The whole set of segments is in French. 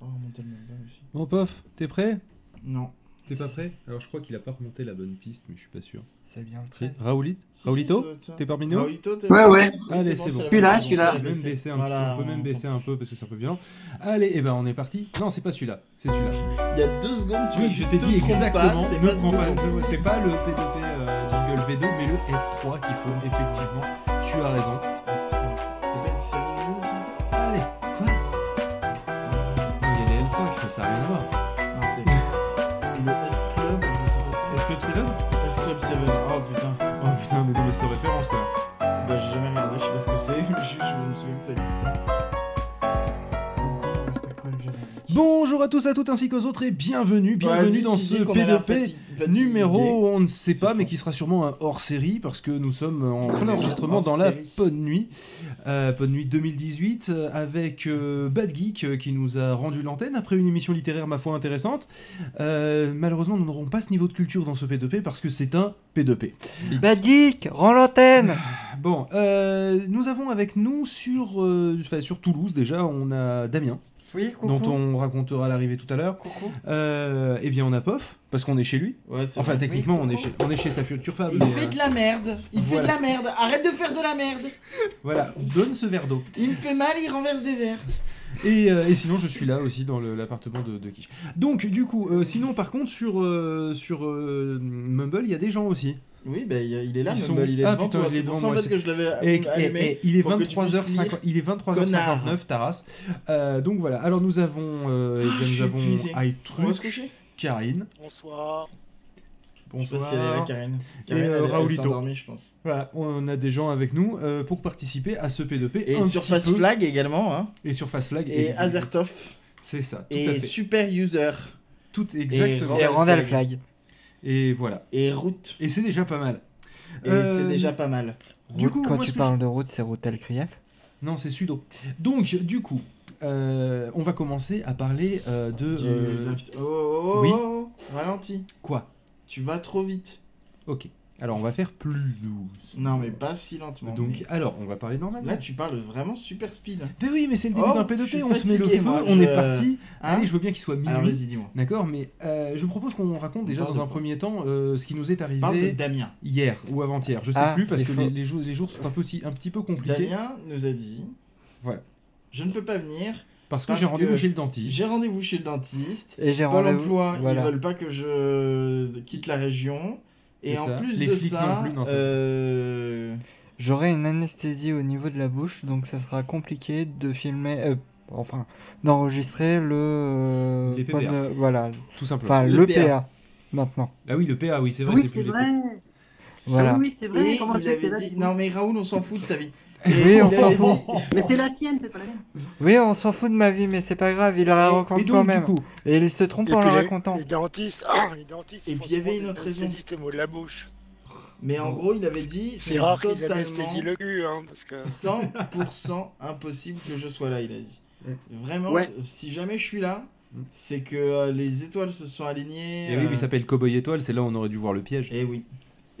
Oh, tellement bien aussi. Bon, pof, t'es prêt Non, T'es pas prêt Alors, je crois qu'il a pas remonté la bonne piste, mais je suis pas sûr. c'est bien le 13. Raoulito Raoulito T'es parmi nous Raoulito, t'es Ouais, là ouais. Oui, Allez, c'est bon. la Celui-là, bonne celui-là. réponse, On peut même baisser un petit- Voilà, on peut même on- baisser un peu parce que c'est un peu violent. Allez, et ben on est parti. Non, c'est pas celui-là, c'est celui-là. Il y a deux secondes, tu Oui, m'as je dit, t'ai te dit trompe pas, exactement. c'est ne pas ce prends pas- bouton. C'est pas le PTP euh, Jingle V2, mais le S3 qu'il faut effectivement. Tu as raison. Ah, C'était pas une série de mots, ça Allez, quoi Non, Il y a les L5, mais ça n'a rien à voir. Non, Ah, c'est- Le S-Club, je Est-ce que c'est sais pas. S-Club 7. Oh putain. Oh putain, mais non, mais c'est de référence quoi. Bah, j'ai jamais regardé, je sais pas ce que c'est. Je, je me souviens que ça existait. On respecte pas le générique. Bonjour à tous, à toutes ainsi qu'aux autres et bienvenue, bienvenue Vas-y, dans si, ce dis qu'on a l'air P2P fati- fatigué. Numéro, on ne sait pas, C'est mais faux. Ah qui sera sûrement un hors série parce que nous sommes On en plein est enregistrement hors dans la série. bonne nuit, euh, bonne nuit 2018 euh, avec euh, Bad Geek euh, qui nous a rendu l'antenne après une émission littéraire ma foi intéressante. Euh, malheureusement, nous n'aurons pas ce niveau de culture dans ce P2P parce que c'est un P2P. Bad Geek, rends l'antenne Bon, euh, nous avons avec nous sur, euh, enfin, sur Toulouse déjà, on a Damien Oui, dont on racontera l'arrivée tout à l'heure. Coucou. Euh, et bien on a Pof parce qu'on est chez lui. Ouais, c'est Enfin vrai. techniquement on est coucou. chez, on est chez sa future femme. Il mais, fait euh, de la merde, il fait voilà. de la merde, arrête de faire de la merde. Voilà, donne ce verre d'eau. Il me fait mal, il renverse des verres. Et, euh, et sinon, je suis là aussi dans le- l'appartement de, de Quiche. Donc, du coup, euh, sinon, par contre, sur, euh, sur euh, Mumble, il y a des gens aussi. Oui, bah, il il est là, Ils Mumble, sont- il est Ah, devant putain, toi. il est C'est pour devant ça en moi, fait que je l'avais Et, et- allumé. et il est Ah, pour que tu puisses 23h50 il est 23h59, Taras. Euh, donc voilà, alors nous avons, euh, eh bien, Ah, je nous suis avons épuisé. On va se iTruc, coucher Karine. Bonsoir. Je sais Bonsoir. pas si elle est là, Karine. Karine, euh, elle- elle, Raoulito. s'est endormie, je pense. Voilà, on a des gens avec nous euh, pour participer à ce P2P. Et un Surface petit peu. Flag également, hein. Et Surface Flag. Et évidemment. Azertov. C'est ça, tout à Et fait. Super User. Tout exactement. Et Randall Flag. Et, voilà. Et Route. Et c'est déjà pas mal. Et Euh, c'est déjà pas mal. Du coup, quand moi, ce tu que parles de route, c'est Routel Krief. Non, c'est Sudo. Donc, du coup, euh, on va commencer à parler euh, de. Du- euh, d'invite- Oh, oh, oh, oui. oh, oh, ralenti. quoi Tu vas trop vite. Ok. Alors, on va faire plus douce. Non, mais pas si lentement. Donc, mais- alors, on va parler normalement. Là, tu parles vraiment super speed. Ben oui, mais c'est le début Oh, d'un je suis P2P, on se met le fatigué, feu, moi, on je- est parti. Hein Allez, je veux bien qu'il soit Alors, minuit. vas-y, dis-moi. D'accord, mais euh, je propose qu'on raconte déjà parle dans de un quoi premier temps euh, ce qui nous est Parle de arrivé Damien. hier ou avant-hier. Je sais Ah, plus parce il que faut- les, les jours, les jours sont un petit, un petit peu compliqués. Damien nous a dit Voilà. Je ne peux pas venir, parce que parce j'ai rendez-vous que chez le dentiste. j'ai rendez-vous chez le dentiste. Et j'ai Pôle rendez-vous. emploi, Voilà. ils veulent pas que je quitte la région. Et C'est en ça. plus Les de flics ça, non plus, non. euh, J'aurai une anesthésie au niveau de la bouche, donc ça sera compliqué de filmer, euh, enfin, d'enregistrer le. euh, Les pas PPA. de- voilà. Tout simplement. Enfin, Le le PA. PA. Maintenant. Ah oui, le PA, oui, c'est vrai. Oui, c'est c'est plus les- vrai. Voilà. Oui, oui, c'est vrai. et Comment il ça que avait là, dit tu- Non, mais Raoul, on s'en fout de ta vie. Oui, on il s'en avait fout. dit- Mais c'est la sienne, c'est pas la mienne. Oui, on s'en fout de ma vie, mais c'est pas grave, il la Ah, Et- raconte et donc, quand du même. coup, Et il se trompe Et en puis la les- racontant. Les dentistes, ah, les dentistes. Et ils puis, font il y avait souvent une des autre raison. anesthésistes au niveau de la bouche. Mais en gros, il avait dit C'est rare qu'ils totalement anesthésient le cul, hein, parce que. 100% impossible que je sois là, il a dit. Vraiment, Ouais. si jamais je suis là, Mm. c'est que euh, les étoiles se sont alignées. Et oui, euh, il s'appelle Cowboy Étoile, c'est là où on aurait dû voir le piège. eh oui.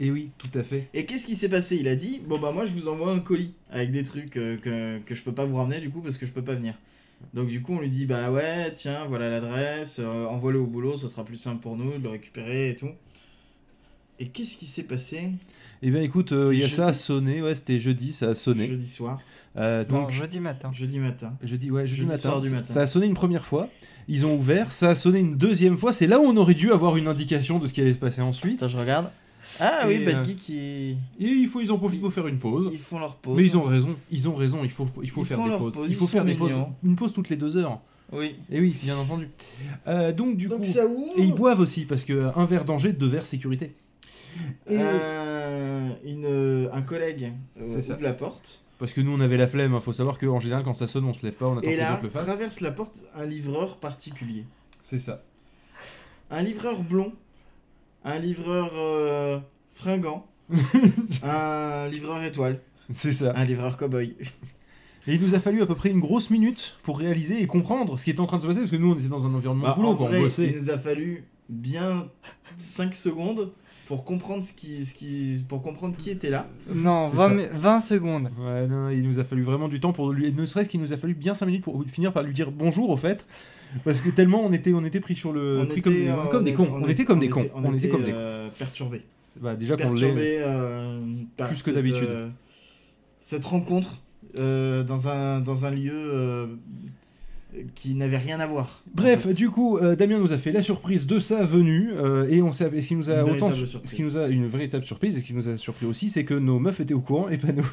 Et oui, tout à fait. Et qu'est-ce qui s'est passé Il a dit Bon, bah, moi, je vous envoie un colis avec des trucs euh, que, que je peux pas vous ramener du coup parce que je peux pas venir. Donc, du coup, on lui dit Bah, ouais, tiens, voilà l'adresse, euh, envoie-le au boulot, ce sera plus simple pour nous de le récupérer et tout. Et qu'est-ce qui s'est passé Eh bien, écoute, euh, C'était il y a ça a jeudi. sonné, ouais, c'était jeudi, ça a sonné. jeudi soir, Euh, Donc, donc, jeudi matin. jeudi matin jeudi, ouais, jeudi, jeudi matin, soir du ça- matin. Ça a sonné une première fois, ils ont ouvert, ça a sonné une deuxième fois, c'est là où on aurait dû avoir une indication de ce qui allait se passer ensuite. Attends, je regarde. Ah oui, Et, Bad euh, Geek, ils... Et il faut, ils en profitent pour faire une pause. ils font leur pause. hein. Mais ils ont raison, ils ont raison, il faut, il faut Ils faire font des leur pauses. pause, il faut ils faire sont des pauses, mignons. une pause toutes les deux heures. Oui. Et oui, bien entendu. Euh, donc, du Donc, coup. ça ouvre. Et ils boivent aussi, parce que euh, un verre danger, deux verres sécurité. Et- Euh, une, euh, un collègue euh, C'est ça. ouvre la porte. Parce que nous, on avait la flemme, hein. faut savoir qu'en général, quand ça sonne, on se lève pas, on attend Et que les là, autres le fassent. traverse la porte un livreur particulier. C'est ça. Un livreur blond, un livreur euh, fringant, un livreur étoile, C'est ça. un livreur cowboy. Et il nous a fallu à peu près une grosse minute pour réaliser et comprendre ce qui était en train de se passer, parce que nous, on était dans un environnement Bah, de boulot, en quoi, vrai, on il bossait. nous a fallu bien 5 secondes pour comprendre ce qui, ce qui, pour comprendre qui était là. Non, C'est 20, ça. mi- 20 secondes. Ouais, non, il nous a fallu vraiment du temps pour lui, et ne serait-ce qu'il nous a fallu bien 5 minutes pour finir par lui dire bonjour, au fait. Parce que tellement on était, on était pris sur le. On pris comme, des- euh, comme des cons. On, on était comme des cons. On était comme des cons. euh, perturbés. Bah, déjà qu'on l'est. perturbé euh, par Plus que cette, d'habitude. euh, cette rencontre euh, dans, un, dans un lieu euh, qui n'avait rien à voir. en Bref, fait. du coup, euh, Damien nous a fait la surprise de sa venue euh, et on s'est, et ce qui nous a Une autant, véritable surprise. ce qui nous a une véritable surprise et ce qui nous a surpris aussi, c'est que nos meufs étaient au courant et pas nous.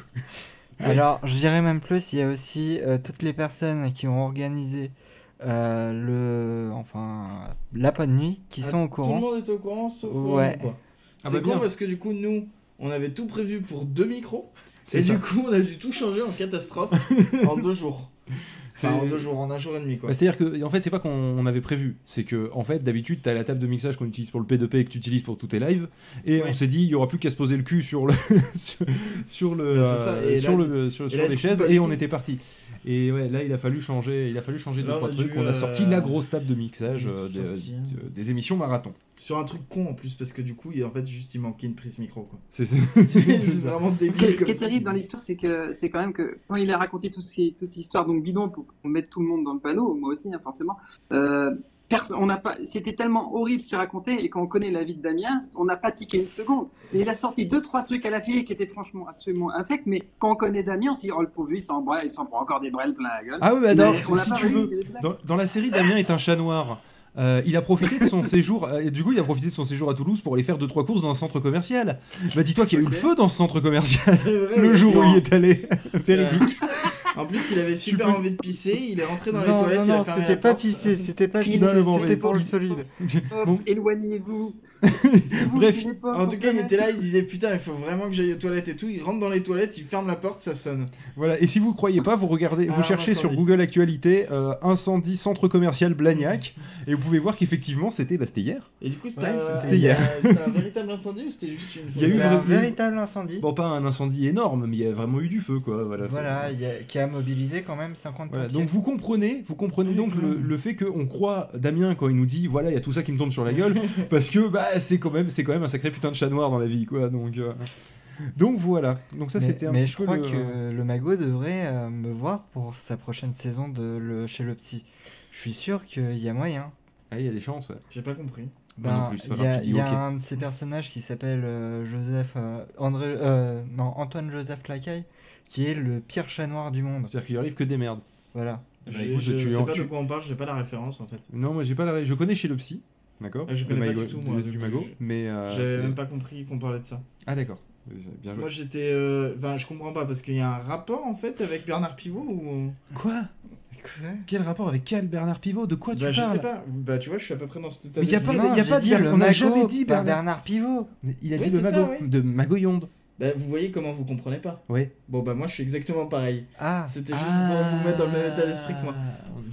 Alors, je dirais même plus, il y a aussi euh, toutes les personnes qui ont organisé euh, le, enfin, la pas de nuit, qui Ah, sont Tout au le courant. monde était au courant, sauf euh, Ouais. nous, quoi. Ah C'est bah con bien. parce que du coup, nous, on avait tout prévu pour deux micros. C'est Et ça. du coup, on a dû tout changer en catastrophe en deux jours. Enfin, en deux jours, en un jour et demi, quoi. Bah, C'est-à-dire que, en fait, c'est pas qu'on on avait prévu, c'est que, en fait, d'habitude, t'as la table de mixage qu'on utilise pour le P2P et que tu utilises pour tous tes lives, et Ouais. on s'est dit, il y aura plus qu'à se poser le cul sur le sur, sur le Bah, c'est ça, euh, et sur là, le sur, et sur là, les du coup, chaises, pas du et on tout. était parti. Et ouais, là, il a fallu changer, il a fallu changer deux Là, on trois a trucs. dû, on a euh, sorti la grosse table de mixage euh, des, sortir. euh, des émissions marathon. Sur un truc con en plus, parce que du coup, il, en fait, juste, il manquait une prise micro, quoi. C'est ça. C'est vraiment débile. Ce qui est- ce comme qui est truc. terrible dans l'histoire, c'est que c'est quand même que quand il a raconté toutes ces, toutes ces histoires, donc bidon, pour qu'on mette tout le monde dans le panneau, moi aussi, hein, forcément, euh, perso- on n'a pas, c'était tellement horrible ce qu'il racontait, et quand on connaît la vie de Damien, on n'a pas tiqué une seconde. Et il a sorti deux, trois trucs à la fille qui étaient franchement absolument infects, mais quand on connaît Damien, on s'est dit, oh le pauvre, lui, il s'en prend, il s'en prend encore des brels plein la gueule. Ah ouais, bah, Mais alors, on n'a si pas tu réussi veux, à les placer. Dans, dans la série, Damien est un chat noir. Euh, il a profité de son séjour, euh, et du coup, il a profité de son séjour à Toulouse pour aller faire deux trois courses dans un centre commercial. Bah, dis-toi qu'il y a eu le feu dans ce centre commercial C'est vrai, le ouais. jour où il est allé. Péridique. En plus, il avait super envie de pisser, il est rentré dans les Non, toilettes, non, il non, a fermé la c'était pas porte. pissé, c'était pas Non, pissé, non, bon, c'était mais- pour le solide. Hop, Bon. Euh, Éloignez-vous. Bref, En tout cas, il était là, il disait putain, il faut vraiment que j'aille aux toilettes et tout. Il rentre dans les toilettes, il ferme la porte, ça sonne. Voilà, et si vous croyez pas, vous regardez, vous Ah, Alarme cherchez sur incendie. Google Actualité euh, incendie centre commercial Blagnac et vous pouvez voir qu'effectivement c'était bah, c'était hier. Et du coup, c'était Ouais, un... c'était hier. euh, c'était un véritable incendie ou c'était juste une. Il y a eu Ouais. C'était un vraiment- véritable incendie. Bon pas un incendie énorme, mais il y a vraiment eu du feu quoi, voilà. c'est- Voilà, il y a- qui a mobilisé quand même 50 Voilà, pompiers. donc vous comprenez, vous comprenez Oui, donc quand le, même. le fait qu'on croit Damien quand il nous dit voilà il y a tout ça qui me tombe sur la gueule parce que bah c'est quand même c'est quand même un sacré putain de chat noir dans la vie quoi donc euh, donc voilà donc ça mais, c'était un mais petit je peu crois le- que le magot devrait euh, me voir pour sa prochaine saison de le, chez le psy. Je suis sûr qu'il y a moyen. Ah, il y a des chances. ouais. J'ai pas compris. Moi non plus, c'est pas Ben, grave, tu dis il y a, il y a ok. un de ces personnages qui s'appelle euh, Joseph euh, André euh, non Antoine Joseph Lacaille qui est le pire chat noir du monde. C'est-à-dire qu'il arrive que des merdes. Voilà. Eh ben, Je- écoute, je tu- sais pas tu- de quoi on parle, j'ai pas la référence en fait. Non, moi j'ai pas la. ré- Je connais chez le psy, d'accord. Ah, je Le connais pas Mago- du tout, moi, du, donc, mago. je- Mais euh, c'est- J'avais même pas compris qu'on parlait de ça. ah d'accord. Euh, c'est Bien joué. Moi j'étais. euh, Enfin, je comprends pas parce qu'il y a un rapport en fait avec Bernard Pivot ou. Quoi Quel rapport avec Cal Bernard Pivot De quoi bah, tu je parles sais pas. Bah, tu vois, je suis à peu près dans cet état Mais y a d'esprit. pas Non, y a j'ai pas de dit Ber- le on n'a magot jamais dit par Bernard- Bernard Pivot. Mais Il a Oui, dit le c'est ça, mago oui. Ah de Magoyonde. Bah, vous voyez comment vous comprenez pas. Oui. Bon, bah, moi je suis exactement pareil. Ah, C'était juste pour vous mettre dans le même état d'esprit que moi.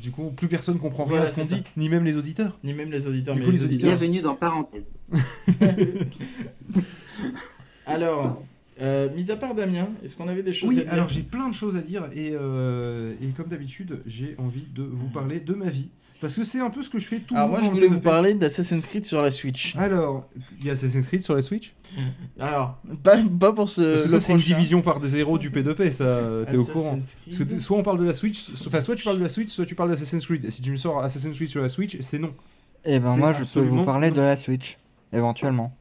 Du coup, plus personne comprend rien Voilà, à ce qu'on c'est dit, ni même les auditeurs. Ni même les auditeurs, Du mais coup, les les auditeurs. Bienvenue dans Parenthèse. Alors, euh, mis à part Damien, est-ce qu'on avait des choses à Oui, dire alors j'ai plein de choses à dire et, euh, et comme d'habitude, j'ai envie de vous parler de ma vie parce que c'est un peu ce que je fais tout. le Alors, Ah, moi temps je dans le E voulais vous P2P. parler d'Assassin's Creed sur la Switch. Alors, il y a Assassin's Creed sur la Switch Alors, pas, pas pour ce. Parce que Euh, le ça, c'est une prochain. division par des héros du P2P, ça, euh, t'es au Assassin's courant. Parce que Creed. t- soit on parle de la Switch, so- enfin, soit tu parles de la Switch, soit tu parles d'Assassin's Creed. Et si tu me sors Assassin's Creed sur la Switch, c'est non. Et ben c'est moi je peux absolument- vous parler de la Switch éventuellement.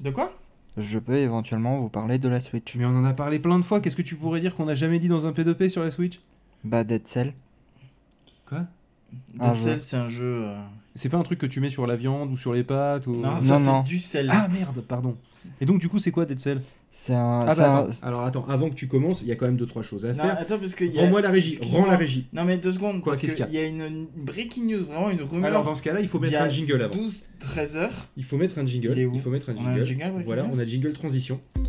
De quoi Je peux éventuellement vous parler de la Switch. Mais on en a parlé plein de fois, qu'est-ce que tu pourrais dire qu'on n'a jamais dit dans un P2P sur la Switch Bah Dead Cell. Quoi Ah, Dead je- Cell, c'est un jeu. euh, C'est pas un truc que tu mets sur la viande ou sur les pâtes ou... Non, ça Non, non. c'est du sel. Ah merde, pardon. Et donc du coup, c'est quoi Dead Cell C'est un, Ah c'est bah un- attends, alors attends, avant que tu commences, il y a quand même deux trois choses à non, faire. attends, parce qu'il y a. Rends-moi la régie, Excuse-moi. rends la régie. Non, mais deux secondes, Quoi, parce qu'est-ce qu'il qu'il y a une, une breaking news, vraiment une rumeur. Alors dans ce cas-là, il faut d'il y mettre a un jingle avant. 12, 13 heures. Il faut mettre un jingle, Il est où il faut mettre un On a un jingle. jingle, breaking Voilà, news on a jingle transition. Ils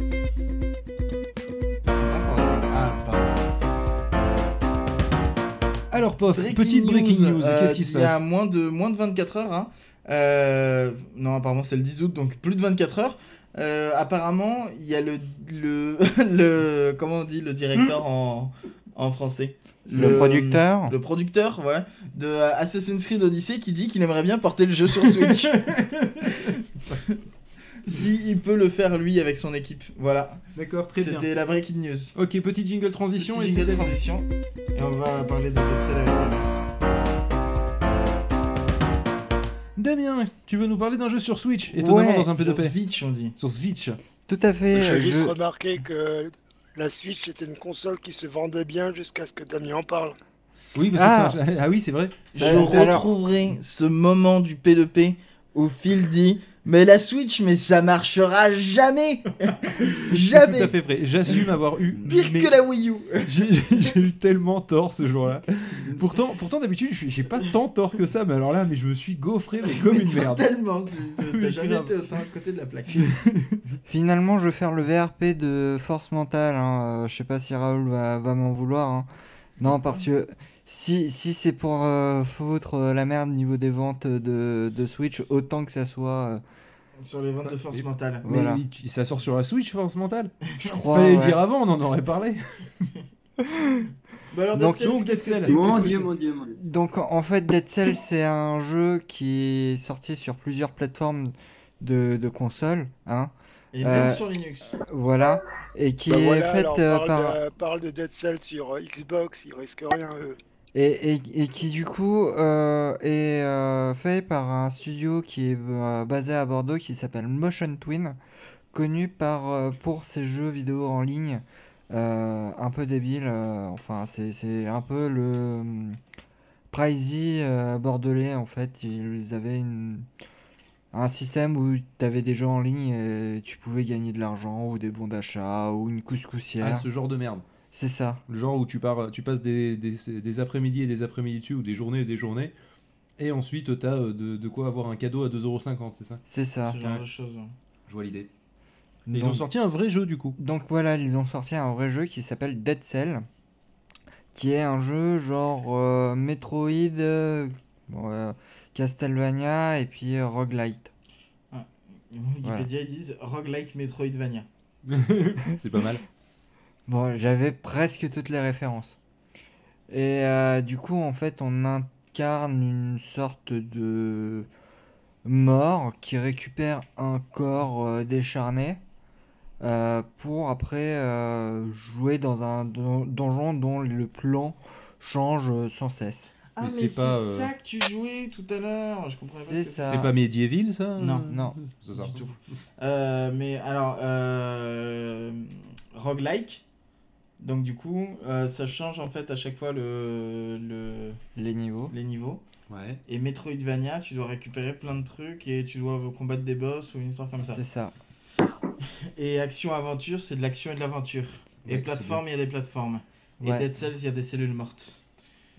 sont pas forts. Ah, pardon. Alors pof, Breaking petite breaking news, euh, qu'est-ce qui se d'il y a passe moins de, moins de 24 heures. hein. Euh, non, apparemment, c'est le 10 août, donc plus de 24 heures. Euh, apparemment, il y a le, le, le. Comment on dit le directeur Hmm. en, en français le, producteur. Le producteur, ouais, de euh, Assassin's Creed Odyssey qui dit qu'il aimerait bien porter le jeu sur Switch. si il peut le faire lui avec son équipe. Voilà. D'accord, très bien. C'était la breaking news. Ok, petite jingle transition Petit et jingle c'était- transition. Et on va parler de Dead Cell avec Damien. Damien, tu veux nous parler d'un jeu sur Switch Ouais, Étonnamment dans un Sur P2P. Switch, on dit. Sur Switch. Tout à fait. J'ai euh, juste je- remarqué que la Switch était une console qui se vendait bien jusqu'à ce que Damien en parle. Oui, parce que Ah. c'est un jeu- Ah oui, c'est vrai. Je Euh, alors- retrouverai ce moment du P2P où Phil dit Mais la Switch, mais ça marchera jamais C'est Tout à Jamais fait vrai. J'assume avoir eu. Pire mais que la Wii U J'ai j'ai- j'ai eu tellement tort ce jour-là. Pourtant, pourtant d'habitude, je suis- j'ai pas tant tort que ça, mais alors là, mais je me suis gaufré mais comme Mais une merde. Totalement, tu- tu- t'as Mais jamais grave. été autant à côté de la plaque. Finalement, je vais faire le VRP de Force Mentale. hein, euh, Je sais pas si Raoul va, va m'en vouloir. hein. Non, parce que si, si c'est pour euh, foutre euh, la merde niveau des ventes de, de Switch, autant que ça soit, euh, Sur les ventes de force Et- mentale. Mais Voilà. oui, tu- ça sort sur la Switch, force mentale. je crois. Fallait le ouais. dire avant, on en aurait parlé. Bah alors, Donc, Dead Cells, donc, qu'est-ce que c'est Dead Cells. Mon parce que dieu, c'est- mon dieu, mon dieu. Donc en en fait, Dead Cells, c'est un jeu qui est sorti sur plusieurs plateformes de, de consoles, hein, Et même Euh, sur Linux. voilà, et qui Bah est voilà, faite alors, euh, parle, par... de, parle de Dead Cell sur euh, Xbox, ils risquent rien eux. Et, et- et qui du coup euh, est euh, fait par un studio qui est euh, basé à Bordeaux qui s'appelle Motion Twin, connu par, euh, pour ses jeux vidéo en ligne euh, un peu débiles. euh, enfin, c'est c'est un peu le hum, Pricey euh, bordelais en fait. Ils avaient une, un système où tu avais des jeux en ligne et tu pouvais gagner de l'argent ou des bons d'achat ou une Ah, couscoussière. ce genre de merde. C'est ça. Le genre où tu, pars, tu passes des, des- des après-midi et des après-midi dessus, ou des journées et des journées, et ensuite t'as euh, de, de quoi avoir un cadeau à 2,50€, c'est ça C'est ça. Ce genre de choses. ouais. Je vois l'idée. Mais Ils Donc- ont sorti un vrai jeu du coup. Donc voilà, ils ont sorti un vrai jeu qui s'appelle Dead Cell, qui est un jeu genre euh, Metroid, euh, bon, euh, Castlevania et puis euh, Roguelite. Wikipédia, ils disent roguelike Metroidvania. c'est pas mal. Bon, j'avais presque toutes les références. Et euh, du coup, en fait, on incarne une sorte de mort qui récupère un corps euh, décharné euh, pour après euh, jouer dans un don- donjon dont le plan change euh, sans cesse. Ah, Mais mais, c'est c'est pas, euh, ça que tu jouais tout à l'heure. Je comprenais pas C'est ce que ça. C'est pas médiéville ça Non, non. C'est ça. Du tout. Euh, mais alors, euh, roguelike. Donc du coup, euh, ça change en fait à chaque fois le, le- les niveaux. les niveaux. Ouais. Et Metroidvania, tu dois récupérer plein de trucs et tu dois combattre des boss ou une histoire comme ça. C'est ça. Et action-aventure, c'est de l'action et de l'aventure. Ouais, et c'est plateforme, il y a des plateformes. Et Ouais. Dead Cells, il y a des cellules mortes.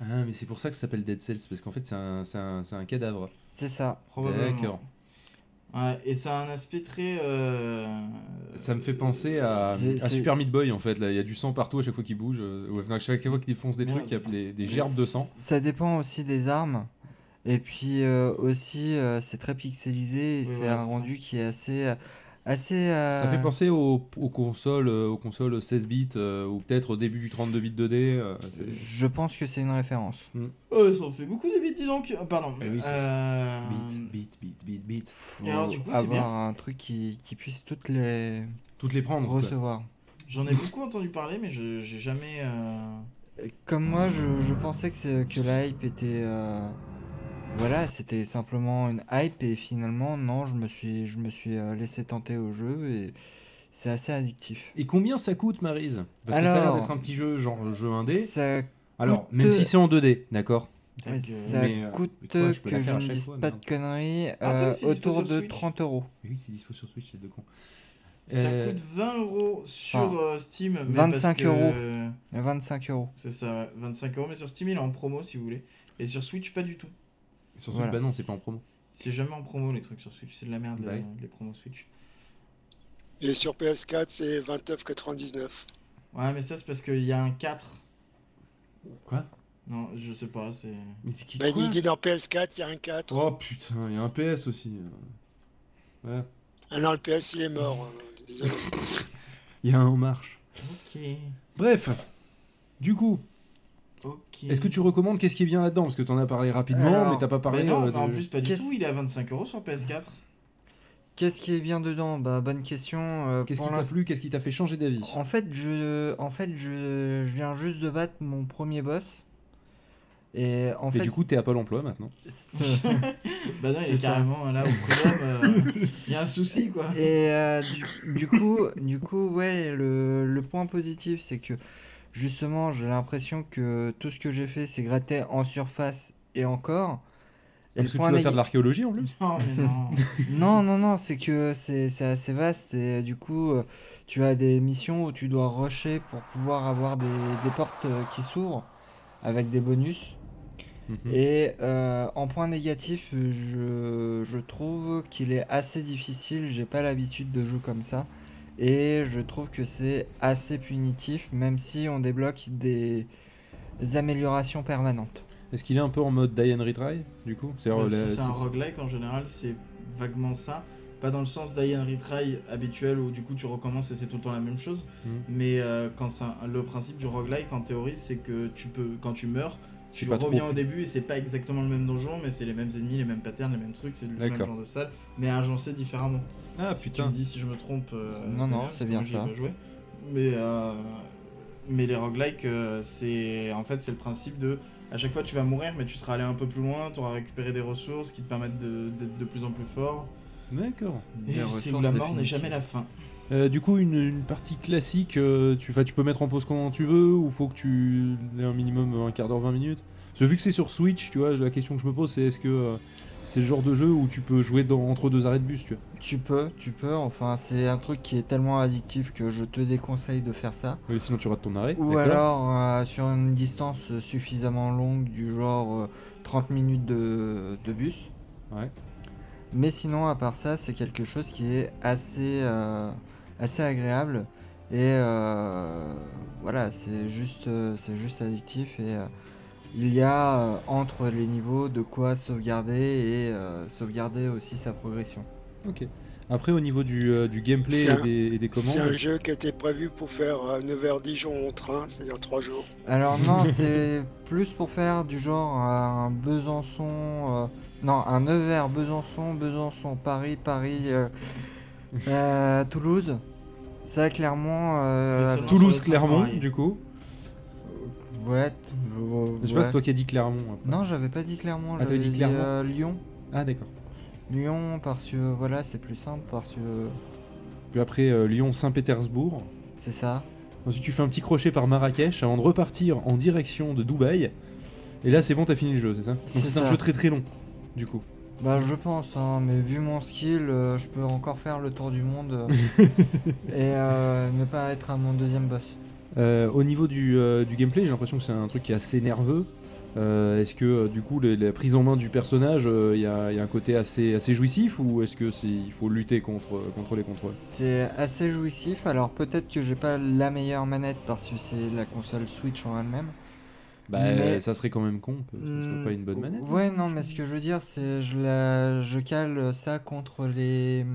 Ah, mais c'est pour ça que ça s'appelle Dead Cells, parce qu'en fait, c'est un, c'est un, c'est un cadavre. C'est ça. Probablement. D'accord. Ouais, et ça a un aspect très. euh, Ça me fait penser à, C'est- à c'est- Super Meat Boy, en fait. Là, il y a du sang partout à chaque fois qu'il bouge. euh, ou- enfin, à chaque fois qu'il défonce des Merde, trucs, il y a c'est- des, des gerbes de sang. Ça dépend aussi des armes. Et puis euh, aussi, euh, c'est très pixelisé. et Oui, c'est voilà, un c'est ça. rendu qui est assez. euh, assez Ça euh, fait penser aux, aux consoles, euh, aux consoles 16 bits, euh, ou peut-être au début du 32 bits 2D. euh, c'est- Je pense que c'est une référence. Oh, ça en fait beaucoup de bits, dis donc. Ah, Pardon. Eh oui, c'est- Euh, Bit, bit, bit, bit, bit. Faut Et alors, du coup, c'est avoir bien. un truc qui, qui puisse toutes les Toutes les prendre. quoi. recevoir. J'en ai beaucoup entendu parler, mais je j'ai jamais. euh, Euh, Comme moi, je, je pensais que, c'est- que la hype était. euh, Voilà, c'était simplement une hype et finalement, non, je me suis, je me suis euh, laissé tenter au jeu et c'est assez addictif. Et combien ça coûte, Marise Parce que ça a l'air Alors- d'être un petit jeu, genre jeu indé. Ça Alors, coûte- même si c'est en 2D, d'accord tel Ouais, que- ça mais, euh, coûte mais toi, je peux la que je faire à ne chaque dise fois, pas merde. de conneries Ah, toi euh, aussi, dispo autour sur de Switch. 30 euros. Mais oui, c'est dispo sur Switch, c'est de con. Ça Euh, coûte 20 euros sur enfin, euh, Steam. Mais 25 parce que- euros. 25 euros. C'est ça, ouais, 25 euros. Mais sur Steam, il est en promo si vous voulez. Et sur Switch, pas du tout. Sur Switch, Voilà. bah non, c'est pas en promo. C'est jamais en promo les trucs sur Switch. C'est de la merde Bah les, oui. les promos Switch. Et sur PS4, c'est 29,99. Ouais, mais ça, c'est parce qu'il y a un 4. Quoi Non, je sais pas. C'est. Mais c'est qui Bah, il est dans PS4, il y a un 4. Oh putain, il y a un PS aussi. euh. Ouais. Ah non, le PS, il est mort. hein, Désolé. Il y a un en marche. Ok. Bref, du coup, Ok. est-ce que tu recommandes qu'est-ce qui est bien là-dedans Parce que t'en as parlé rapidement, Alors, mais t'as pas Mais parlé. Bah non, euh, mais en de- plus, pas du Qu'est-ce- tout. Il est à 25 euros sur PS4. Qu'est-ce qui est bien dedans Bah bonne question. euh, Qu'est-ce pour qui t'a l'instant- plu Qu'est-ce qui t'a fait changer d'avis En fait, je en fait je, je viens juste de battre mon premier boss. Et en Et fait, du coup, t'es à Pôle emploi maintenant. Bah non, il C'est est ça. carrément là au prud'homme. euh, Il y a un souci, quoi. Et euh, du, du coup, du coup, ouais, le, le point positif, c'est que justement, j'ai l'impression que tout ce que j'ai fait, c'est gratter en surface et encore. Parce que Et le tu point dois faire de néga- l'archéologie en plus. Non, mais non. Non, non, non, c'est que c'est c'est assez vaste et euh, du coup, euh, tu as des missions où tu dois rusher pour pouvoir avoir des, des portes euh, qui s'ouvrent avec des bonus. Mm. Mhm. Et euh, en point négatif, je, je trouve qu'il est assez difficile, j'ai pas l'habitude de jouer comme ça. Et je trouve que c'est assez punitif, même si on débloque des améliorations permanentes. Est-ce qu'il est un peu en mode die and retry du coup C'est-à-dire, euh, Bah, si la- c'est un c'est- roguelike, en général, c'est vaguement ça. Pas dans le sens d'Ian Retry habituel où du coup tu recommences et c'est tout le temps la même chose. Mhm. Mais euh, quand ça, le principe du roguelike en théorie, c'est que tu peux, quand tu meurs, C'est tu pas trop. reviens au début et c'est pas exactement le même donjon, mais c'est les mêmes ennemis, les mêmes patterns, les mêmes trucs, c'est le même D'accord. genre de salle, mais agencé différemment. Ah Si tu putain. me dis si je me trompe. euh, Non, non, Daniel, c'est parce que bien moi, j'y ai ça. pas joué. Mais, euh, mais les roguelikes, euh, c'est en fait c'est le principe de à chaque fois tu vas mourir, mais tu seras allé un peu plus loin, tu auras récupéré des ressources qui te permettent de- d'être de, plus en plus fort. D'accord. Et Des c'est où ressources la mort n'est définitives. jamais la fin. Euh, du coup, une, une partie classique, euh, tu, 'fin, tu peux mettre en pause quand tu veux ou faut que tu aies un minimum euh, un quart d'heure, 20 minutes Parce que vu que c'est sur Switch, tu vois, la question que je me pose, c'est est-ce que euh, c'est le genre de jeu où tu peux jouer dans- entre deux arrêts de bus, tu vois Tu peux, tu peux, enfin c'est un truc qui est tellement addictif que je te déconseille de faire ça. Ouais, Sinon, tu rates ton arrêt. Ou d'accord alors euh, sur une distance suffisamment longue, du genre euh, 30 minutes de, de bus. Ouais. Mais sinon, à part ça, c'est quelque chose qui est assez, euh, assez agréable. Et euh, voilà, c'est juste, euh, c'est juste addictif. Et euh, il y a euh, entre les niveaux de quoi sauvegarder et euh, sauvegarder aussi sa progression. Ok. Après, au niveau du, euh, du gameplay C'est et un- des, et des commandes. euh, C'est un jeu qui a été prévu pour faire euh, 9h Dijon en train, c'est-à-dire 3 jours. Alors non, c'est plus pour faire du genre un Besançon, euh, non un Nevers, Besançon, Besançon, Paris, Paris, euh, euh, Toulouse. Ça clairement, euh, Mais Toulouse, Sur le train, Clermont, pareil. du coup. ouais. t- euh, Je sais pas, ouais. c'est toi qui as dit Clermont. après. Non, j'avais pas dit Clermont, Ah, t'avais j'avais dit dit, Clermont. euh, Lyon. Ah, d'accord. Lyon parce que euh, voilà, c'est plus simple parce que euh, Puis après, euh, Lyon-Saint-Pétersbourg. c'est ça. Ensuite, tu fais un petit crochet par Marrakech avant de repartir en direction de Dubaï. Et là, c'est bon, t'as fini le jeu, c'est ça Donc, C'est c'est un ça. jeu très très long, du coup. Bah je pense, hein, mais vu mon skill, euh, je peux encore faire le tour du monde euh, et euh, ne pas être à mon deuxième boss. Euh, au niveau du, euh, du gameplay, j'ai l'impression que c'est un truc qui est assez nerveux. Euh, est-ce que euh, du coup les- la prise en main du personnage, il y, a y a un côté assez, assez jouissif ou est-ce que c'est, il faut lutter contre, euh, contre les contrôles C'est assez jouissif, alors peut-être que j'ai pas la meilleure manette parce que c'est la console Switch en elle-même. Bah Mais- ça serait quand même con que ce soit Hmm, pas une bonne manette. hein, Ouais, non, mais ce que je veux dire, c'est je la, je cale ça contre les,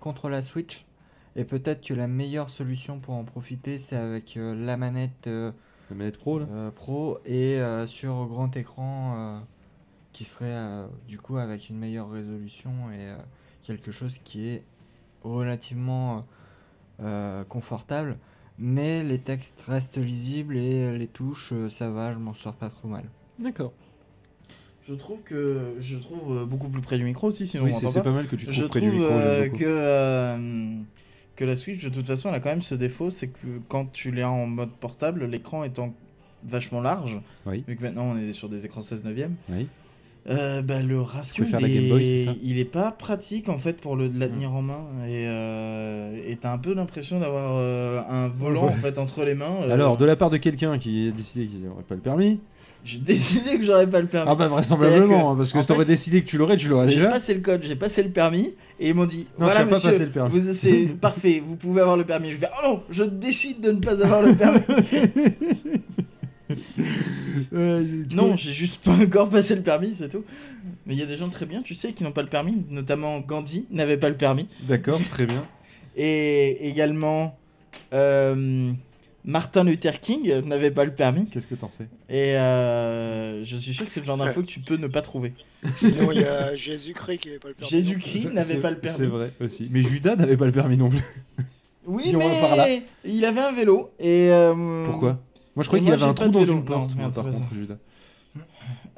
contre la Switch. Et peut-être que la meilleure solution pour en profiter, c'est avec euh, la manette euh, La manette pro là. euh, Pro et euh, sur grand écran, euh, qui serait euh, du coup avec une meilleure résolution et euh, quelque chose qui est relativement euh, confortable. Mais les textes restent lisibles et euh, les touches, euh, ça va, je m'en sors pas trop mal. D'accord. Je trouve que je trouve euh, beaucoup plus près du micro aussi, sinon oui, on c'est, m'entend c'est pas. pas mal que tu te je trouves près trouve du micro. j'aime euh, beaucoup. que, euh, que la Switch, de toute façon, elle a quand même ce défaut, c'est que quand tu l'as en mode portable, l'écran étant vachement large, Oui. vu que maintenant on est sur des écrans 16 neuvième, Oui. euh, bah, le ratio, peux faire il, la Game est... Boy, c'est ça Mmh. il est pas pratique en fait pour le de la tenir en main. Et euh, et t'as un peu l'impression d'avoir euh, un volant en fait entre les mains. euh, Alors, de la part de quelqu'un qui a décidé qu'il n'aurait pas le permis. j'ai décidé que j'aurais pas le permis. Ah bah vraisemblablement, hein, parce que en si t'aurais fait, décidé que tu l'aurais, tu l'aurais j'ai déjà. passé le code, j'ai passé le permis, et ils m'ont dit Non, voilà tu as pas monsieur, passé le permis. vous- c'est parfait, vous pouvez avoir le permis. Je vais oh non, je décide de ne pas avoir le permis. Euh, du non, coup, j'ai juste pas encore passé le permis, c'est tout. Mais il y a des gens très bien, tu sais, qui n'ont pas le permis, notamment Gandhi n'avait pas le permis. D'accord, très bien. Et également, euh, Martin Luther King n'avait pas le permis. Qu'est-ce que t'en sais Et euh, je suis sûr que c'est le genre d'info que tu peux ne pas trouver. Sinon, il y a Jésus-Christ qui n'avait pas le permis. Jésus-Christ n'avait C'est- pas le permis. C'est vrai aussi. Mais Judas n'avait pas le permis non plus. Oui, Si on va par là. mais il avait un vélo. Et euh, Pourquoi Moi je crois Et qu'il Euh, moi, avait un j'ai pas trou de dans vélo. une porte, Non, moi, merde, par c'est pas contre, Judas.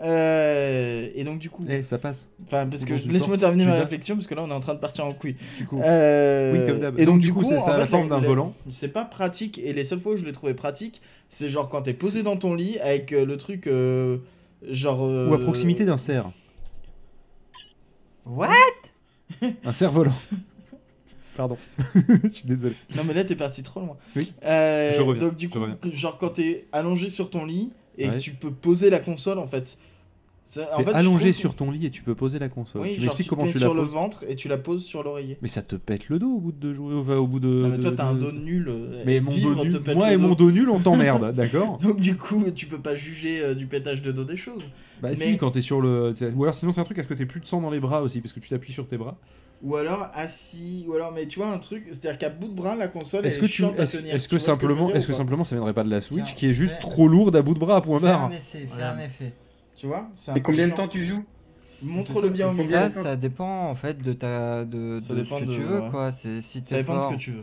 Euh, et donc, du coup. Eh, ça passe. Enfin, parce que Dans une laisse-moi porte, terminer ma Judas. réflexion, parce que là, on est en train de partir en couille. Du coup. Euh, Oui, comme d'hab. Et donc, du coup, c'est en ça a la fait, forme le- d'un le- volant. C'est pas pratique, et les seules fois où je l'ai trouvé pratique, c'est genre quand t'es posé dans ton lit avec euh, le truc. euh, genre. Ou à euh, proximité d'un cerf. What Un cerf volant. Pardon. Je suis désolé. Non, mais là, t'es parti trop loin. Oui. Euh, Je reviens, Donc, du je coup, reviens. genre, quand t'es allongé sur ton lit et Ouais. que tu peux poser la console, en fait. c'est- en T'es fait, je allongé trouve- sur ton lit et tu peux poser la console. Oui, tu genre, tu m'expliques te comment mets tu la sur le poses. ventre et tu la poses sur l'oreiller. Mais ça te pète le dos au bout de jouer. Enfin, au bout de. Non, mais toi, de- t'as un de- dos nul. euh, Euh, Mais mon vivre dos te nul. pète Moi le et mon dos. dos nul, on t'emmerde, d'accord Donc, du coup, tu peux pas juger euh, du pétage de dos des choses. Bah Mais- si, quand t'es sur le. c'est- Ou alors sinon, c'est un truc à ce que t'aies plus de sang dans les bras aussi, parce que tu t'appuies sur tes bras. Ou alors assis, ou alors, mais tu vois un truc, c'est-à-dire qu'à bout de bras, la console, Est-ce elle que est tu. chiante à Est-ce tenir. est-ce Tu que vois ce je veux simplement. dire Est-ce ou que pas simplement ça viendrait pas de la Switch Tiens, qui est juste fais- trop lourde à bout de bras, point Faire barre un essai, faire Voilà. un effet. Tu vois c'est un Mais peu combien de chiant. temps tu joues Montre-le C'est bien au ça, milieu. Ça, combien de temps ça dépend en fait de ta de, Ça de dépend ce que de- tu veux ouais. quoi. C'est si Ça t'es dépend de fort, ce que tu veux.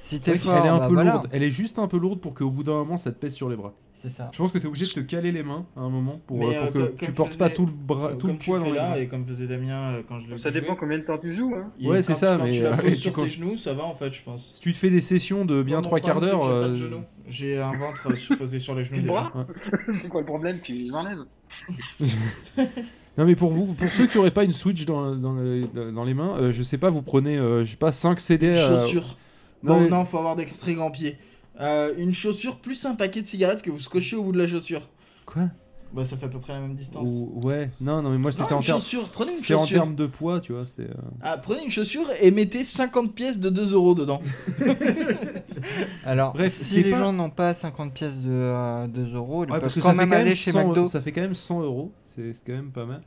si C'est t'es vrai qu'elle fort, est un bah peu voilà. lourde. Elle est juste un peu lourde pour qu'au bout d'un moment ça te pèse sur les bras. C'est ça. Je pense que t'es obligé de te caler les mains à un moment pour, Mais, euh, pour euh, que comme- tu comme portes faisait- pas tout le, bras, tout le Comme tu poids dans fais les là, bras. et comme faisait Damien euh, quand je le Ça dépend combien de temps tu joues. Hein. Et Ouais, quand- c'est ça, Quand mais, tu la euh, poses tu sur con- tes genoux, ça va en fait, je pense. Si tu te fais des sessions de bien Moi, mon trois quarts problème, d'heure. c'est que j'ai pas de euh, genoux. J'ai un ventre euh, sur- posé sur les genoux Tu déjà. bras C'est quoi le problème Tu l'enlèves. Non mais pour vous, pour ceux qui auraient pas une Switch dans, dans, le- dans les mains, euh, je sais pas, vous prenez, euh, je sais pas, 5 CD. euh, Chaussures. non, Bon, mais- non, faut avoir des très grands pieds. Euh, une chaussure plus un paquet de cigarettes que vous scotchez au bout de la chaussure. Quoi Bah, ça fait à peu près la même distance. Ou- Ouais. Non, non mais moi Non, c'était en une termes. chaussure, prenez une C'était en chaussure. termes de poids, tu vois. C'était. euh, Ah, prenez une chaussure et mettez 50 pièces de 2 euros dedans. Alors Bref, c'est si les pas- gens n'ont pas 50 pièces de euh, 2 euros, ils Ouais, parce peuvent que quand ça fait même quand, même aller chez 100, McDo. ça fait quand même 100 euros. C'est c'est quand même pas mal.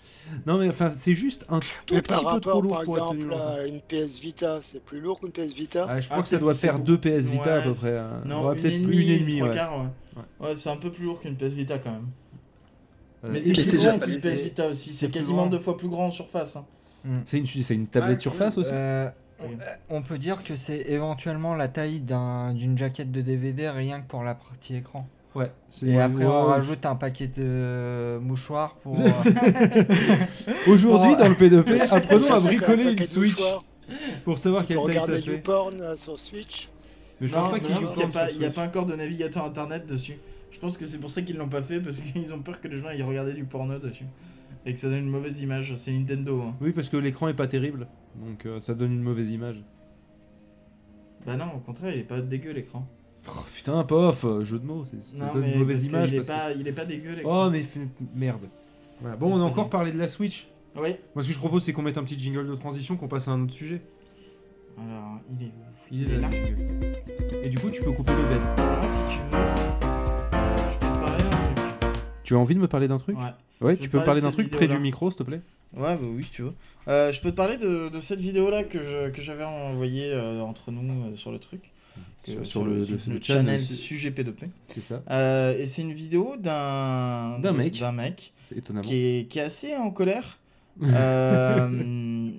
Non mais enfin, c'est juste un tout Mais petit par peu trop rapport, par lourd pour être tenu. exemple, longtemps. à une PS Vita, c'est plus lourd qu'une PS Vita. Ah, je pense Ah, que ça c'est- doit c'est faire beau. 2 PS Vita à Ouais, peu c'est- près. hein. Non, Ouais, une peut-être et plus demie, une et demie. trois ouais. quarts, ouais. Ouais, c'est un peu plus lourd qu'une PS Vita quand même. Euh, Mais et c'est c'est- plus déjà grand pas qu'une laissé. PS Vita aussi, C'est c'est plus quasiment grand. deux fois plus grand en surface. hein. c'est une, c'est une tablette Ah, surface aussi. Euh, Oui. euh, on peut dire que c'est éventuellement la taille d'un- d'une jaquette de DVD rien que pour la partie écran. Ouais. c'est- Et après on ouais. rajoute un paquet de mouchoirs pour. euh, Aujourd'hui, Bon, dans le P2P, Ça apprenons à fait un bricoler une paquet de Switch mouchoirs. pour savoir Tu quelle peux taille ça regarder fait. YouPorn euh, sur Switch. Mais je Non, pense pas mais qu'il non, joue parce qu'il y a sur pas- Il n'y a, Switch. pas encore de navigateur internet dessus. Je pense que c'est pour ça qu'ils l'ont pas fait, parce qu'ils ont peur que les gens aillent regarder du porno dessus. Et que ça donne une mauvaise image, c'est Nintendo. hein. Oui, parce que l'écran est pas terrible, donc euh, ça donne une mauvaise image. Bah non, au contraire, il est pas dégueu l'écran. Oh, putain, pof, euh, jeu de mots, c'est- ça Non, donne mais une mauvaise parce image. qu'il est, Parce pas, il est pas dégueu que... l'écran. Oh, mais f- merde. Voilà. Bon, on a encore parlé de la Switch. Oui. Moi, ce que je propose, c'est qu'on mette un petit jingle de transition, qu'on passe à un autre sujet. Alors, il est où Il est là. le jingle. Et du coup, tu peux couper le bed. Ah, si tu veux, je peux te parler d'un truc. Tu as envie de me parler d'un truc Ouais. Ouais, Je tu vais peux parler parler de d'un cette truc près du vidéo-là. micro, s'il te plaît Ouais, bah oui, si tu veux. Euh, je peux te parler de, de cette vidéo-là que, je- que j'avais envoyée euh, entre nous euh, sur le truc. que- Sur- sur le- le- le channel channel, c'est- sujet P2P. C'est ça, Euh, et c'est une vidéo d'un, D'un de- mec. Ah d'un mec étonnamment. qui, est, qui est assez en colère euh,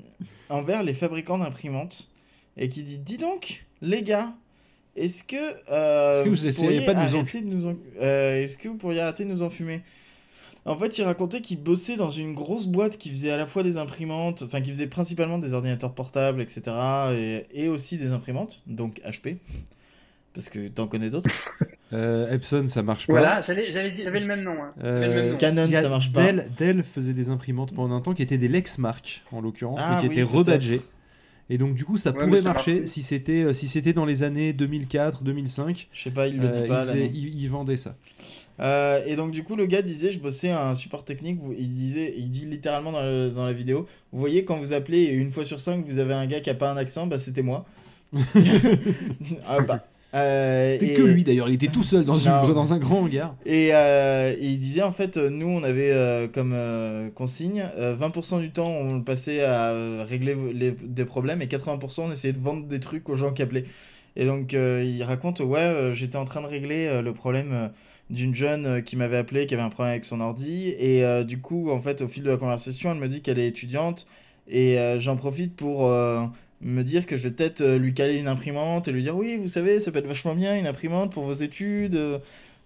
envers les fabricants d'imprimantes et qui dit Dis donc, les gars, est-ce que, euh, Est-ce que vous essayeriez pourriez pas de nous en- arrêter de nous en- euh, est-ce que vous pourriez arrêter de nous enfumer en fait, il racontait qu'il bossait dans une grosse boîte qui faisait à la fois des imprimantes, enfin qui faisait principalement des ordinateurs portables, etc., et, et aussi des imprimantes, donc HP, parce que t'en connais d'autres. Euh, Epson, ça marche pas. Voilà, j'allais- j'allais dire- j'avais le même nom. hein. J'avais le même Euh, nom. Canon, Il y a ça marche pas. Dell, Dell faisait des imprimantes pendant un temps qui étaient des Lexmark en l'occurrence, Ah mais qui oui, étaient peut-être. rebadgées. Et donc du coup, ça Ouais, mais pourrait ça marcher marche. si c'était euh, si c'était dans les années 2004, 2005. Je sais pas, il le dit Euh, pas. ils, là, faisaient- non. ils- ils vendaient ça. Euh, et donc du coup le gars disait je bossais à un support technique, vous- il disait il dit littéralement dans, le- dans la vidéo, vous voyez quand vous appelez et une fois sur cinq vous avez un gars qui a pas un accent, bah c'était moi. ah, bah. Euh, C'était et- que lui d'ailleurs, il était tout seul dans, une- Non. dans un grand hangar. Et, euh, et il disait en fait euh, nous on avait euh, comme euh, consigne euh, 20% du temps on le passait à euh, régler vo- les- des problèmes et 80% on essayait de vendre des trucs aux gens qui appelaient. Et donc euh, il raconte ouais euh, j'étais en train de régler euh, le problème euh, d'une jeune euh, qui m'avait appelé qui avait un problème avec son ordi et euh, du coup en fait au fil de la conversation elle me dit qu'elle est étudiante et euh, j'en profite pour euh, me dire que je vais peut-être euh, lui caler une imprimante et lui dire oui vous savez ça peut être vachement bien une imprimante pour vos études. euh,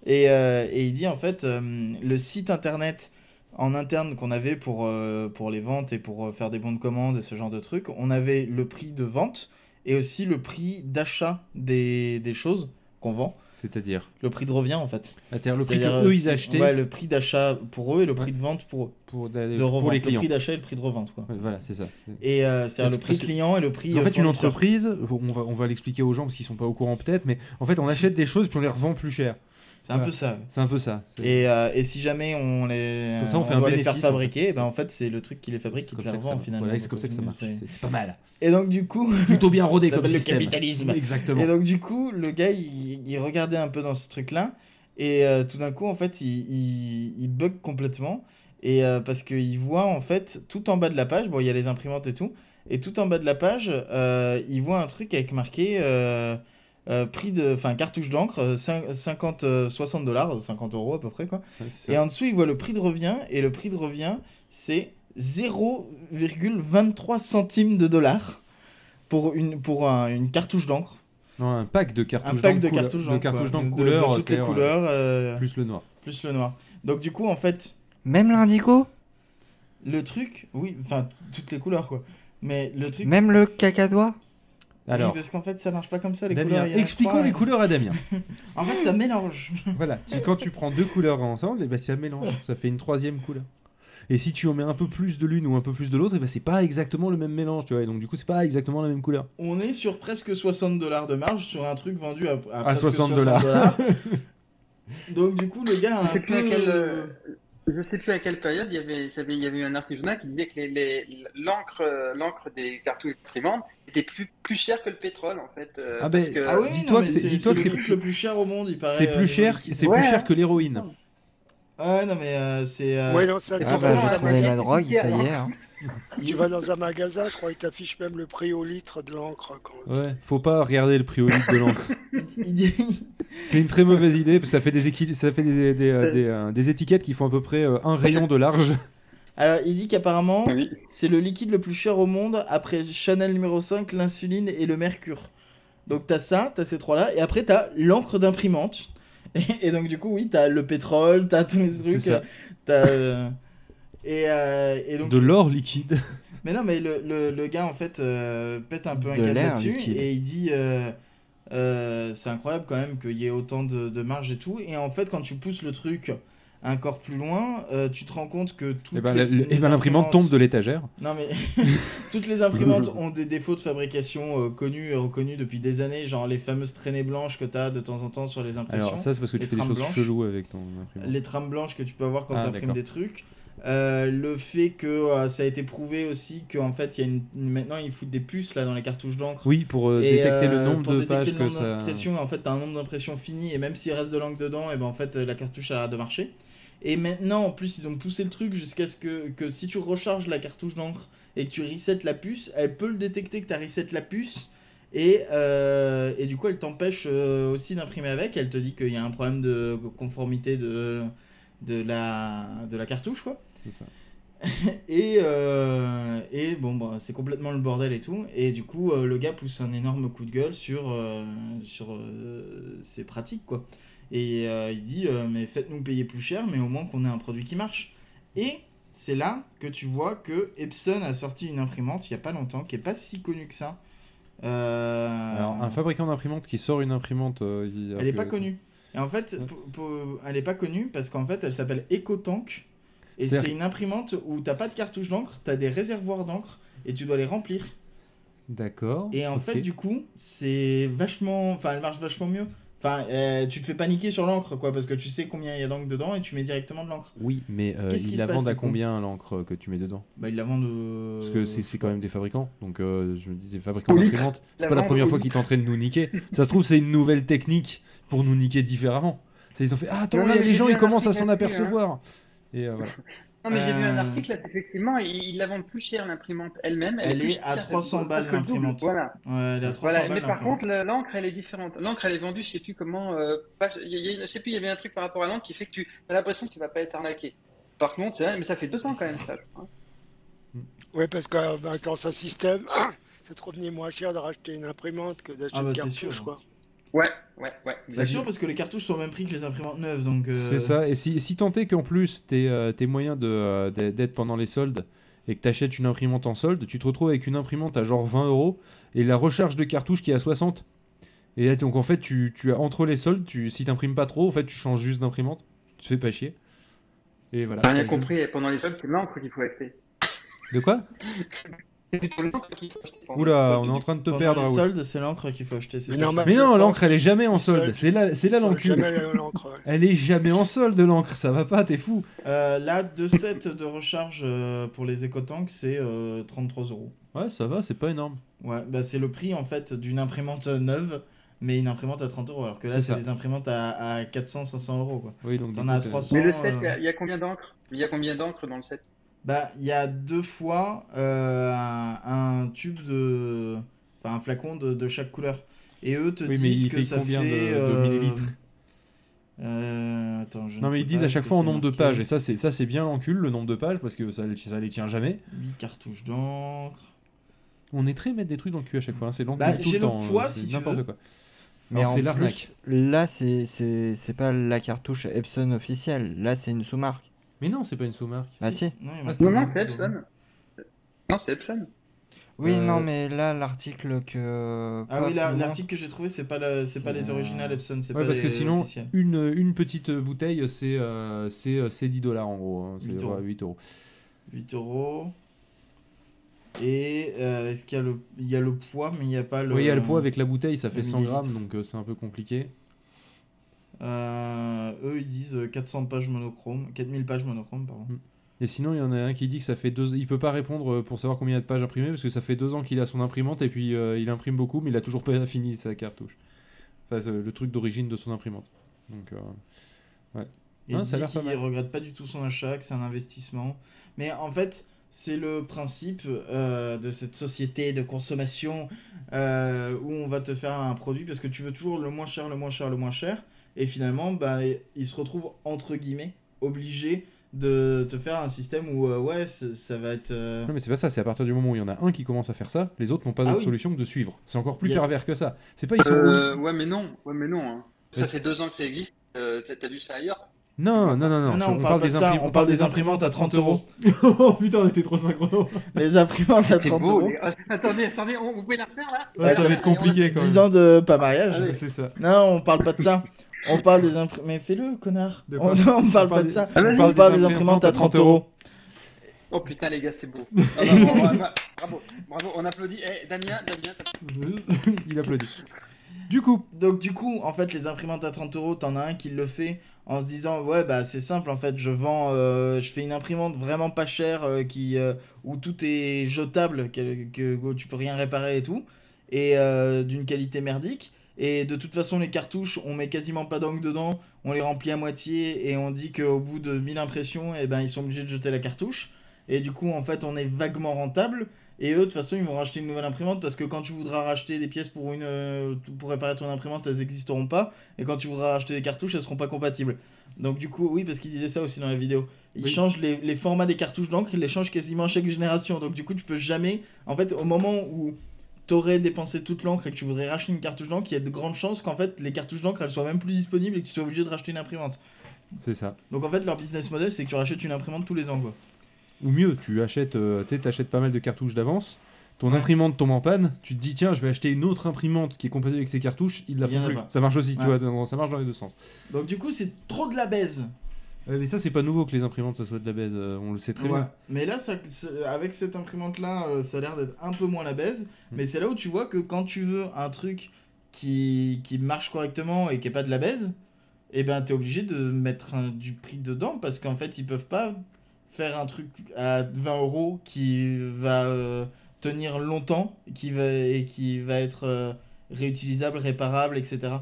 et, euh, et il dit en fait euh, le site internet en interne qu'on avait pour, euh, pour les ventes et pour euh, faire des bons de commande et ce genre de trucs, on avait le prix de vente et aussi le prix d'achat des, des choses qu'on vend. C'est-à-dire Le prix de revient en fait. Ah, C'est-à-dire le prix C'est-à-dire, qu'eux euh, ils c'est- achetaient Ouais, le prix d'achat pour eux et le Ouais. prix de vente pour eux. pour, d'aller- De pour revente. les Le clients. prix d'achat et le prix de revente quoi. Ouais, Voilà, c'est ça. Et euh, c'est-à-dire le prix Parce que- client et le prix. en euh, fait, une fournisseur. entreprise, on va, on va l'expliquer aux gens parce qu'ils sont pas au courant peut-être, mais en fait, on achète des choses puis on les revend plus cher. C'est un Ouais. peu ça. ouais. C'est un peu ça. C'est- Et, euh, et si jamais on les, Comme ça, on fait un doit les bénéfice, faire en fait. fabriquer, eh ben, en fait, c'est le truc qui les fabrique c'est qui comme te ça les que ça revend marche. finalement. Voilà, c'est comme ça que ça Donc, marche. c'est- C'est c'est pas mal. Et donc du coup, Plutôt bien rodé Ça comme s'appelle le système. capitalisme. Exactement. Et donc du coup, le gars, il, il regardait un peu dans ce truc-là, et euh, tout d'un coup, en fait, il, il, il bug complètement, et euh, parce qu'il voit, en fait, tout en bas de la page, bon, il y a les imprimantes et tout, et tout en bas de la page, euh, il voit un truc avec marqué euh, euh, prix de, enfin, cartouche d'encre, euh, cin- 50, euh, 60 dollars, 50 euros à peu près, quoi. Ouais, c'est ça. Et en dessous, il voit le prix de revient, et le prix de revient, c'est 0,23 centimes de dollars pour une, pour un- une cartouche d'encre Non, un pack de un cartouches pack d'encre de couleur- cartouches de d'encre, cartouches quoi. d'encre De- de couleur, toutes les c'est-à-dire, couleurs, euh, euh, plus... plus le noir. le noir. Donc du coup, en fait, Même l'indigo le truc, oui, enfin toutes les couleurs quoi. Mais le truc, Même le cacadois oui, Alors, parce qu'en fait, ça marche pas comme ça les Damien, couleurs. il y en a expliquons trois, les hein. couleurs à Damien. En fait, ça mélange. voilà, tu- quand tu prends deux couleurs ensemble, et ben ça mélange, ça fait une troisième couleur. Et si tu en mets un peu plus de l'une ou un peu plus de l'autre, et ben c'est pas exactement le même mélange, tu vois. Et donc du coup, c'est pas exactement la même couleur. On est sur presque 60 dollars de marge sur un truc vendu à, à, À presque 60 dollars. Donc du coup, le gars a Je un sais plus à peu- quelle, euh, je sais plus à quelle période il y avait, ça avait- il y avait eu un article journal qui disait que les- les- l'encre, euh, l'encre des cartouches imprimantes était plus plus chère que le pétrole en fait. euh, Ah ben, parce que- Ah oui, Dis-toi dis-toi que que c'est- c'est dis-toi que le c'est truc le plus cher au monde, il paraît. C'est euh, plus des cher, liquides. c'est Ouais. plus cher que l'héroïne. Ouais, non mais euh, c'est. euh, Ouais, non, ça, Elles tu, sont Ah vas bah vraiment à dans j'ai la un trouvé manière la drogue, ça y hein. est. hein. ma- tu vas dans un magasin, je crois, ils t'affichent même le prix au litre de l'encre. quand- Ouais, faut pas regarder le prix au litre de l'encre. il dit- C'est une très mauvaise idée, parce que ça fait des, équil- ça fait des, des, euh, des, euh, des étiquettes qui font à peu près euh, un rayon de large. Alors, il dit qu'apparemment, Ah Oui. c'est le liquide le plus cher au monde après Chanel numéro 5, l'insuline et le mercure. Donc, t'as ça, t'as ces trois-là, et après, t'as l'encre d'imprimante. Et, et donc, du coup, oui, t'as le pétrole, t'as tous les C'est trucs. ça. T'as. euh, Et, euh, et donc. De l'or liquide. Mais non, mais le, le, le gars, en fait, euh, pète un peu un De câble l'air là-dessus liquide. et il dit euh, euh, c'est incroyable quand même qu'il y ait autant de, de marge et tout. Et en fait, quand tu pousses le truc encore plus loin, euh, tu te rends compte que tout. Et ben le- le- eh ben, l'imprimante tombe de l'étagère. Non mais toutes les imprimantes ont des défauts de fabrication euh, connus et reconnus depuis des années, genre les fameuses traînées blanches que tu as de temps en temps sur les impressions, Alors ça, c'est parce que tu Les fais des trames choses blanches. cheloues avec ton imprimante. les trames blanches que tu peux avoir quand Ah, tu imprimes d'accord. des trucs, Euh, le fait que euh, ça a été prouvé aussi qu'en fait il y a une... une- maintenant ils foutent des puces là dans les cartouches d'encre. Oui, pour euh, Et, détecter euh, le nombre pour de détecter le pages que nombre ça. d'impressions, en fait, t'as un nombre d'impressions fini, et même s'il reste de l'encre dedans, et ben en fait, la cartouche elle arrête de marcher. Et maintenant, en plus, ils ont poussé le truc jusqu'à ce que, que si tu recharges la cartouche d'encre et que tu resets la puce, elle peut le détecter que t'as reset la puce. Et, euh, et du coup, elle t'empêche euh, aussi d'imprimer avec. Elle te dit qu'il y a un problème de conformité de, de, la, de la cartouche, quoi. C'est ça. Et, euh, et bon, bah, c'est complètement le bordel et tout. Et du coup, euh, le gars pousse un énorme coup de gueule sur, euh, sur euh, ses pratiques, quoi. Et euh, il dit, euh, mais faites-nous payer plus cher, mais au moins qu'on ait un produit qui marche. Et c'est là que tu vois que Epson a sorti une imprimante il y a pas longtemps, qui est pas si connue que ça. Euh, Alors, un fabricant d'imprimantes qui sort une imprimante. euh, il- elle est que- pas connue. Et en fait, Ouais. pour- pour- elle est pas connue parce qu'en fait, elle s'appelle EcoTank. Et C'est-à-dire- c'est une imprimante où t'as pas de cartouche d'encre, t'as des réservoirs d'encre et tu dois les remplir. D'accord. Et en ok. fait, du coup, c'est vachement. Enfin, elle marche vachement mieux. Enfin, euh, tu te fais paniquer sur l'encre, quoi, parce que tu sais combien il y a d'encre dedans et tu mets directement de l'encre. Oui, mais euh, Qu'est-ce qui ils se la passe, vendent à du coup combien l'encre euh, que tu mets dedans Bah, ils la vendent. euh, Parce que c'est c'est quand même des fabricants. Donc, euh, je me dis, des fabricants Oui. d'imprimantes, c'est La pas la vente, première fois oui. qu'ils tentent de nous niquer. Ça se trouve, c'est une nouvelle technique pour nous niquer différemment. Ça, Ils ont fait Ah, attends, Non, non, il y a mais les j'ai gens, vu ils un commencent à article s'en là-dessus, hein. apercevoir. Et euh, voilà. Non, mais j'ai vu un Euh, article là, effectivement, ils, ils la vendent plus cher l'imprimante elle-même. Elle plus est à chère, 300 balles, presque le double, l'imprimante. Voilà. Ouais, elle est à 300 Voilà, mais balles. hein. par l'imprimante. contre, le- l'encre, elle est différente. L'encre, elle est vendue, je sais plus comment. euh, pas- il y a- il y a- je sais plus, il y avait un truc par rapport à l'encre qui fait que tu as l'impression que tu vas pas être arnaqué. Par contre, c'est vrai, mais ça fait deux ans quand même ça. je crois. Ouais, parce qu'avec l'ancien système, ça te revenait moins cher de racheter une imprimante que d'acheter Ah bah, une c'est cartouche, sûr. quoi. Ouais, ouais, ouais. C'est sûr parce que les cartouches sont au même prix que les imprimantes neuves, donc. euh, C'est ça. Et si, si tant est qu'en plus, t'es euh, t'es moyen de, euh, d'être d'être pendant les soldes et que t'achètes une imprimante en solde, tu te retrouves avec une imprimante à genre 20 euros et la recharge de cartouche qui est à 60. Et là, donc en fait, tu, tu as entre les soldes, tu, si t'imprimes pas trop, en fait, tu changes juste d'imprimante. Tu te fais pas chier. Et voilà. T'as rien t'as- compris, et pendant les soldes, c'est l'encre qu'il faut acheter. De quoi C'est plutôt l'encre qu'il faut acheter. pendant les Oula, soldes. on est en train de te pendant perdre. les Raoul. soldes, c'est l'encre qu'il faut acheter. c'est Mais ça. normal. Mais je non, pense l'encre, elle est qu'ils- jamais en ils solde. soldes- C'est là, c'est ils là soldent l'encule. Jamais à l'encre. ouais. Elle est jamais en solde, l'encre. Ça va pas, t'es fou. Euh, là, deux sets de recharge euh, pour les écotanks, c'est euh, 33 euros. Ouais, ça va, c'est pas énorme. Ouais, bah c'est le prix en fait d'une imprimante neuve, mais une imprimante à 30 euros. Alors que là, C'est c'est ça. des imprimantes à, à 400, 500 euros quoi. Oui, donc. T'en du as coup, t'as- 300. Mais le set, euh, il y a- il y, a combien d'encre Il y a combien d'encre dans le set Bah, il y a deux fois euh, un, un tube de. Enfin, un flacon de, de chaque couleur. Et eux te Oui, mais disent il que fait ça combien de- fait. de euh, millilitres euh, attends, je ne Non, mais sais ils disent pas, à est-ce chaque que fois en c'est nombre de marqué pages. Et ça, c'est ça, c'est bien l'encul, le nombre de pages, parce que ça, ça les tient jamais. Huit cartouches d'encre. On est très mettre des trucs dans le cul à chaque fois. hein, C'est l'encul Bah, tout j'ai le le temps. poids, euh, si c'est tu n'importe veux. quoi. Mais Alors, en c'est l'arnaque. plus, Là, c'est- c'est c'est pas la cartouche Epson officielle. Là, c'est une sous-marque. Mais non, c'est pas une sous-marque. Ah si. Non, il Ah, marque c'est- Non, pas non, beaucoup c'est de- Epson. Non, c'est Epson. Oui, Euh, non, mais là, l'article que. Ah oui, Pof la- nous montre- l'article que j'ai trouvé, c'est pas, le- c'est pas C'est, les euh, originales Epson, c'est Ouais, pas parce les que sinon, officiels. une, une petite bouteille, c'est euh, c'est euh, c'est 10 dollars en gros. hein, c'est Huit ouais, euros. huit euros. 8 euros. Et euh, est-ce qu'il y, a le- il y a le poids, mais il n'y a pas le. Ouais, il y a le poids avec la bouteille, ça fait le 100 grammes, millilitre. donc euh, c'est un peu compliqué. Euh, eux, ils disent euh, 400 pages monochrome, 4000 pages monochrome, pardon. Et sinon, il y en a un qui dit que ça fait deux. Il peut pas répondre euh, pour savoir combien il y a de pages imprimées parce que ça fait deux ans qu'il a son imprimante et puis euh, il imprime beaucoup, mais il a toujours pas fini sa cartouche. Enfin, euh, le truc d'origine de son imprimante. Donc, euh, Et Hein, il ça dit a l'air pas qu'il mal. regrette pas du tout son achat, que c'est un investissement. Mais en fait, c'est le principe euh, de cette société de consommation euh, où on va te faire un produit parce que tu veux toujours le moins cher, le moins cher, le moins cher. Et finalement, bah, ils se retrouvent entre guillemets obligés de te faire un système où euh, ouais, c'est- ça va être. euh, Non, mais c'est pas ça. C'est à partir du moment où il y en a un qui commence à faire ça, les autres n'ont pas Ah d'autre oui. solution que de suivre. C'est encore plus Il y a- pervers que ça. C'est pas ils sont. Euh, ouais, mais non, ouais, mais non. hein. Mais Ça fait deux ans que ça existe. Euh, t'as t'as vu ça ailleurs Non, non, non, non. Non, Ah non, je- on, parle, pas de ça, imprim- on parle des imprimantes à 30 euros. oh putain, on était trop synchro. Les imprimantes à C'est 30 beau, euros. les- ah, Attendez, attendez, on- vous pouvez la refaire là Ouais, ça va être compliqué quand 10 même. ans de pas mariage. Ah oui. C'est ça. Non, on parle pas de ça. On parle des imprimantes. Mais fais-le, connard. De quoi on, non, on parle pas de des- ça. Ah, vas-y. On parle, des imprimantes à 30 euros. Oh putain, les gars, c'est beau. Ah, bah, bon, ouais, bah, bravo, bravo, on applaudit. Eh, Damien, Damien, t'as- il applaudit. Du coup, Donc, du coup, en fait, les imprimantes à 30 euros, t'en as un qui le fait en se disant Ouais, bah c'est simple en fait, je vends, euh, je fais une imprimante vraiment pas chère euh, qui, euh, où tout est jetable, qu'elle- que, que tu peux rien réparer et tout, et euh, d'une qualité merdique. Et de toute façon, les cartouches, on met quasiment pas d'encre dedans, on les remplit à moitié et on dit qu'au bout de 1000 impressions, et ben, ils sont obligés de jeter la cartouche. Et du coup, en fait, on est vaguement rentable. Et eux, de toute façon, ils vont racheter une nouvelle imprimante parce que quand tu voudras racheter des pièces pour, une, euh, pour réparer ton imprimante, elles n'existeront pas. Et quand tu voudras racheter des cartouches, elles seront pas compatibles. Donc, du coup, oui, parce qu'ils disaient ça aussi dans la vidéo. Ils Oui. changent les, les formats des cartouches d'encre, ils les changent quasiment à chaque génération. Donc, du coup, tu peux jamais. En fait, au moment où t'aurais dépensé toute l'encre et que tu voudrais racheter une cartouche d'encre, il y a de grandes chances qu'en fait, les cartouches d'encre, elles soient même plus disponibles et que tu sois obligé de racheter une imprimante. c'est ça. Donc, en fait, leur business model, c'est que tu rachètes une imprimante tous les ans, quoi. Ou mieux, tu achètes, euh, tu sais, t'achètes pas mal de cartouches d'avance. Ton imprimante tombe en panne, tu te dis tiens, je vais acheter une autre imprimante qui est compatible avec ces cartouches, ils la Il y en font a plus. pas. Ça marche aussi, tu Ouais. vois, dans- ça marche dans les deux sens. Donc, du coup, c'est trop de la baise. Ouais, mais ça, c'est pas nouveau que les imprimantes ça soit de la baise, euh, on le sait très Ouais. bien. Mais là, ça, c'est- avec cette imprimante-là, euh, ça a l'air d'être un peu moins la Mm. baise. Mais c'est là où tu vois que quand tu veux un truc qui, qui marche correctement et qui est pas de la baise, et ben t'es obligé de mettre un- du prix dedans parce qu'en fait ils peuvent pas faire un truc à 20 euros qui va euh, tenir longtemps qui va, et qui va être euh, réutilisable, réparable, etc.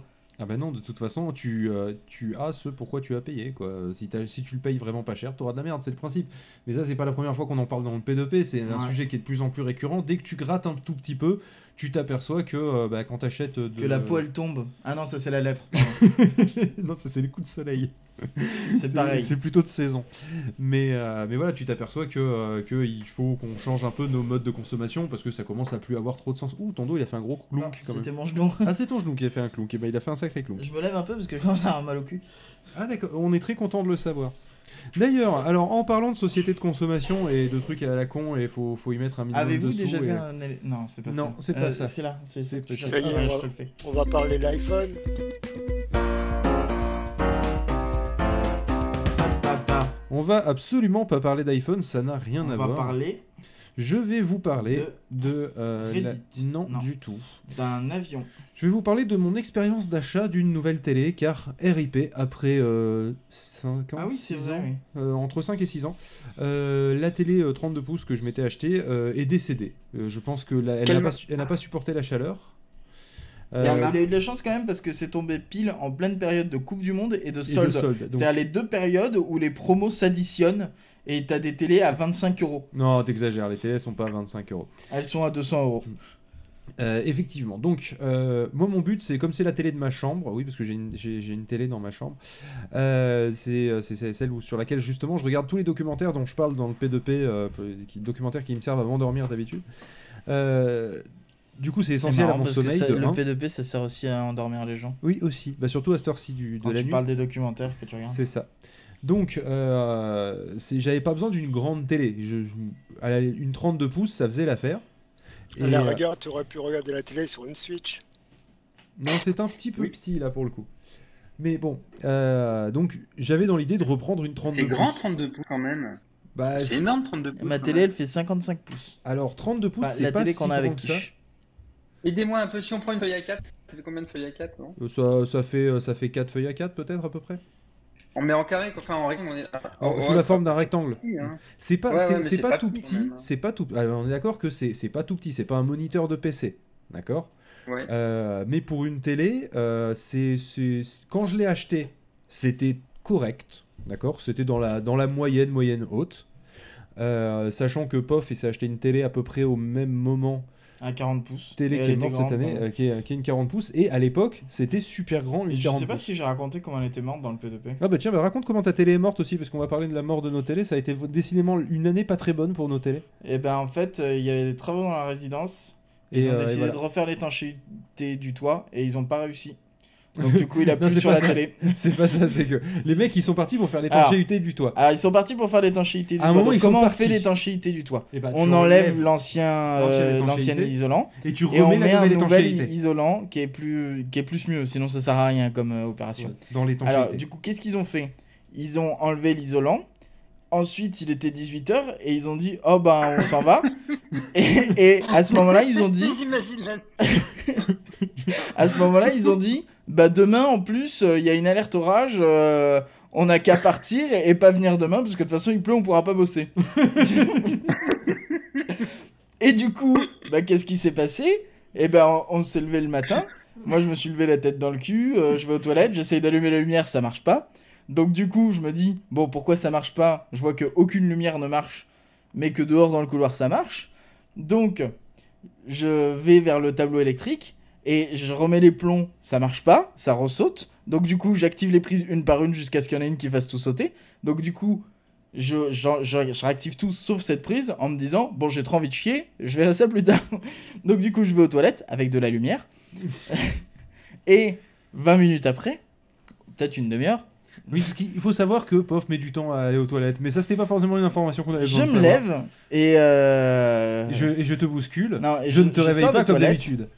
Ah bah non, de toute façon, tu, euh, tu as ce pourquoi tu as payé, quoi. Euh, Si, t'as- si tu le payes vraiment pas cher, t'auras de la merde, c'est le principe. Mais ça, c'est pas la première fois qu'on en parle dans le P2P, c'est un Ouais. sujet qui est de plus en plus récurrent. Dès que tu grattes un tout petit peu, tu t'aperçois que euh, bah, quand t'achètes de... Que la peau elle tombe. Ah non, ça c'est la lèpre. pardon. non, ça c'est les coups de soleil. C'est pareil. C'est plutôt de saison. Mais, euh, mais voilà, tu t'aperçois que, euh, que il faut qu'on change un peu nos modes de consommation parce que ça commence à plus avoir trop de sens. Ouh, ton dos, il a fait un gros clonk Non, quand même. C'était mon genou. Ah, c'est ton genou qui a fait un clonk. Et ben, il a fait un sacré clonk. Je me lève un peu parce que je commence à avoir mal au cul. Ah d'accord, on est très content de le savoir. D'ailleurs, alors en parlant de société de consommation et de trucs à la con et faut, faut y mettre un minimum de Avez-vous sous déjà et- vu un. éle- Non, c'est pas ça. Non, c'est pas Euh, ça. C'est là. C'est C'est c'est- pas je- ça. ouais, je te le fais. On va parler de l'iPhone. Ah, On va absolument pas parler d'iPhone, ça n'a rien On à va voir. parler Je vais vous parler de, euh, la- Reddit. non, Non. du tout. d'un avion. Je vais vous parler de mon expérience d'achat d'une nouvelle télé car RIP après 5 ans, Ah oui, c'est six vrai. ans, oui. euh, entre 5 et 6 ans, euh, la télé euh, 32 pouces que je m'étais achetée euh, est décédée. Euh, je pense que la- elle Quelle n'a pas, marque su- elle n'a pas supporté la chaleur. Il Euh, a eu de la chance quand même parce que c'est tombé pile en pleine période de Coupe du Monde et de et de soldes. solde. Donc, C'est-à-dire les deux périodes où les promos s'additionnent et t'as des télés à 25 euros. Non, t'exagères, les télés sont pas à 25 euros. Elles sont à 200 euros. Euh, effectivement, donc euh, moi mon but c'est comme c'est la télé de ma chambre, oui parce que j'ai une, j'ai- j'ai une télé dans ma chambre, euh, c'est euh, c'est- c'est celle où, sur laquelle justement je regarde tous les documentaires dont je parle dans le P2P, euh, qui, documentaires qui me servent à m'endormir d'habitude. Euh, du coup c'est essentiel à mon parce que sommeil. ça- de le un. P2P ça sert aussi à endormir les gens. Oui aussi, bah, surtout à cette heure-ci du- de Quand la tu nuit. parles des documentaires que tu regardes. C'est ça. Donc, euh, c'est- j'avais pas besoin d'une grande télé. Je, je- à la- une 32 pouces, ça faisait l'affaire. À Et, la euh, rigueur, tu aurais pu regarder la télé sur une Switch. non, c'est un petit peu petit là pour le coup. Mais bon, euh, donc j'avais dans l'idée de reprendre une 32 C'est grand pouces. 32 pouces quand même. Bah, C'est c'est- énorme 32 pouces. Ma quand télé même. elle fait 55 pouces. Alors 32 pouces, Bah, c'est la pas télé si qu'on a avec grand que ça. Quiche. Aidez-moi un peu, si on prend une feuille A4, ça fait combien de feuilles A4 non Euh, Ça, ça fait euh, ça fait 4 feuilles à 4 peut-être à peu près. On met en carré, enfin en rectangle, on est. Alors, on- sous on- la forme d'un rectangle. petit, hein. C'est pas, Ouais, c'est, ouais, mais c'est c'est pas, pas tout petit, quand petit, même, hein. c'est pas tout. Alors on est d'accord que c'est, c'est pas tout petit, c'est pas un moniteur de PC, d'accord Ouais. Euh, Mais pour une télé, euh, c'est, c'est- c'est- quand je l'ai acheté, c'était correct, d'accord C'était dans la, dans la moyenne, moyenne haute. Euh, sachant que POF, il s'est acheté une télé à peu près au même moment, À 40 pouces. télé Et qui elle est était morte grande, cette année, quand même. euh, qui, est, qui est une 40 pouces, et à l'époque, c'était super grand, Et une je 40 sais pas pouces. si j'ai raconté comment elle était morte dans le P2P. Ah bah tiens, bah raconte comment ta télé est morte aussi, parce qu'on va parler de la mort de nos télés, ça a été décidément une année pas très bonne pour nos télés. Et ben en fait, euh, il y avait des travaux dans la résidence. Ils ont euh, décidé voilà. de refaire l'étanchéité du toit et ils ont pas réussi. Donc du coup, il a plus c'est sur pas la ça. télé. C'est pas ça, c'est que les mecs ils sont partis pour faire l'étanchéité du toit. Alors Ah, ils sont partis pour faire l'étanchéité du À un toit. moment, Donc, ils sont comment on partis. fait l'étanchéité du toit Et bah, tu On enlève l'ancien euh, l'ancienne l'ancien étanchéité. isolant et tu et on remets met la un nouvelle nouvel étanchéité isolant qui est plus qui est plus mieux. Sinon, ça sert à rien comme euh, opération. dans Alors l'étanchéité. du coup, qu'est-ce qu'ils ont fait Ils ont enlevé l'isolant. Ensuite, il était 18h et ils ont dit Oh ben on s'en va. et, et à ce moment-là, ils ont dit J'imagine la- À ce moment-là, ils ont dit bah demain en plus, euh, il y a une alerte orage, euh, on n'a qu'à partir et, et pas venir demain parce que de toute façon il pleut, on pourra pas bosser. et du coup, bah qu'est-ce qui s'est passé Eh ben on, on s'est levé le matin. Moi, je me suis levé la tête dans le cul, euh, je vais aux toilettes, j'essaye d'allumer la lumière, ça marche pas. Donc du coup, je me dis bon, pourquoi ça marche pas Je vois que aucune lumière ne marche, mais que dehors dans le couloir ça marche. Donc je vais vers le tableau électrique et je remets les plombs, ça marche pas, ça ressaute. Donc du coup, j'active les prises une par une jusqu'à ce qu'il y en ait une qui fasse tout sauter. Donc du coup, je, je- je- je réactive tout sauf cette prise en me disant bon j'ai trop envie de chier, je verrai ça plus tard. Donc du coup, je vais aux toilettes avec de la lumière. et 20 minutes après, peut-être une demi-heure, Oui, parce qu'il faut savoir que Pof met du temps à aller aux toilettes, mais ça c'était pas forcément une information qu'on avait je besoin de me savoir. lève et euh, Et je, et je te bouscule. non, et je, ne te réveille sors pas des comme toilettes. d'habitude.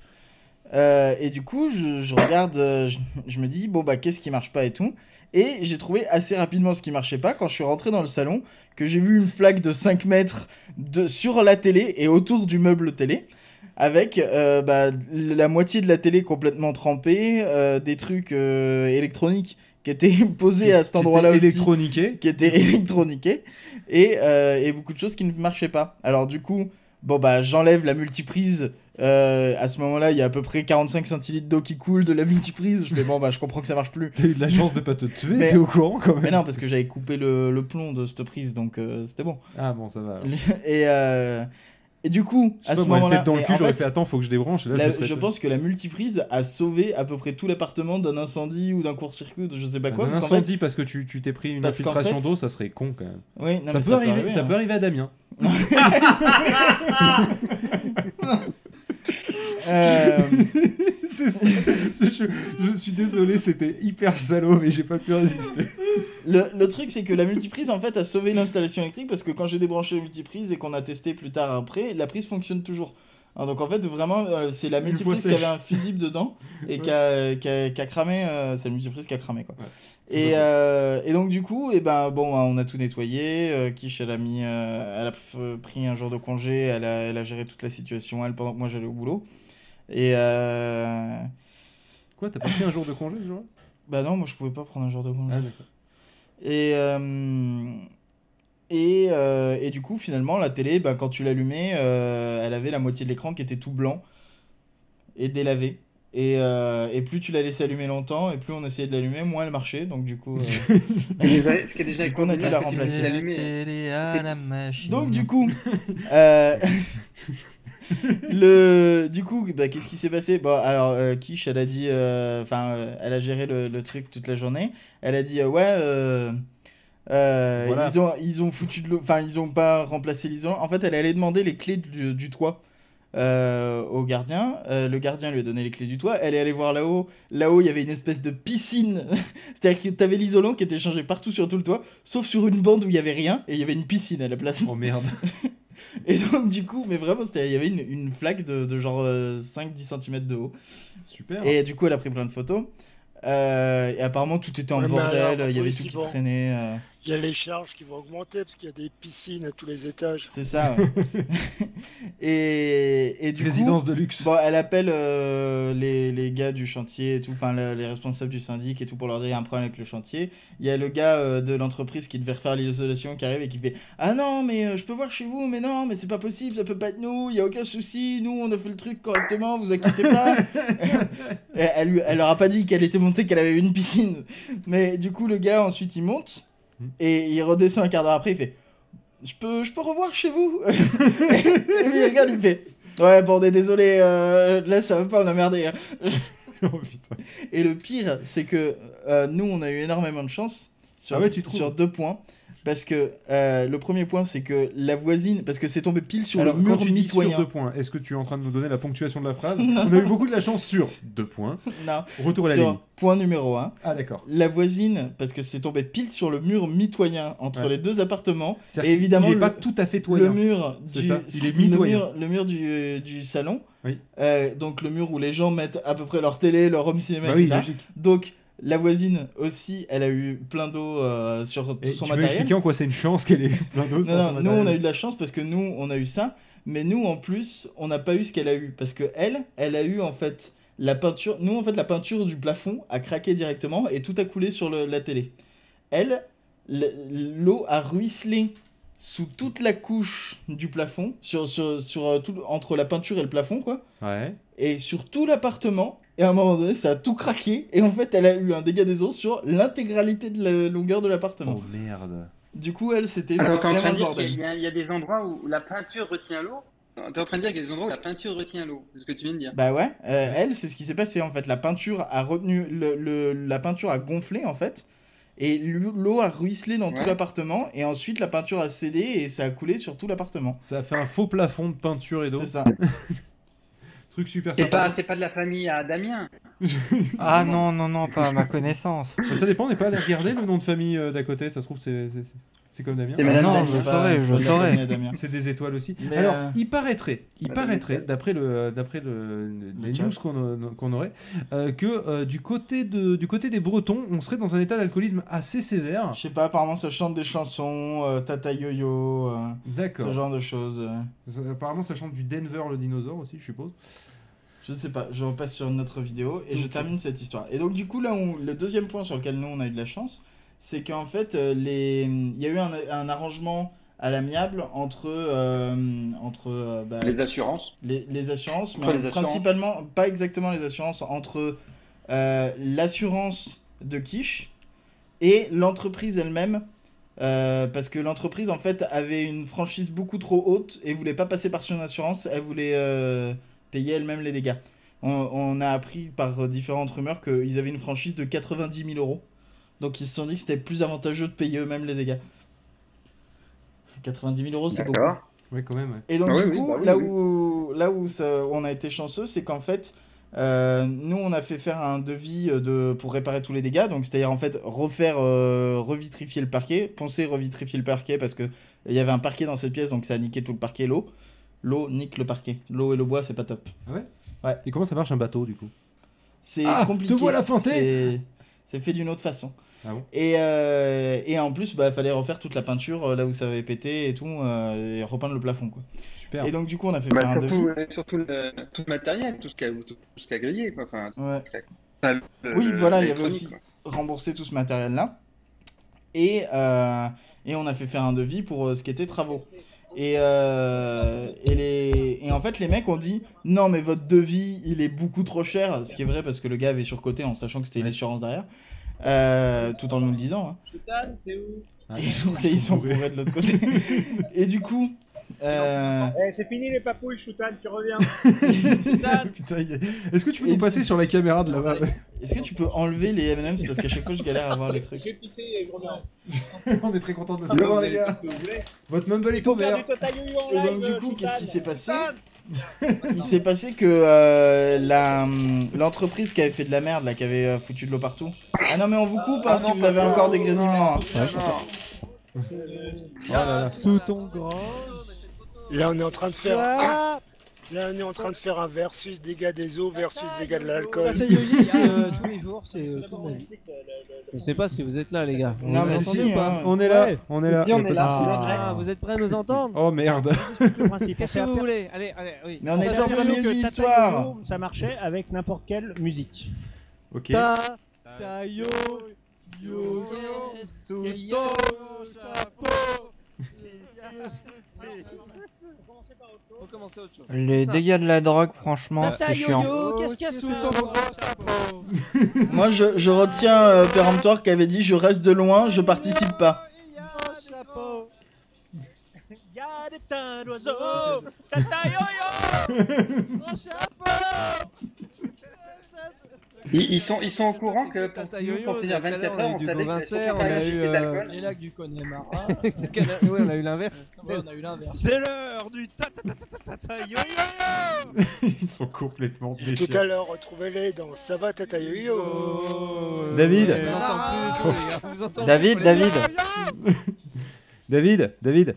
Euh, et du coup, je, je regarde, euh, je, je me dis, bon, bah, qu'est-ce qui marche pas et tout. Et j'ai trouvé assez rapidement ce qui marchait pas quand je suis rentré dans le salon, que j'ai vu une flaque de 5 mètres de, sur la télé et autour du meuble télé, avec euh, bah, la moitié de la télé complètement trempée, euh, des trucs euh, électroniques qui étaient posés à cet Qui était endroit-là aussi Électroniqué. qui était électroniqué et, euh, et beaucoup de choses qui ne marchaient pas. Alors du coup, bon bah j'enlève la multiprise. Euh, à ce moment-là, il y a à peu près 45 centilitres d'eau qui coule de la multiprise. Je fais bon bah je comprends que ça marche plus. T'as eu de la chance de pas te tuer, Mais- t'es au courant quand même. Mais non parce que j'avais coupé le, le plomb de cette prise donc euh, c'était bon. Ah bon, ça va. alors. Et euh, Et du coup, Je sais à pas, ce moi, la moment-là, tête dans le mais cul, en j'aurais fait, fait attends, faut que je débranche. et Là, la- je, je, serais- pense que la multiprise a sauvé à peu près tout l'appartement d'un incendie ou d'un court-circuit, ou de je sais pas quoi. un parce qu'en fait- incendie parce que tu tu t'es pris une parce qu'en infiltration fait- d'eau, ça serait con quand même. Oui, non, mais ça, peut arriver, ça hein. peut arriver à Damien. Euh, C'est ça. C'est- je, je suis désolé, c'était hyper salaud, mais j'ai pas pu résister. le, le truc, c'est que la multiprise, en fait, a sauvé l'installation électrique parce que quand j'ai débranché la multiprise et qu'on a testé plus tard après, la prise fonctionne toujours. Hein, donc, en fait, vraiment, euh, c'est la Une multiprise fois qui sèche. avait un fusible dedans et qui, a, qui a- qui a cramé. euh, c'est la multiprise qui a cramé, quoi. Ouais. Et, euh, et donc, du coup, et ben, bon, on a tout nettoyé. euh, Kish, elle a, mis, euh, elle a pr- pris un jour de congé. Elle a, elle a géré toute la situation, elle, pendant que moi j'allais au boulot. Et. euh, Quoi, t'as pas pris un jour de congé, genre Bah non, moi je pouvais pas prendre un jour de congé. Ah, d'accord. Et, euh, et, euh, et du coup, finalement, la télé, ben, quand tu l'allumais, euh, elle avait la moitié de l'écran qui était tout blanc et délavé. Et, euh, et plus tu la laissais allumer longtemps, et plus on essayait de l'allumer, moins elle marchait. Donc du coup, euh, Déjà- Ce qui est déjà Du coup, on a dû la c'est qu'il remplacer. voulait la l'allumer. télé à la machine. donc du coup, euh, le, du coup, bah, qu'est-ce qui s'est passé? Bon, alors euh, Kish, elle a dit, euh, enfin, euh, elle a géré le, le truc toute la journée. Elle a dit, euh, ouais. euh, euh, Voilà. ils, ont, ils ont foutu de l'eau, enfin ils ont pas remplacé l'isolant. En fait, elle allait demander les clés du, du toit euh, au gardien. Euh, le gardien lui a donné les clés du toit. Elle est allée voir là-haut. Là-haut, il y avait une espèce de piscine. C'est-à-dire que t'avais l'isolant qui était changé partout sur tout le toit, sauf sur une bande où il y avait rien et il y avait une piscine à la place. Oh merde. Et donc, du coup, mais vraiment, c'était- il y avait une, une flaque de, de genre euh, 5-10 cm de haut. Super. Et du coup, elle a pris plein de photos. Euh, et apparemment, tout était en Ouais, mais alors, bordel, il y pourquoi avait ils tout y qui vont traînait. euh, Il y a les charges qui vont augmenter parce qu'il y a des piscines à tous les étages. c'est ça. ouais. et, et du Résidence coup, de luxe. bon, elle appelle euh, les, les gars du chantier et tout, enfin le- les responsables du syndic et tout pour leur dire il y a un problème avec le chantier. Il y a le gars euh, de l'entreprise qui devait refaire l'isolation qui arrive et qui fait Ah non, mais euh, je peux voir chez vous, mais non, mais c'est pas possible, ça peut pas être nous, il y a aucun souci, nous on a fait le truc correctement, vous inquiétez pas. Et elle, lui- elle leur a pas dit qu'elle était montée, qu'elle avait une piscine. Mais du coup, le gars, ensuite, il monte et il redescend un quart d'heure après, il fait Je peux, je peux revoir chez vous Et lui, il regarde, il fait Ouais, bon, on est désolé, euh, là ça va pas, on a merdé. hein. Oh putain. Et le pire, c'est que euh, nous, on a eu énormément de chance sur, Ah ouais, tu trouves sur deux points. Parce que euh, le premier point, c'est que la voisine, parce que c'est tombé pile sur Alors, le mur quand tu dis sur mitoyen. deux points, est-ce que tu es en train de nous donner la ponctuation de la phrase On a eu beaucoup de la chance sur deux points. Non, Retour à la sur ligne. point numéro un. Ah d'accord. La voisine, parce que c'est tombé pile sur le mur mitoyen entre Ouais. les deux appartements. C'est-à-dire Et évidemment, il est le, pas tout à fait le toyen. mur C'est du, ça, il est le mitoyen. mur- le mur du, du salon, Oui. euh, donc le mur où les gens mettent à peu près leur télé, leur home cinéma, Bah oui, etc. logique. Donc, la voisine aussi, elle a eu plein d'eau euh, sur tout Et son tu peux matériel. expliquer en quoi c'est une chance qu'elle ait eu plein d'eau sur Non, son non, nous, on a eu matériel. de la chance parce que nous, on a eu ça. Mais nous, en plus, on n'a pas eu ce qu'elle a eu. Parce que elle, elle a eu en fait la peinture. Nous, en fait, la peinture du plafond a craqué directement et tout a coulé sur le- la télé. Elle, le- l'eau a ruisselé sous toute la couche du plafond, sur, sur, sur, euh, tout, entre la peinture et le plafond, quoi Ouais. et sur tout l'appartement. Et à un moment donné, ça a tout craqué. Et en fait, elle a eu un dégât des eaux sur l'intégralité de la longueur de l'appartement. Oh merde. Du coup, elle, c'était Alors, t'es en train vraiment le de dire qu'il bordel. y a- il y, a des endroits où la peinture retient l'eau. T'es en train de dire qu'il y a des endroits où la peinture retient l'eau. C'est ce que tu viens de dire. Bah ouais, euh, elle, c'est ce qui s'est passé en fait. La peinture a retenu, le, le- la peinture a gonflé en fait. Et l'eau l'eau a ruisselé dans tout Ouais. l'appartement. Et ensuite, la peinture a cédé et ça a coulé sur tout l'appartement. Ça a fait un faux plafond de peinture et d'eau. C'est ça. Truc super C'est sympa. pas, c'est pas de la famille à Damien. Ah non, non, non, pas à ma connaissance. Mais ça dépend, on n'est pas allé regarder le nom de famille euh, d'à côté, ça se trouve, c'est- c'est c'est- c'est comme Damien. C'est Ah Madame non, Damien. je C'est pas- saurais, c'est je pas de la saurais. famille à Damien. C'est des étoiles aussi. Mais, Alors, euh, il paraîtrait, il Madame paraîtrait, Étoile. d'après le, euh, d'après le, les chat. news qu'on qu'on aurait, euh, que euh, du côté de, du côté des Bretons, on serait dans un état d'alcoolisme assez sévère. Je sais pas, apparemment, ça chante des chansons, euh, Tata Yo-Yo, euh, ce D'accord. genre de choses. euh. Ça- Apparemment, ça chante du Denver le dinosaure aussi, je suppose. Je ne sais pas, je repasse sur une autre vidéo et je termine cette histoire. Et donc du coup là, on- le deuxième point sur lequel nous on a eu de la chance, c'est qu'en fait euh, les... il y a eu un, un arrangement à l'amiable entre, euh, entre euh, bah, Les assurances. les, les assurances, mais Entre les assurances. principalement, pas exactement les assurances, entre euh, l'assurance de Quiche et l'entreprise elle-même euh, parce que l'entreprise en fait avait une franchise beaucoup trop haute et voulait pas passer par son assurance, elle voulait euh, payer elle-même les dégâts. On, on a appris par différentes rumeurs qu'ils avaient une franchise de 90 000 euros, donc ils se sont dit que c'était plus avantageux de payer eux-mêmes les dégâts. 90 000 euros, c'est beaucoup. D'accord. Ouais, quand même. ouais. Et donc, Ah du oui, oui, coup, bah oui, là, oui. Où, là où ça- on a été chanceux, c'est qu'en fait, euh, nous, on a fait faire un devis euh, de, pour réparer tous les dégâts. Donc, c'est-à-dire, en fait, refaire, euh, revitrifier le parquet, poncer, revitrifier le parquet, parce que il y avait un parquet dans cette pièce, donc ça a niqué tout le parquet, l'eau. L'eau nique le parquet. L'eau et le bois, c'est pas top. Et comment ça marche un bateau du coup C'est Ah, compliqué. te voilà feinté C'est- C'est fait d'une autre façon. Ah bon et, euh, et en plus, bah, fallait refaire toute la peinture euh, là où ça avait pété et tout, euh, et repeindre le plafond, quoi. Super. Et donc, du coup, on a fait Bah, faire un devis. surtout, euh, surtout le, tout le matériel, tout ce qui a, tout, ce qui a grillé. Quoi. Enfin, Ouais. le- Oui, le- voilà, il y avait l'électronique, aussi- quoi. rembourser tout ce matériel-là. Et, euh, et on a fait faire un devis pour euh, ce qui était travaux. Et, euh, et, les, et en fait, les mecs ont dit Non, mais votre devis, il est beaucoup trop cher. Ce qui est vrai parce que le gars avait surcoté en sachant que c'était une assurance derrière. Euh, tout en nous le disant. hein. Et ils sont bourrés de l'autre côté. et du coup. euh, Eh, c'est fini les papouilles, Choutan, tu reviens. Putain, il y a- est-ce que tu peux Et- nous passer sur la caméra de là-bas Est-ce que tu peux enlever les MM's Parce qu'à chaque fois, je galère à voir les trucs. J'ai pissé et je reviens. On est très content de le Ah, bah, savoir, vous les allez gars. faire ce que vous voulez. Votre mumble est Faire ouvert. du Total Yo-Yo en Et donc live, euh, du coup, Choutan. qu'est-ce qui s'est passé Ah, Choutan, Il s'est passé que euh, la, l'entreprise qui avait fait de la merde, là, qui avait euh, foutu de l'eau partout. Ah non, mais on vous coupe hein, si vous avez encore des grésillements. hein. Oh Sous ton grand. Là, on est en train de faire. Là, on est en train de faire un versus dégâts des eaux versus dégâts de l'alcool. Bataillonnier, c'est euh, tous les jours, c'est euh, tout le monde. Je sais pas si vous êtes là, les gars. Vous Non, mais m'entendez si, ou pas hein. On est là, Ouais. on est là. Si, on Y a pas est de là, souci. c'est là. Ah, vous êtes prêts à nous entendre Oh merde. Le principe, Qu'est-ce que vous voulez Allez, allez, oui. Mais on est s'est en aperçu plein que milieu de Tata l'histoire. Yo-Yo, Ça marchait avec n'importe quelle musique. Ok. Ta, ta, yo, yo, sous ton chapeau. Les Ça. dégâts de la drogue, franchement, c'est chiant. yo-yo, qu'est-ce qu'il y a sous ton gros chapeau Moi, je, je retiens euh, Péremptoire qui avait dit Je reste de loin, je participe pas. chapeau Y'a des teints d'oiseaux Tata yo-yo Gros chapeau Ils, ils sont, ils sont au Ça, courant c'est que tout pour, un taillot, pour tenir tout à l'heure, 24 on a heures, eu on du savait que Beauvinceur, c'était on pas a la eu, société euh, d'alcool. les Les lacs du Connemara. Ouais, on a eu l'inverse. on a eu l'inverse. C'est l'heure du tata yo-yo Ils sont complètement déchirés. Tout à l'heure, retrouvez-les dans Ça va, tata yo-yo. David. Je vous entends Euh, plus, je vous entends David, plus. David. David, David,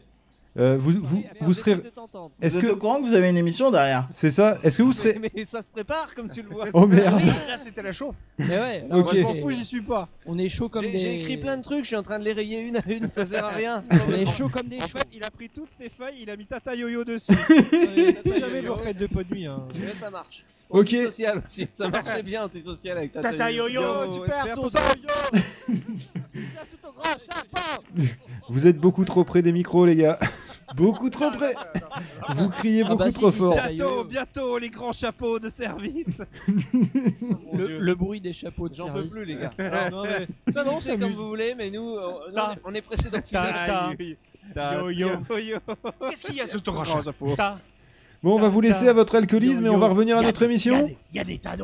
euh, vous, vous, Allez, allez, on vous serez. essaie de t'entendre. Vous Est-ce êtes que. au courant que vous avez une émission derrière C'est ça Est-ce que vous serez. Mais, mais ça se prépare comme tu le vois. Oh merde Là c'était la chauffe. Mais ouais, Ok. Moi, je m'en fous, j'y suis pas. on est chaud comme J'ai des. j'ai écrit plein de trucs, je suis en train de les rayer une à une, ça sert à rien. On est chaud comme des chevaux. il a pris toutes ses feuilles, il a mis Tata Yo-Yo dessus. Jamais vous refaites de pot de nuit. Hein. Ouais, ça marche. Ok. Antisocial aussi, ça marchait bien antisocial avec Tata, Tata Yo-Yo, tu perds c'est ton un peu ça. Vous êtes beaucoup trop près des micros, les gars. beaucoup trop près Vous criez Ah beaucoup bah si, trop si, fort. Tata Yo-Yo. bientôt les grands chapeaux de service. Le, le bruit des chapeaux de J'en service. peux plus les gars. Non, non, mais- ça non, c'est comme vous voulez, mais nous, on, nous, on est- Ah, on est pressé d'enfiler Ta- la Yo yo. Qu'est-ce qu'il y a sous ton grand chapeau Bon, on va vous laisser à votre alcoolisme et on va revenir à notre émission. Il y a des tas de.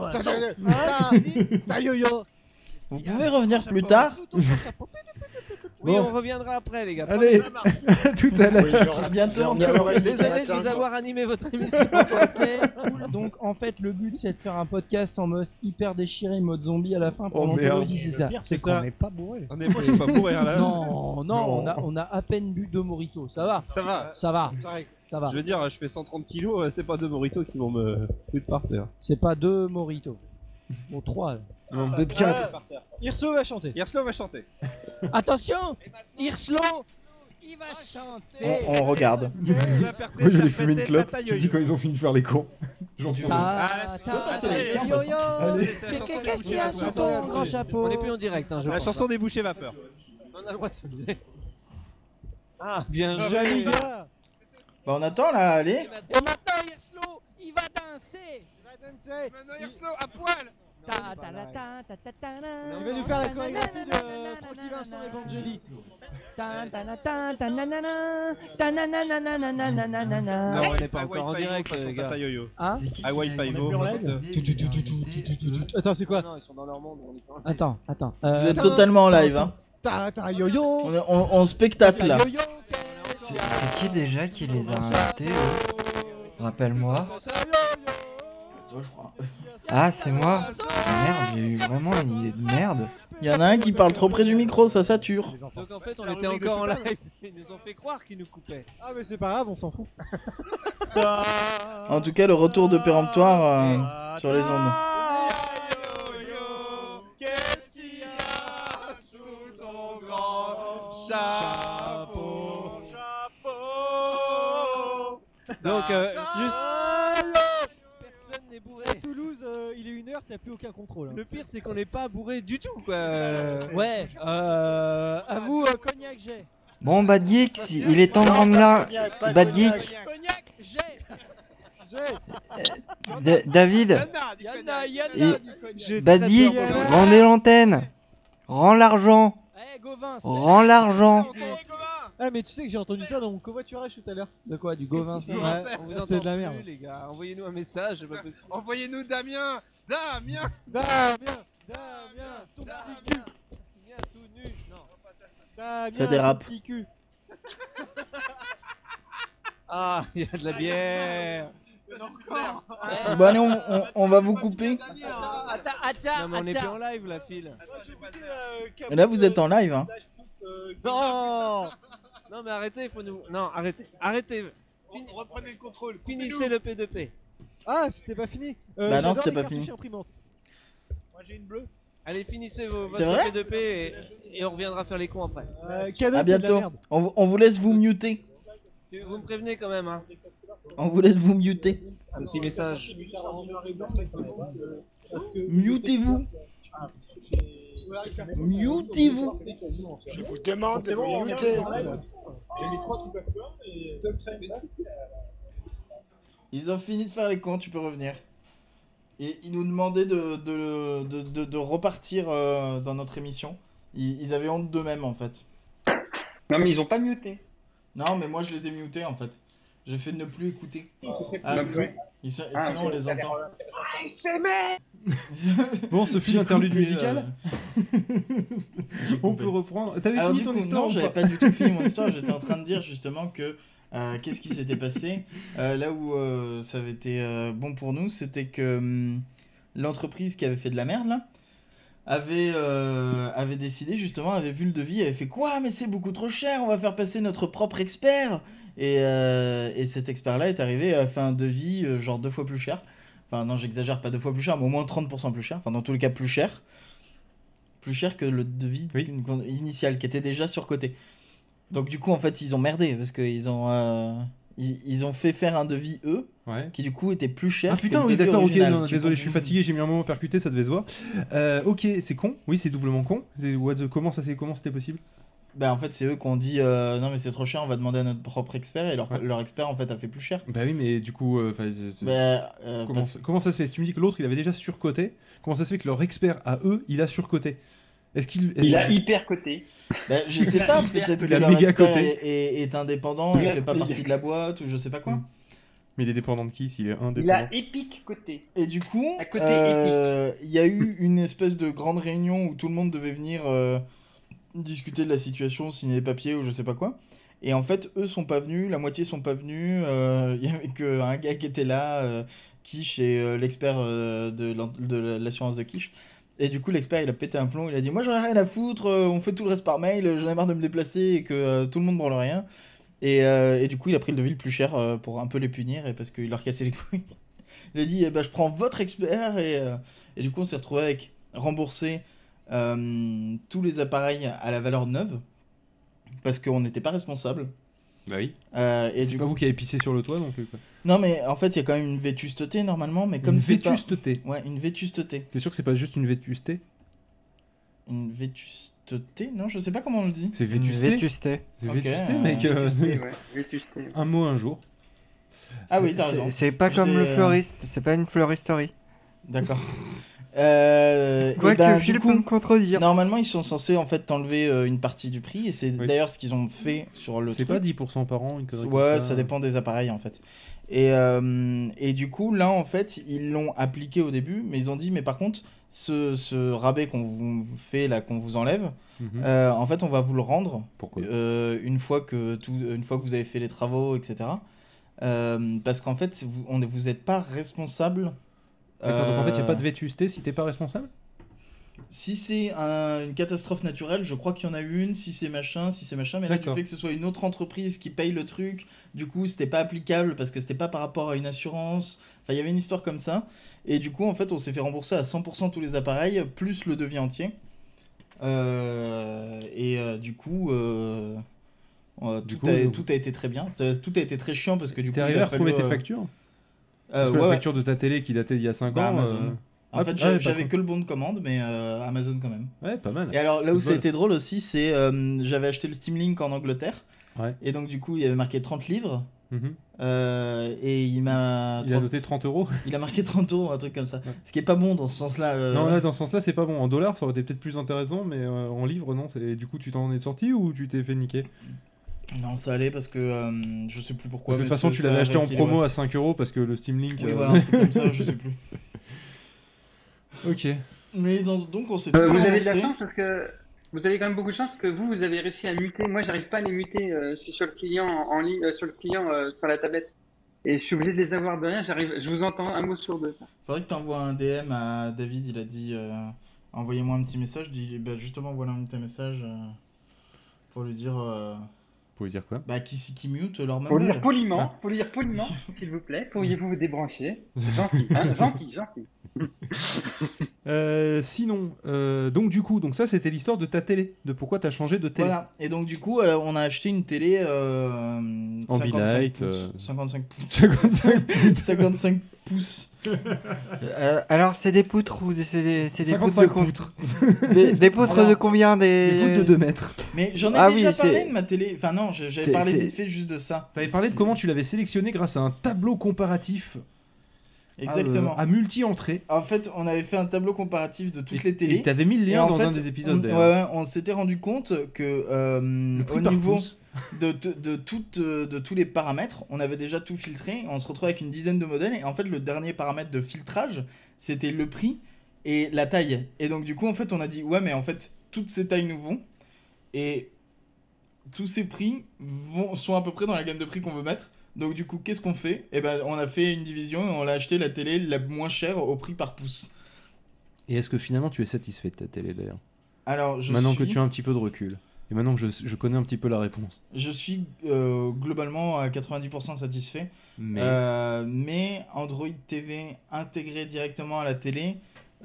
Vous pouvez revenir plus tard Oui, Bon. on reviendra après les gars. Allez. Ça marche. À tout à l'heure. Oui, genre, À bientôt. Désolé de vous avoir animé votre émission. Ok, Donc en fait le but c'est de faire un podcast en mode hyper déchiré, mode zombie à la fin pendant tout merde. le dit, c'est ça. c'est qu'on est pas bourré. On est je vais pas mourir Non, non, Non. On, a, on a à peine bu deux moritos, ça va, Ça va. ça va, ça va. veux dire, je fais 130 kilos, euh, c'est pas deux moritos qui vont me foutre par terre. C'est pas deux moritos. Bon, trois. là. Non, peut-être quatre. Irslo Ah, va chanter. Yerslo va chanter. Attention Oh, Irslo Il va On, chanter on regarde. Moi, je vais fumer une clope. Je dis quand ils ont fini de faire les cons. J'en fume. Ta- ta- passer ta- les questions, yo, yo. Allez. Qu'est- Qu'est-ce qu'il y a sous ton Attendez, grand attendez. chapeau On est plus en direct, hein, je pense. chanson des bouchées vapeur. On a le droit de s'amuser. Ah, bien joué. Bah, on attend là, allez. Et maintenant Hirslo, il va bah, danser. Maintenant, Hirslo, à poil Ta Ah, ta la ta ta ta ta la. On va lui faire la chorégraphie de Francky Vincent et Vangelis. Ta ta la ta ta na na na. Ta na na na na na na na na na na. Non, on n'est Oh, pas encore en Bah, direct, les gars. Hein Hawaii Five-O, On est façon, plus en live Attends, c'est quoi Non, ils sont dans leur monde. on est pas en live. Attends, attends. Vous êtes totalement en live, hein. Euh, Ta ta yo yo. On, est- on- on spectacle là. C'est c'est qui déjà qui les a invités eux Rappelle-moi. Toi, je crois. Ah, c'est moi Ah, Merde, j'ai eu vraiment une idée de merde. Il y en a un qui parle trop près du micro, ça sature. Donc en fait, on était encore en live. Ils nous ont fait croire qu'ils nous coupaient. Ah, mais c'est pas grave, on s'en fout. Ah. En tout cas, le retour de péremptoire euh, sur les ondes. Qu'est-ce qu'il y a sous ton grand chapeau Chapeau Donc, euh, juste. Personne n'est bourré. À Toulouse, euh, il est 1h, t'as plus aucun contrôle. hein. Le pire, c'est qu'on n'est pas bourré du tout, quoi. Euh, Ouais, euh. À vous, euh, cognac j'ai. Bon, Bad Geeks, il est temps de rendre là. Bad Geek, Cognac j'ai. Da- Euh, David, Yana, il- Yana du cognac. Bad Geek, rendez l'antenne. Rends l'argent. Eh, Oh, Rends l'argent. Ah, mais tu sais que j'ai entendu ça dans mon covoiturage tout à l'heure. De quoi Du Gauvin ça Ouais, on vous c'était entend de la plus, merde. les gars. Envoyez-nous un message, c'est pas possible. Envoyez-nous Damien Damien Damien Damien Ton petit cul Viens tout nu. Non. Damien Ça dérape. ton petit cul. Ah, il y a de la bière. Bon, allez, on, on- on va vous couper. Attends, attends, Non, mais on est plus attends. en live, la file. euh, Et là, vous êtes en live. Hein. Non Non, mais arrêtez, il faut nous. Non, arrêtez, arrêtez. Reprenez le contrôle Finissez le P2P. Ah, c'était pas fini. Euh, Bah non, j'adore c'était les pas cartouches fini. imprimantes. Moi j'ai une bleue. Allez, finissez vos, C'est vrai votre P2P et, et on reviendra faire les cons après. Euh, Canon, À c'est de la bientôt. merde. On, vous- on vous laisse vous muter. Tu- Vous me prévenez quand même, hein. On vous laisse vous muter. Un petit message. euh, Mutez-vous. Mutez-vous. Je vous demande de vous muter. Ils ont fini de faire les cons, tu peux revenir. Et ils nous demandaient de, de, de, de- de repartir euh, dans notre émission. Ils, ils avaient honte d'eux-mêmes en fait. Non, mais ils ont pas muté. Non, mais moi je les ai mutés en fait. J'ai fait ne plus écouter. Ah, Même plus. ils sont- Ah, sinon on c'est- les entend. Bon, ce fil J'ai interlude coupé, euh. musical. On coupé. peut reprendre. T'avais Alors, fini du ton coup, histoire Non, ou j'avais pas du tout fini mon histoire. J'étais en train de dire justement que euh, qu'est-ce qui s'était passé. Euh, là où euh, ça avait été euh, bon pour nous, c'était que hum, l'entreprise qui avait fait de la merde là avait, euh, avait décidé justement, avait vu le devis, avait fait quoi Mais c'est beaucoup trop cher, on va faire passer notre propre expert Et, euh, et cet expert-là est arrivé à faire un devis euh, genre deux fois plus cher. Enfin, non, j'exagère, pas deux fois plus cher, mais au moins 30% plus cher. Enfin, dans tous les cas, plus cher. Plus cher que le devis qu'on- initial qui était déjà surcoté. Donc, du coup, en fait, ils ont merdé parce qu'ils ont, euh, ils, ils ont fait faire un devis, eux, Ouais. qui du coup était plus cher. Ah que putain, le oui, devis d'accord, ok, original, non, tu désolé, je comprends suis fatigué, j'ai mis un moment percuté, ça devait se voir. Euh, ok, c'est con, oui, c'est doublement con. C'est- What the- comment ça, c'est comment c'était possible Bah en fait c'est eux qui ont dit euh, non mais c'est trop cher on va demander à notre propre expert et leur, leur expert en fait a fait plus cher. Bah oui, mais du coup, euh, 'fin, c'est- c'est- Bah, euh, comment, parce- ça- comment ça se fait Si tu me dis que l'autre il avait déjà surcoté, comment ça se fait que leur expert à eux il a surcoté Est-ce qu'il. Il a hyper coté. bah, je sais Il a pas hyper- peut-être il que a leur méga expert coté. est, est- est indépendant et Il a- fait pas il- partie de la boîte ou je sais pas quoi. Mais il est dépendant de qui S'il est Il indépendant a épique coté. Et du coup À côté euh, il y a eu une espèce de grande réunion où tout le monde devait venir euh, discuter de la situation, signer des papiers ou je sais pas quoi. Et en fait eux sont pas venus, la moitié sont pas venus, euh, il y avait qu'un gars qui était là euh, qui chez euh, l'expert euh, de l'en- de l'assurance de Quiche. Et du coup, l'expert, il a pété un plomb. Il a dit Moi, j'en ai rien à foutre. euh, on fait tout le reste par mail. euh, J'en ai marre de me déplacer et que euh, tout le monde branle rien. Et, euh, et du coup, il a pris le devis le plus cher euh, pour un peu les punir et parce qu'il leur cassait les couilles. Il a dit eh ben, Je prends votre expert. Et, euh, et du coup, on s'est retrouvé avec rembourser euh, tous les appareils à la valeur neuve parce qu'on n'était pas responsable. Bah oui. Euh, et C'est du pas vous qui avez pissé sur le toit non plus. Quoi. Non, mais en fait, il y a quand même une vétusteté normalement. Mais comme une c'est pas- vétusteté. Ouais, une vétusteté. T'es sûr que c'est pas juste une vétusté Une vétusteté Non, je sais pas comment on le dit. C'est vétusté Vétusté. C'est Ok, vétusté, euh, mec. euh, c'est- Vétusté, ouais. Vétusté. un mot un jour. Ah oui, t'as raison. C'est- C'est pas comme le J'étais, euh, fleuriste, c'est pas une fleuristerie. D'accord. Euh, Quoique et ben, Phil du peut me contredire. Normalement, ils sont censés en fait t'enlever euh, une partie du prix et c'est d'ailleurs ce qu'ils ont fait sur le. C'est truc. pas 10% par an, une connerie comme Ouais, ça. ça. hein. dépend des appareils en fait. Et, euh, et du coup, là en fait, ils l'ont appliqué au début, mais ils ont dit, mais par contre, ce, ce rabais qu'on vous fait là, qu'on vous enlève, Mhm. euh, en fait, on va vous le rendre euh, une, fois que tout, une fois que vous avez fait les travaux, etc. Euh, parce qu'en fait, vous, on, vous n'êtes pas responsable. D'accord, donc en fait, il n'y a pas de euh, vétusté si t'es pas responsable si c'est un- une catastrophe naturelle, je crois qu'il y en a une, si c'est machin, si c'est machin, mais là du D'accord. fait que ce soit une autre entreprise qui paye le truc, du coup c'était pas applicable parce que c'était pas par rapport à une assurance, enfin il y avait une histoire comme ça, et du coup en fait on s'est fait rembourser à 100% tous les appareils, plus le devis entier, Euh, et euh, du coup... euh, euh, tout, coup, a, euh, tout a été très bien, C'était- tout a été très chiant parce que du coup... T'es il arrivé a à retrouver fallu, tes euh, factures euh, Parce que ouais, la ouais. facture de ta télé qui datait il y a 5 Bah, ans. Amazon. euh, En ah, fait, ouais, j'a- par j'avais contre. que le bon de commande, mais euh, Amazon quand même. Ouais, pas mal. Et alors là C'est où le ça a bol. été drôle aussi, c'est euh, j'avais acheté le Steam Link en Angleterre. Ouais. Et donc du coup, il y avait marqué 30 livres. Mhm. Euh, et il m'a. Il a noté 30 euros. Il a marqué 30 euros, un truc comme ça. Ce qui est pas bon dans ce sens-là. euh, Non, là, dans ce sens-là, c'est pas bon. En dollars, ça aurait été peut-être plus intéressant, mais euh, en livres, non. C'est... Du coup, tu t'en es sorti ou tu t'es fait niquer non, ça allait parce que euh, je sais plus pourquoi. Parce que mais de toute façon, ça- tu ça l'avais acheté en rééquilibrait. promo à 5 euros parce que le Steam Link. Oui, euh, voilà, un truc comme ça, je sais plus. Ok. Mais dans- donc on s'est Euh, tous vous avez de la remboursés. chance parce que vous avez quand même beaucoup de chance parce que vous vous avez réussi à muter. Moi, j'arrive pas à les muter. euh, je suis sur le client en en ligne, euh, sur le client euh, sur la tablette, et je suis obligé de les avoir de rien. J'arrive, je vous entends un mot sur deux. Faudrait que t'envoies un DM à David, il a dit euh, envoyez-moi un petit message. Je dis bah, justement, voilà un petit message euh, pour lui dire. euh, Vous pouvez dire quoi bah, qui, qui mute leur Pour manuel. dire Ah. poliment, pour dire poliment, s'il vous plaît, pourriez-vous vous débrancher Gentil, hein, gentil, gentil. Euh, sinon, euh, donc du coup, donc ça, c'était l'histoire de ta télé, de pourquoi t'as changé de télé. Voilà, et donc du coup, alors, on a acheté une télé euh, Ambilight, 55 pouces. euh, 55 pouces. 55 pouces. 55 pouces. Euh, alors, c'est des poutres ou des- c'est des, c'est des poutres de 55 con- poutres. des, des poutres Alors, de combien des... des poutres de deux mètres. Mais j'en ai Ah déjà oui, parlé c'est- de ma télé. Enfin, non, j'ai- j'avais C'est- parlé c'est- vite fait juste de ça. T'avais parlé de comment tu l'avais sélectionné grâce à un tableau comparatif. à, Exactement. euh, À, multi-entrée. En fait, on avait fait un tableau comparatif de toutes Et- les télés. et t'avais mis le lien en dans un des épisodes, on- d'ailleurs. ouais, ouais, on s'était rendu compte que euh, Le prix au par niveau pouce. de, de, de toutes, euh, de tous les paramètres, on avait déjà tout filtré. On se retrouve avec une dizaine de modèles. Et en fait, le dernier paramètre de filtrage, c'était le prix et la taille. Et donc, du coup, en fait, on a dit ouais, mais en fait, toutes ces tailles nous vont. Et tous ces prix vont, sont à peu près dans la gamme de prix qu'on veut mettre. Donc du coup, qu'est-ce qu'on fait Eh ben, on a fait une division et on l'a acheté la télé la moins chère au prix par pouce. Et est-ce que finalement tu es satisfait de ta télé d'ailleurs Alors, je Maintenant que suis- tu as un petit peu de recul. Et maintenant que je, je connais un petit peu la réponse. Je suis euh, globalement à 90% satisfait. Mais- Euh, mais Android TV intégré directement à la télé,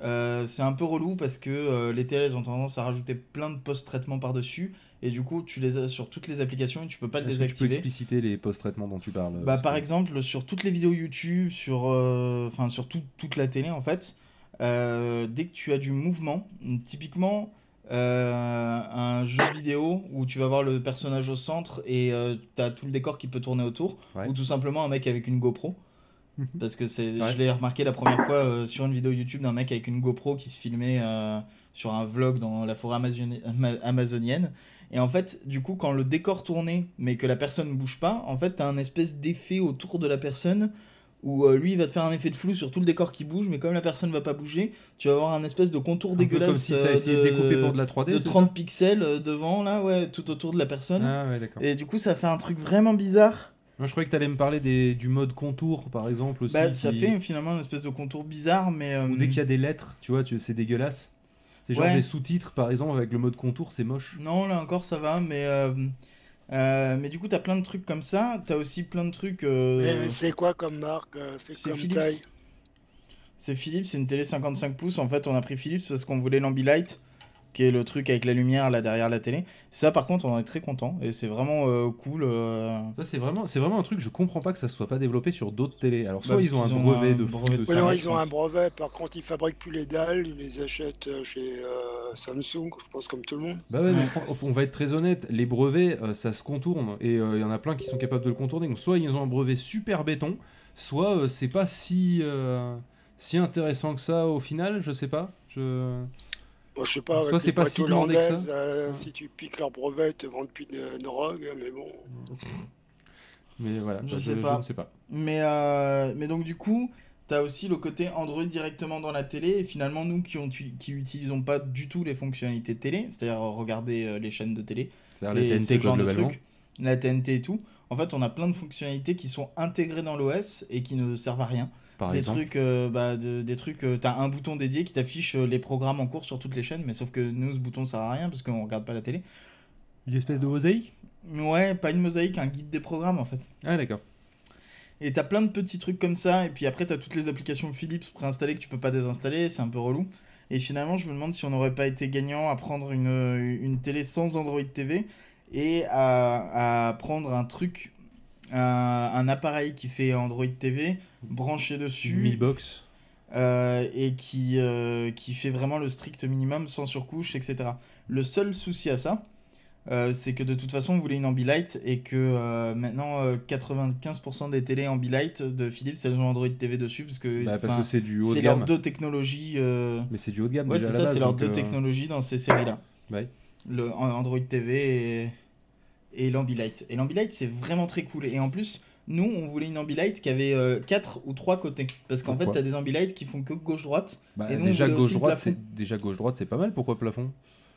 euh, c'est un peu relou parce que euh, les télés elles ont tendance à rajouter plein de post-traitements par-dessus. Et du coup, tu les as sur toutes les applications et tu peux pas le Est-ce que tu peux euh, désactiver. expliciter les post-traitements dont tu parles euh, Bah, parce par que- exemple, sur toutes les vidéos YouTube, sur, euh, enfin, sur tout- toute la télé, en fait, euh, dès que tu as du mouvement, typiquement euh, un jeu vidéo où tu vas voir le personnage au centre et tu as tout le décor qui peut tourner autour, Ouais. ou tout simplement un mec avec une GoPro. Mhm. Parce que c'est, je l'ai remarqué la première fois euh, sur une vidéo YouTube d'un mec avec une GoPro qui se filmait euh, sur un vlog dans la forêt amazoni- ama- amazonienne. Et en fait, du coup, quand le décor tournait, mais que la personne ne bouge pas, en fait, t'as un espèce d'effet autour de la personne où euh, lui, il va te faire un effet de flou sur tout le décor qui bouge, mais comme la personne va pas bouger, tu vas avoir un espèce de contour peu dégueulasse. comme si ça euh, essayait de découper pour de la 3D, de c'est 30 ça pixels euh, devant, là, ouais, tout autour de la personne. Ah ouais, d'accord. Et du coup, ça fait un truc vraiment bizarre. Moi, je croyais que t'allais me parler des, du mode contour, par exemple. Aussi, Bah, ça qui- fait finalement une espèce de contour bizarre, mais. euh, Ou dès qu'il y a des lettres, tu vois, tu... c'est dégueulasse. C'est genre Ouais. des sous-titres, par exemple, avec le mode contour, c'est moche. Non, là encore ça va, mais. euh, euh, mais du coup, t'as plein de trucs comme ça. T'as aussi plein de trucs. euh, Mais C'est quoi comme marque euh, C'est C'est comme Philips. taille C'est Philips, c'est une télé 55 pouces. En fait, on a pris Philips parce qu'on voulait l'Ambilight, qui est le truc avec la lumière là derrière la télé. Ça, par contre, on en est très content et c'est vraiment euh, cool. euh. Ça, c'est vraiment, c'est vraiment un truc, je comprends pas que ça soit pas développé sur d'autres télés. Alors, Bah, soit parce ils ont un qu'ils ont brevet un de brevet fou de dessus. Ouais, non, marque, ils ont un brevet. Par contre, ils fabriquent plus les dalles, ils les achètent euh, chez euh, euh, Samsung, je pense, comme tout le monde. Bah ouais, mais fran- on va être très honnête, les brevets, euh, ça se contourne, et euh, il y en a plein qui sont capables de le contourner. Donc soit ils ont un brevet super béton, soit euh, c'est pas si, euh, si intéressant que ça au final, je sais pas. Je... Moi, je sais pas, avec soit c'est les pas boîtes si demandé que ça. hollandaises, euh, si tu piques leur brevet, ils te vendent plus de drogue, mais bon. Bah, Mais voilà, Je je, sais je pas. ne sais pas. Mais, euh, mais donc du coup, t'as aussi le côté Android directement dans la télé. Et finalement, nous qui, ont, qui utilisons pas du tout les fonctionnalités télé, c'est-à-dire regarder euh, les chaînes de télé, C'est-à-dire la et TNT, ce genre de globalement. trucs, la TNT et tout. En fait, on a plein de fonctionnalités qui sont intégrées dans l'OS et qui ne servent à rien. Par des, exemple. trucs, euh, bah, de- des trucs, euh, t'as un bouton dédié qui t'affiche euh, les programmes en cours sur toutes les chaînes, mais sauf que nous, ce bouton sert à rien parce qu'on regarde pas la télé. Une espèce de mosaïque Ouais, pas une mosaïque, un guide des programmes en fait. Ah d'accord. Et t'as plein de petits trucs comme ça, et puis après t'as toutes les applications Philips préinstallées que tu peux pas désinstaller, c'est un peu relou. Et finalement, je me demande si on n'aurait pas été gagnant à prendre une, euh, une télé sans Android TV et à, à prendre un truc, un, un appareil qui fait Android TV, branché dessus. Mi box. Euh, et qui, euh, qui fait vraiment le strict minimum sans surcouche, etc. Le seul souci à ça, euh, c'est que de toute façon, on voulait une Ambilight et que euh, maintenant, euh, 95% des télés Ambilight de Philips, elles ont Android TV dessus parce que, Bah, parce enfin, que c'est du haut de c'est gamme. leurs deux technologies. euh, Mais c'est du haut de gamme Ouais, déjà c'est à ça, la base, c'est leurs donc, deux euh, technologies dans ces séries-là. Ouais. Le An- Android TV et, et l'Ambilight. Et l'Ambilight, c'est vraiment très cool. Et en plus, nous, on voulait une Ambilight qui avait 4 ou 3 côtés. Parce qu'en fait, Pourquoi t'as des Ambilight qui font que gauche-droite. Bah, et nous, on déjà voulait aussi gauche droite, plafond. c'est déjà gauche droite, c'est pas mal. Pourquoi plafond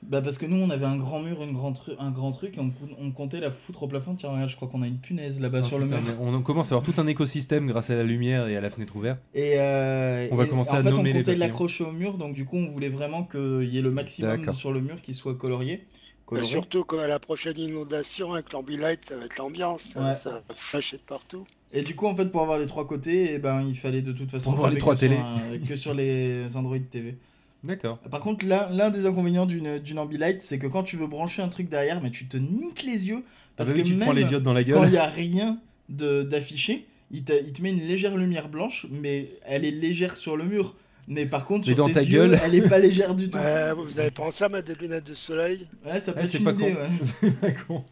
Bah parce que nous on avait un grand mur, une grand tru- un grand truc et on, cou- on comptait la foutre au plafond. Tiens regarde, je crois qu'on a une punaise là-bas Ah, sur le putain, mur. mais On en commence à avoir tout un écosystème grâce à la lumière et à la fenêtre ouverte. Et, euh, on va et- commencer en à fait, nommer on les comptait papillons. l'accrocher au mur, donc du coup on voulait vraiment qu'il y ait le maximum D'accord. sur le mur qui soit colorié. Mais coloré. surtout quand la prochaine inondation avec l'ambilight, ça va être l'ambiance, ça, Ouais. ça va flasher de partout. Et du coup en fait pour avoir les trois côtés, et ben il fallait de toute façon Pour avoir les taper trois que sur télés. un- euh, que sur les Android TV. D'accord. Par contre, l'un l'un des inconvénients d'une d'une Ambilight, c'est que quand tu veux brancher un truc derrière, mais tu te niques les yeux. Parce bah oui, que tu te même prends les diodes dans la quand gueule. il n'y a rien de- d'affiché, il, t'a- il te met une légère lumière blanche, mais elle est légère sur le mur. Mais par contre, Mais sur dans tes ta yeux, gueule. elle est pas légère du tout. Ouais, vous vous avez pensé à mettre des lunettes de soleil Ouais, ça peut Ah, être c'est une pas idée, con. ouais. C'est pas con.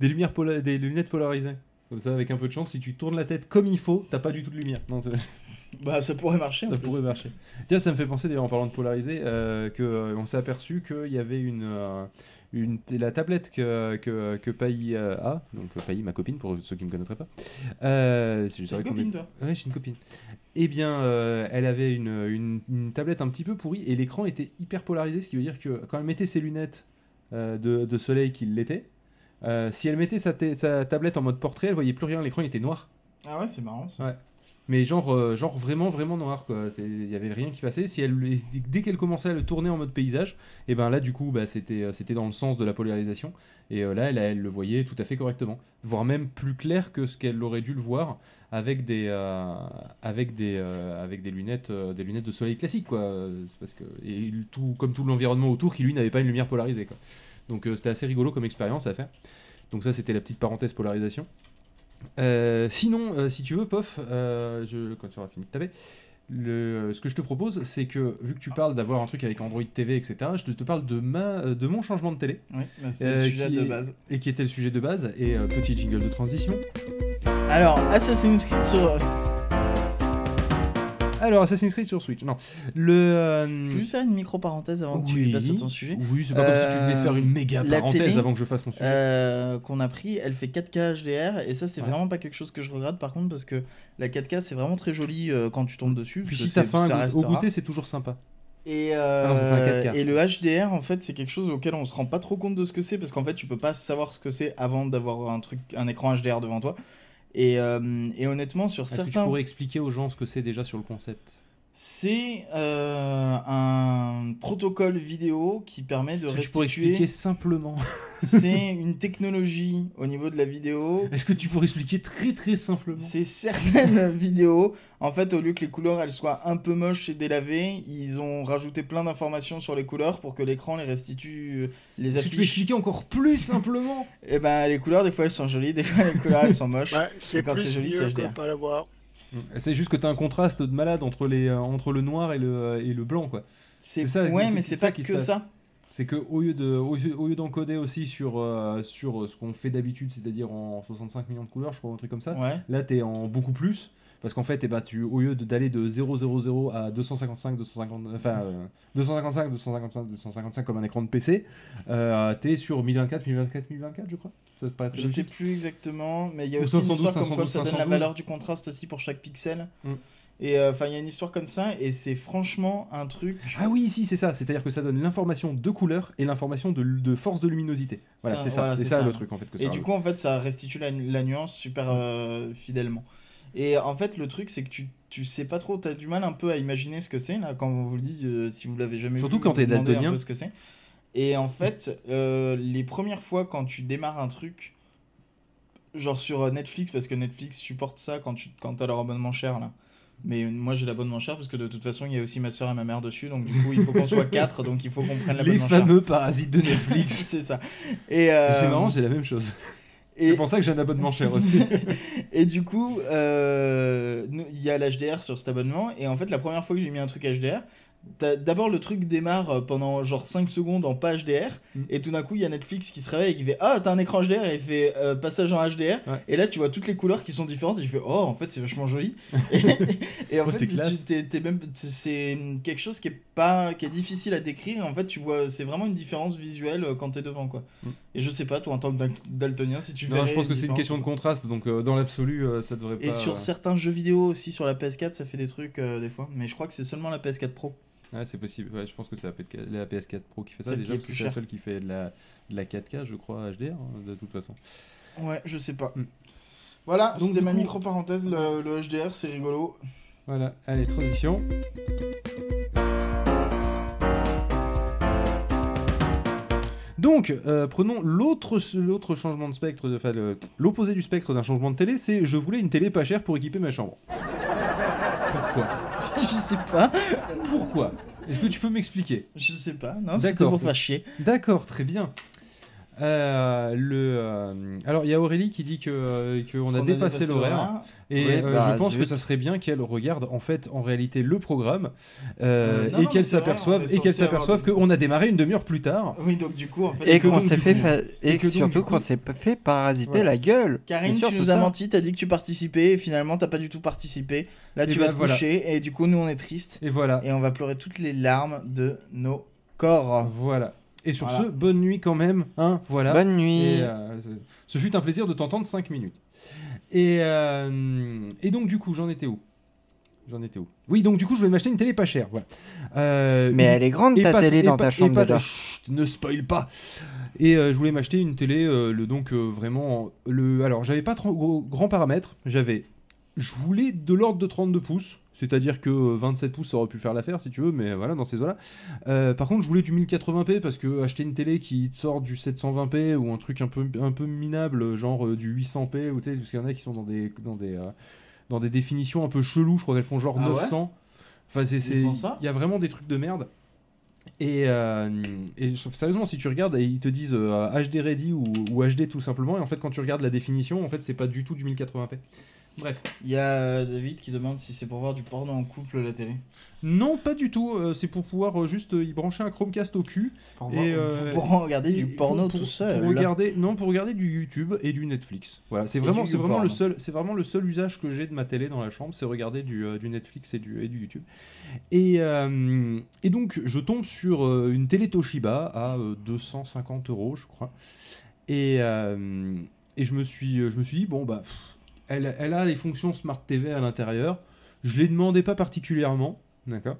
Des lumières pola- des lunettes polarisées. Comme ça, avec un peu de chance, si tu tournes la tête comme il faut, t'as pas du tout de lumière. Non, c'est- Bah, ça pourrait marcher. en Ça plus. pourrait marcher. Tiens, ça me fait penser d'ailleurs en parlant de polariser, euh, que euh, on s'est aperçu qu'il y avait une, euh, une t- la tablette que que, que Pailly euh, a, donc euh, Pailly, ma copine pour ceux qui me connaîtraient pas. Euh, si je T'as savais une qu'on copine, était- toi Ouais, j'ai une copine. Eh bien, euh, elle avait une, une, une tablette un petit peu pourrie et l'écran était hyper polarisé, ce qui veut dire que quand elle mettait ses lunettes euh, de, de soleil qui l'étaient, euh, si elle mettait sa, ta- sa tablette en mode portrait, elle voyait plus rien, l'écran était noir. Ah ouais, c'est marrant ça. Ouais. Mais genre, euh, genre vraiment, vraiment noir quoi. C'est- Il y avait rien qui passait. Si elle, dès qu'elle commençait à le tourner en mode paysage, et ben là du coup, bah, c'était, euh, c'était dans le sens de la polarisation. Et euh, là, elle, elle le voyait tout à fait correctement, voire même plus clair que ce qu'elle aurait dû le voir avec des, euh, avec des, euh, avec des lunettes, euh, des lunettes de soleil classiques quoi. Euh, c'est Parce que et tout, comme tout l'environnement autour qui lui n'avait pas une lumière polarisée quoi. Donc euh, c'était assez rigolo comme expérience à faire. Donc ça, c'était la petite parenthèse polarisation. Euh, sinon, euh, si tu veux, Pof, euh, je, quand tu auras fini de taper, le, euh, ce que je te propose, c'est que vu que tu parles d'avoir un truc avec Android TV, etc., je te, te parle de, ma, euh, de mon changement de télé. Oui, bah, c'était le sujet Euh, qui de est- base. Et qui était le sujet de base. Et euh, petit jingle de transition. Alors, Assassin's Creed sur. Alors, Assassin's Creed sur Switch. Non. Le. euh, Je vais juste faire une micro-parenthèse avant que Oui. tu passes à ton sujet. Euh, Oui, c'est pas comme si tu venais de faire une méga la parenthèse télé, avant que je fasse mon sujet. euh, qu'on a pris, elle fait 4K HDR et ça, c'est Ouais. vraiment pas quelque chose que je regrette par contre parce que la 4K, c'est vraiment très joli euh, quand tu tombes dessus. Puis parce que si t'as c'est- ça faim au goût- au restera. goûter, c'est toujours sympa. Et, Alors, c'est un euh, 4K. et le HDR, en fait, c'est quelque chose auquel on se rend pas trop compte de ce que c'est parce qu'en fait, tu peux pas savoir ce que c'est avant d'avoir un truc, un écran HDR devant toi. Et, euh, et honnêtement, sur Ah, Est-ce que tu certains pourrais expliquer aux gens ce que c'est déjà sur le concept c'est euh, un protocole vidéo qui permet de Est-ce que tu pourrais restituer. expliquer simplement c'est une technologie au niveau de la vidéo. Est-ce que tu pourrais expliquer très très simplement C'est certaines vidéos, en fait, au lieu que les couleurs elles soient un peu moches et délavées, ils ont rajouté plein d'informations sur les couleurs pour que l'écran les restitue, euh, les Est-ce que tu peux affiche. Eh expliquer encore plus simplement Et ben les couleurs des fois elles sont jolies, des fois les couleurs elles sont moches. Ouais, c'est Et quand c'est plus joli, mieux c'est que HDR. pas l'avoir. C'est juste que t'as un contraste de malade entre, les, euh, entre le noir et le, euh, et le blanc, quoi. C'est ça. Ouais, mais c'est pas qui se que passe. ça. C'est que au lieu de au lieu au lieu d'encoder aussi sur euh, sur ce qu'on fait d'habitude, c'est-à-dire en 65 millions de couleurs, je crois un truc comme ça. Ouais. Là, t'es en beaucoup plus parce qu'en fait, eh ben, tu au lieu de- d'aller de 000 à 255 250 enfin euh, 255 255 255 comme un écran de PC, euh, t'es sur 1024 1024 1024, je crois. Ça te paraît Je logique sais plus exactement, mais il y a Ou aussi 512, une histoire comme quoi 512, ça donne la 512. valeur du contraste aussi pour chaque pixel. Mm. Et euh, enfin, il y a une histoire comme ça, et c'est franchement un truc. Ah oui, si, c'est ça. C'est-à-dire que ça donne l'information de couleur et l'information de, de force de luminosité. Voilà, c'est ça, c'est ça, le truc en fait que ça Mm. Et du rajoute. coup, en fait, ça restitue la, la nuance super euh, fidèlement. Et en fait, le truc, c'est que tu, tu sais pas trop, t'as du mal un peu à imaginer ce que c'est, là, quand on vous le dit, euh, si vous l'avez jamais Surtout vu, quand vous t'es demandez un daltonien. peu ce que c'est. Et en fait, euh, les premières fois quand tu démarres un truc, genre sur euh, Netflix, parce que Netflix supporte ça quand tu quand as leur abonnement cher, là. Mais moi j'ai l'abonnement cher parce que de toute façon il y a aussi ma soeur et ma mère dessus donc du coup il faut qu'on soit quatre donc il faut qu'on prenne Les l'abonnement cher. fameux parasites de Netflix. c'est ça. Et euh, C'est marrant, j'ai la même chose. C'est pour ça que j'ai un abonnement cher aussi. et du coup, euh, nous- il y a l'HDR sur cet abonnement. Et en fait, la première fois que j'ai mis un truc HDR, t'as- d'abord le truc démarre euh, pendant genre 5 secondes en pas HDR. Mm. Et tout d'un coup, il y a Netflix qui se réveille et qui fait Ah, t'as un écran HDR et il fait euh, passage en HDR. Et là, tu vois toutes les couleurs qui sont différentes. Et tu fais Oh, en fait, c'est vachement joli. et, et en Oh, fait, c'est tu- classe. t'es- t'es même- c'est quelque chose qui est, pas, qui est difficile à décrire. En fait, tu vois, c'est vraiment une différence visuelle euh, quand t'es devant. quoi. Mm. Et je sais pas, toi, en tant que dal- daltonien, si tu Non, verrais je pense une que c'est une différence question de contraste, donc euh, dans l'absolu, euh, ça devrait et pas. sur euh, certains jeux vidéo aussi, sur la PS4, ça fait des trucs euh, des fois. Mais je crois que c'est seulement la PS4 Pro. ouais, c'est possible. Ouais, je pense que c'est la PS4 la PS4 Pro qui fait ça Celle déjà, qui est parce que plus c'est la chère. seule qui fait de la, de la 4K, je crois, HDR, hein, de toute façon. Ouais, je sais pas. Voilà, Donc, c'était du ma coup- micro-parenthèse. Le, le HDR, c'est rigolo. Voilà, allez, transition. Donc, euh, prenons l'autre l'autre changement de spectre, de- enfin le- l'opposé du spectre d'un changement de télé, c'est je voulais une télé pas chère pour équiper ma chambre. Pourquoi Je sais pas. Pourquoi Est-ce que tu peux m'expliquer Je sais pas, non, c'était pour faire chier. D'accord, très bien. Euh, le, euh, alors, il y a Aurélie qui dit que euh, qu'on Qu'on a, a dépassé dépassé l'horaire. l'horaire. Et Oui, euh, bah, je pense zut. que ça serait bien qu'elle regarde en fait en réalité le programme euh, Euh, non, et non, qu'elle mais c'est vrai, on s'aperçoive est et qu'elle censé avoir s'aperçoive qu'on a démarré une demi-heure plus tard. Oui, donc du coup, en fait. Et que qu'on donc, s'est du fait coup- fa- et et que que donc, du surtout coup- qu'on s'est pa- fait parasiter Voilà. la gueule. Karine, C'est tu surtout nous as ça. menti, t'as dit que tu participais et finalement t'as pas du tout participé. Là, Et tu bah, vas te voilà. coucher et du coup, nous on est tristes. Et voilà. Et on va pleurer toutes les larmes de nos corps. Voilà. Et sur Voilà. ce, bonne nuit quand même. Hein, voilà. Bonne nuit. Et, euh, ce- ce fut un plaisir de t'entendre 5 minutes. Et, euh, et donc, du coup, j'en étais où J'en étais où Oui, donc du coup, je voulais m'acheter une télé pas chère. Voilà. Euh, Mais une- elle est grande, et ta pas- télé et dans pas- ta et chambre, pas Dada. Chut, ne spoil pas. Et euh, je voulais m'acheter une télé, euh, le, donc euh, vraiment. Le, alors, j'avais pas trop gros- grands paramètres. J'avais. Je voulais de l'ordre de 32 pouces. C'est-à-dire que euh, 27 pouces, ça aurait pu faire l'affaire si tu veux, mais voilà, dans ces eaux-là. Euh, par contre, je voulais du 1080p parce que acheter une télé qui te sort du 720p ou un truc un peu, un peu minable, genre euh, du 800p, ou tu sais, parce qu'il y en a qui sont dans des, dans des, euh, dans des définitions un peu cheloues, je crois qu'elles font genre Ah ouais 900. Enfin, c'est, Ils c'est- font ça il y a vraiment des trucs de merde. Et, euh, et sauf- sérieusement, si tu regardes, ils te disent euh, HD ready ou, ou HD tout simplement. Et en fait, quand tu regardes la définition, en fait, c'est pas du tout du 1080p. Bref. Il y a euh, David qui demande si c'est pour voir du porno en couple la télé. Non, pas du tout. euh, c'est pour pouvoir euh, juste euh, y brancher un Chromecast au cul. euh, pour voir- pour regarder du et porno tout seul. Pour regarder, non, pour regarder du YouTube et du Netflix. Voilà, c'est Et vraiment, du c'est vraiment le YouPorn. seul, c'est vraiment le seul usage que j'ai de ma télé dans la chambre, c'est regarder du, euh, du Netflix et du, et du YouTube. Et, euh, et donc, je tombe sur euh, une télé Toshiba à euh, 250 euros, je crois. Et, euh, et je, me suis, je me suis dit, bon, bah, pff, elle, elle a les fonctions Smart TV à l'intérieur. Je les demandais pas particulièrement, d'accord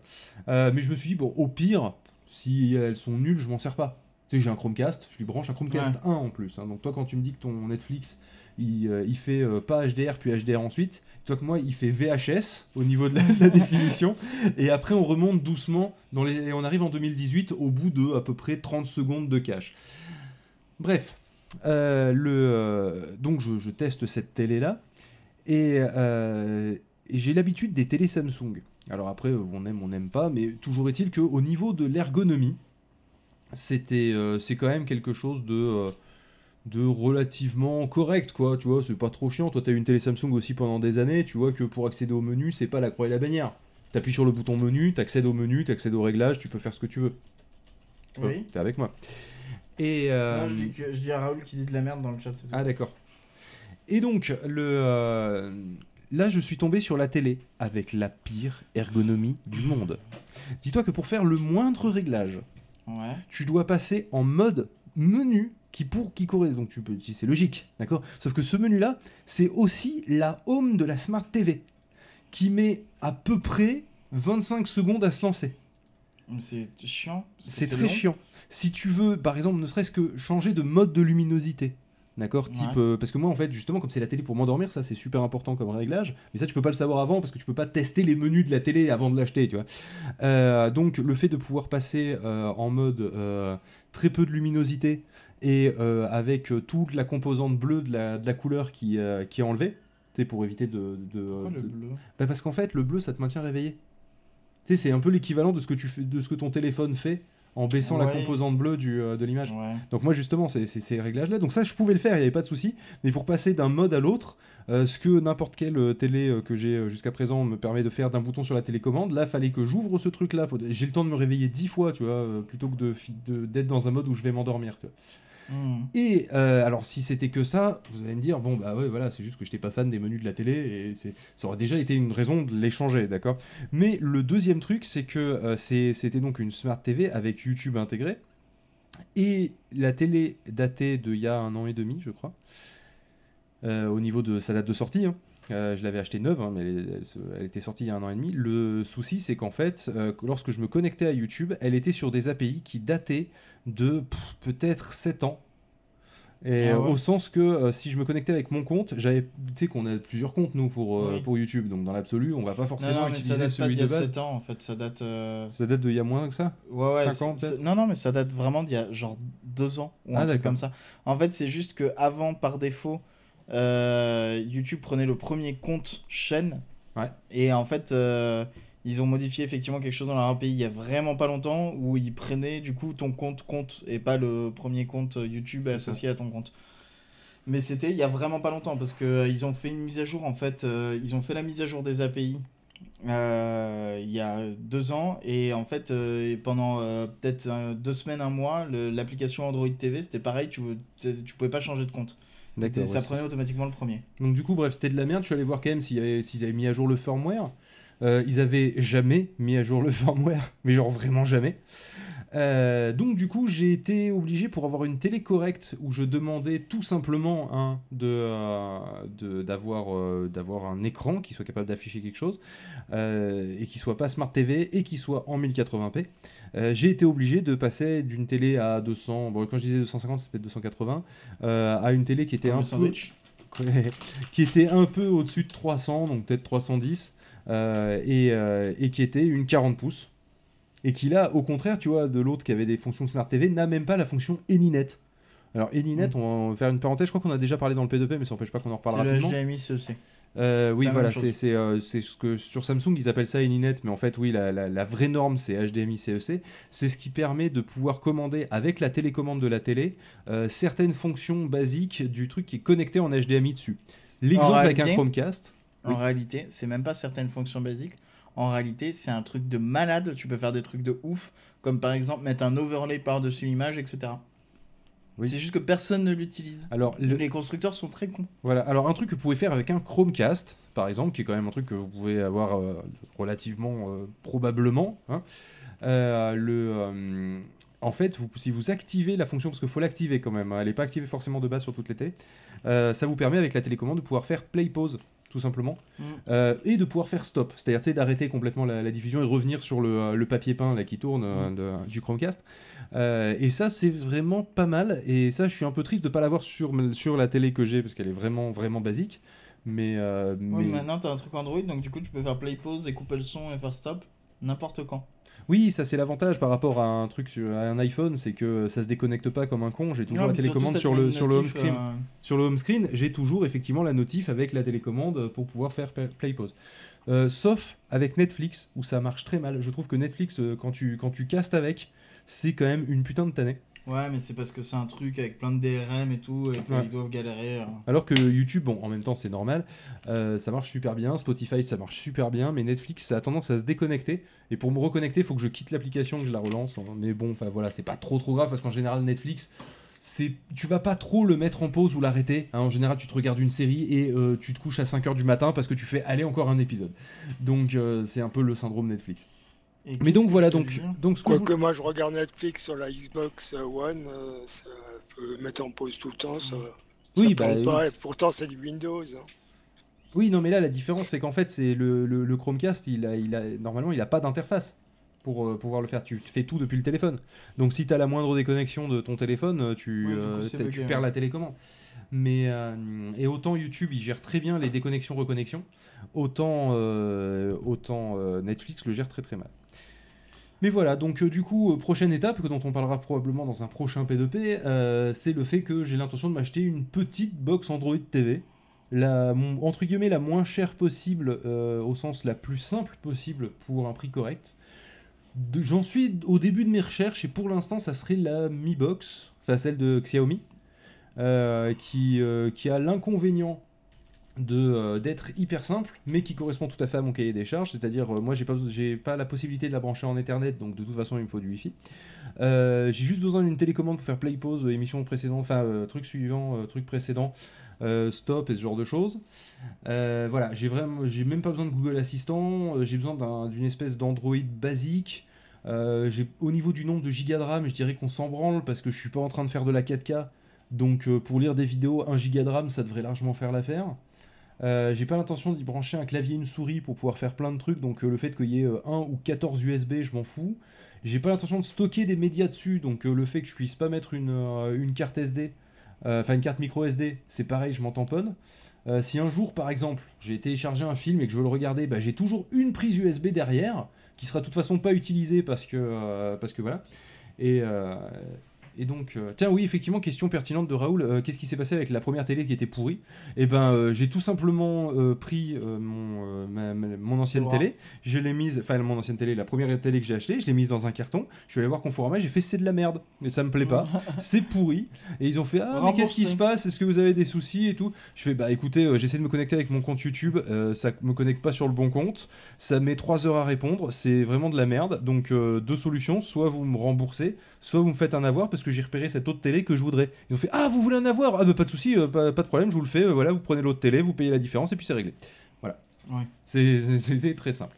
Euh, Mais je me suis dit, bon, au pire, si elles sont nulles, je m'en sers pas. Tu sais, j'ai un Chromecast, je lui branche un Chromecast Ouais. 1 en plus. hein. Donc, toi, quand tu me dis que ton Netflix, il, euh, il fait euh, pas HDR puis HDR ensuite, toi que moi, il fait VHS au niveau de la, de la définition. Et après, on remonte doucement. Dans les... et On arrive en 2018 au bout de à peu près 30 secondes de cache. Bref, euh, le, euh, donc je, je teste cette télé-là. Et, euh, et j'ai l'habitude des télés Samsung. Alors après, euh, on aime, on n'aime pas, mais toujours est-il qu'au niveau de l'ergonomie, c'était, euh, c'est quand même quelque chose de, euh, de relativement correct, quoi. Tu vois, c'est pas trop chiant. Toi, t'as eu une télé Samsung aussi pendant des années. Tu vois que pour accéder au menu, c'est pas la croix et la bannière. T'appuies sur le bouton menu, t'accèdes au menu, t'accèdes au réglage, tu peux faire ce que tu veux. Oui. Euh, T'es avec moi. Et euh, Non, je dis, que- je dis à Raoul qui dit de la merde dans le chat. c'est tout. ah d'accord. Et donc le euh, là je suis tombé sur la télé avec la pire ergonomie du monde. Dis-toi que pour faire le moindre réglage, tu dois passer en mode menu qui pour qui corrèle. Donc tu peux c'est logique, d'accord Sauf que ce menu là, c'est aussi la home de la Smart TV qui met à peu près 25 secondes à se lancer. C'est chiant. parce que C'est très long. chiant. Si tu veux, par exemple, ne serait-ce que changer de mode de luminosité. D'accord type, Ouais. euh, Parce que moi, en fait, justement, comme c'est la télé pour m'endormir, ça c'est super important comme réglage. Mais ça, tu peux pas le savoir avant parce que tu peux pas tester les menus de la télé avant de l'acheter, tu vois. Euh, donc, le fait de pouvoir passer euh, en mode euh, très peu de luminosité et euh, avec euh, toute la composante bleue de la, de la couleur qui, euh, qui est enlevée, tu sais, pour éviter de. de- Pourquoi Oh, le de- bleu Bah, Parce qu'en fait, le bleu, ça te maintient réveillé. Tu sais, c'est un peu l'équivalent de ce que tu fais, de ce que ton téléphone fait en baissant la Ouais. composante bleue du, euh, de l'image. Donc moi justement, c'est c'est ces réglages-là. Donc ça, je pouvais le faire, il n'y avait pas de souci. Mais pour passer d'un mode à l'autre, euh, ce que n'importe quelle euh, télé euh, que j'ai euh, jusqu'à présent me permet de faire d'un bouton sur la télécommande, là, fallait que j'ouvre ce truc-là. Faut- J'ai le temps de me réveiller dix fois, tu vois, euh, plutôt que de fi- de- d'être dans un mode où je vais m'endormir. tu vois. Hmm. Et euh, alors, si c'était que ça, vous allez me dire, bon, bah ouais, voilà, c'est juste que j'étais pas fan des menus de la télé, et c'est- ça aurait déjà été une raison de les changer, d'accord Mais le deuxième truc, c'est que euh, c'est- c'était donc une Smart TV avec YouTube intégré, et la télé datée d'il y a un an et demi, je crois, euh, au niveau de sa date de sortie. hein. Euh, je l'avais achetée neuve, hein, mais elle, elle se- elle était sortie il y a un an et demi. Le souci, c'est qu'en fait, euh, que lorsque je me connectais à YouTube, elle était sur des API qui dataient de pff, peut-être 7 ans. Et Ah ouais. euh, au sens que euh, si je me connectais avec mon compte, j'avais, tu sais qu'on a plusieurs comptes nous pour, euh, Oui. pour YouTube, donc dans l'absolu, on va pas forcément non, non, mais ça utiliser date pas celui d'il y de a base. 7 ans en fait, ça date. euh, Ça date de il y a moins que ça. Ouais, ouais, 50, c'est- c'est- peut-être Non, non, mais ça date vraiment d'il y a genre deux ans ou un Ah, truc d'accord. comme ça. En fait, c'est juste que avant, par défaut, euh, YouTube prenait le premier compte chaîne. Et en fait, euh, ils ont modifié effectivement quelque chose dans leur API il y a vraiment pas longtemps où ils prenaient du coup ton compte compte et pas le premier compte euh, YouTube associé à ton compte. Mais c'était il y a vraiment pas longtemps parce que euh, ils ont fait une mise à jour en fait. euh, ils ont fait la mise à jour des API euh, il y a deux ans et en fait euh, et pendant euh, peut-être euh, deux semaines un mois le- l'application Android TV c'était pareil tu tu pouvais pas changer de compte. D'accord, C'était- ça ouais, c'est prenait ça. automatiquement le premier. Donc du coup, bref, c'était de la merde. Je suis allé voir quand même s'il y avait- s'ils avaient mis à jour le firmware. Euh, ils avaient jamais mis à jour le firmware, mais genre vraiment jamais. Euh, donc du coup, j'ai été obligé pour avoir une télé correcte où je demandais tout simplement hein, de, euh, de- d'avoir euh, d'avoir un écran qui soit capable d'afficher quelque chose euh, et qui soit pas Smart TV et qui soit en 1080p. Euh, j'ai été obligé de passer d'une télé à 200, bon quand je disais 250, c'était peut-être 280, euh, à une télé qui était Comme un le peu- sandwich. Ouais. qui était un peu au-dessus de 300, donc peut-être 310, euh, et, euh, et qui était une 40 pouces. Et qui là, au contraire, tu vois, de l'autre qui avait des fonctions Smart TV, n'a même pas la fonction Eninet. Alors Eninet, on va faire une parenthèse, je crois qu'on a déjà parlé dans le P2P, mais ça n'empêche pas qu'on en reparle Mm. C'est le rapidement. HDMI CEC. Euh, oui, C'est la voilà, même chose. c'est c'est, euh, c'est ce que sur Samsung ils appellent ça Eninet, mais en fait, oui, la, la- la vraie norme c'est HDMI CEC. E C'est ce qui permet de pouvoir commander avec la télécommande de la télé euh, certaines fonctions basiques du truc qui est connecté en HDMI dessus. En L'exemple avec un réalité- Chromecast. En réalité, c'est même pas certaines fonctions basiques. En réalité, c'est un truc de malade. Tu peux faire des trucs de ouf, comme par exemple mettre un overlay par-dessus l'image, etc. C'est juste que personne ne l'utilise. Alors, le- Les constructeurs sont très cons. Voilà, alors un truc que vous pouvez faire avec un Chromecast, par exemple, qui est quand même un truc que vous pouvez avoir euh, relativement euh, probablement, hein, euh, le, euh, en fait, vous, si vous activez la fonction, parce qu'il faut l'activer quand même, hein, elle n'est pas activée forcément de base sur toutes les télés, euh, ça vous permet avec la télécommande de pouvoir faire play-pause, tout simplement, Mm. euh, et de pouvoir faire stop, c'est-à-dire tu sais, d'arrêter complètement la, la diffusion et de revenir sur le, euh, le papier peint là, qui tourne euh, Mm. de- du Chromecast. Euh, et ça, c'est vraiment pas mal. Et ça, je suis un peu triste de pas l'avoir sur, sur la télé que j'ai parce qu'elle est vraiment, vraiment basique. Mais, euh, Ouais, mais- maintenant, t'as un truc Android, donc du coup, tu peux faire play pause et couper le son et faire stop n'importe quand. oui, ça c'est l'avantage par rapport à un truc sur à un iPhone, c'est que ça se déconnecte pas comme un con. J'ai toujours Non, la mais surtout, télécommande ça te sur met le une sur le home notif, screen. euh, Sur le home screen, j'ai toujours effectivement la notif avec la télécommande pour pouvoir faire pa- play pause. Euh, sauf avec Netflix où ça marche très mal. Je trouve que Netflix, euh, quand tu quand tu castes avec, c'est quand même une putain de tannée. Ouais, mais c'est parce que c'est un truc avec plein de DRM et tout, et qu'ils Ouais. doivent galérer. euh. Alors que YouTube, bon, en même temps, c'est normal, euh, ça marche super bien. Spotify, ça marche super bien. Mais Netflix, ça a tendance à se déconnecter. Et pour me reconnecter, il faut que je quitte l'application, que je la relance. hein. Mais bon, enfin voilà, c'est pas trop trop grave parce qu'en général, Netflix. C'est, tu vas pas trop le mettre en pause ou l'arrêter. hein. en général, tu te regardes une série et euh, tu te couches à 5h du matin parce que tu fais aller encore un épisode. Donc, euh, c'est un peu le syndrome Netflix. Et Mais donc, qu'est-ce voilà. que Donc, je veux dire donc, ce que je Quoique voulais- moi je regarde Netflix sur la Xbox One, euh, ça peut mettre en pause tout le temps, ça, Oui, ça bah, plante pas, oui. et pourtant c'est du Windows. hein. Oui, non, mais là, la différence, c'est qu'en fait, c'est le, le- le Chromecast, il a, il a, normalement, il n'a pas d'interface pour euh, pouvoir le faire. Tu fais tout depuis le téléphone. Donc, si tu as la moindre déconnexion de ton téléphone, euh, tu, Ouais, du coup, euh, c'est t'as- bugué, hein. tu ouais. perds la télécommande. Mais, euh, et autant YouTube, il gère très bien les déconnexions-reconnexions, autant, euh, autant euh, Netflix le gère très très mal. Mais voilà, donc euh, du coup, euh, prochaine étape, que- dont on parlera probablement dans un prochain P2P, euh, c'est le fait que j'ai l'intention de m'acheter une petite box Android TV, la, mon- entre guillemets la moins chère possible, euh, au sens la plus simple possible pour un prix correct. De- J'en suis au début de mes recherches et pour l'instant, ça serait la Mi Box, enfin celle de Xiaomi, euh, qui, euh, qui a l'inconvénient de euh, d'être hyper simple mais qui correspond tout à fait à mon cahier des charges c'est à dire moi j'ai pas besoin- j'ai pas la possibilité de la brancher en ethernet donc de toute façon il me faut du wifi Euh, j'ai juste besoin d'une télécommande pour faire play pause euh, émission précédente enfin euh, truc suivant euh, truc précédent euh, stop et ce genre de choses Euh, voilà j'ai vraiment j'ai même pas besoin de Google Assistant euh, j'ai besoin d'un- d'une espèce d'Android basique euh, j'ai- au niveau du nombre de gigas de RAM, je dirais qu'on s'en branle parce que je suis pas en train de faire de la 4K. Donc euh, pour lire des vidéos, 1 giga de RAM, ça devrait largement faire l'affaire. Euh, j'ai pas l'intention d'y brancher un clavier et une souris pour pouvoir faire plein de trucs, donc euh, le fait qu'il y ait 1 ou 14 USB, je m'en fous. J'ai pas l'intention de stocker des médias dessus, donc euh, le fait que je puisse pas mettre une, euh, une carte SD, euh, enfin une carte micro SD, c'est pareil, je m'en tamponne. Euh, si un jour, par exemple, j'ai téléchargé un film et que je veux le regarder, bah, j'ai toujours une prise USB derrière, qui sera de toute façon pas utilisée parce que, euh, parce que voilà. Et, euh, et donc, euh, tiens, oui, effectivement, question pertinente de Raoul. euh, Qu'est-ce qui s'est passé avec la première télé qui était pourrie Eh ben, euh, j'ai tout simplement euh, pris euh, mon, euh, ma- ma- mon ancienne Laura. télé, je l'ai mise, enfin, mon ancienne télé, la première télé que j'ai achetée, je l'ai mise dans un carton. Je suis allé voir Conforama, j'ai fait c'est de la merde, et ça me plaît pas, c'est pourri. Et ils ont fait ah, mais Remboursé. qu'est-ce qui se passe Est-ce que vous avez des soucis et tout Je fais bah écoutez, euh, j'essaie de me connecter avec mon compte YouTube, euh, ça me connecte pas sur le bon compte, ça met 3 heures à répondre, c'est vraiment de la merde. Donc euh, deux solutions, soit vous me remboursez, soit vous me faites un avoir parce que j'ai repéré cette autre télé que je voudrais. Ils ont fait ah vous voulez un avoir Ah bah pas de souci, euh, pas, pas de problème, je vous le fais. euh, voilà, vous prenez l'autre télé, vous payez la différence et puis c'est réglé. Voilà. Ouais. C'est- c'est- C'était très simple.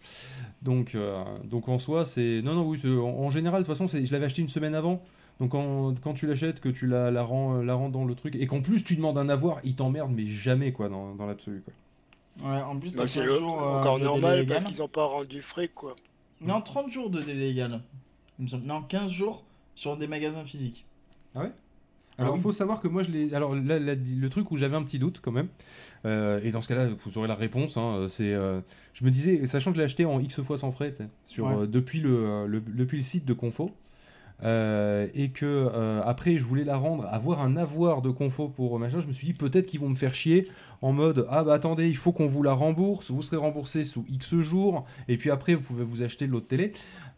Donc, euh, donc en soi, c'est. Non, non, oui, c'est- en, en général, de toute façon, c'est- je l'avais acheté une semaine avant. Donc en- quand tu l'achètes, que tu la, la, rends, euh, la rends dans le truc, et qu'en plus tu demandes un avoir, il t'emmerde, mais jamais, quoi, dans, dans l'absolu, quoi. Ouais, en plus, Bah, t'as c'est 15 le- jours, euh, encore de délai normal légal. parce qu'ils ont pas rendu fric quoi. Non, 30 jours de délai légal. il me semble. Non, 15 jours sur des magasins physiques. Ah ouais Alors, il faut savoir que moi, je l'ai. Alors, là, là, le truc où j'avais un petit doute, quand même, euh, et dans ce cas-là, vous aurez la réponse, hein, euh, c'est. euh, je me disais, sachant que je l'ai acheté en X fois sans frais, tu sais, sur, Ouais. euh, depuis, le, euh, le- depuis le site de Confo, euh, et que euh, après, je voulais la rendre, avoir un avoir de Confo pour euh, machin, je me suis dit, peut-être qu'ils vont me faire chier en mode, ah bah attendez, il faut qu'on vous la rembourse, vous serez remboursé sous X jours, et puis après, vous pouvez vous acheter de l'autre télé.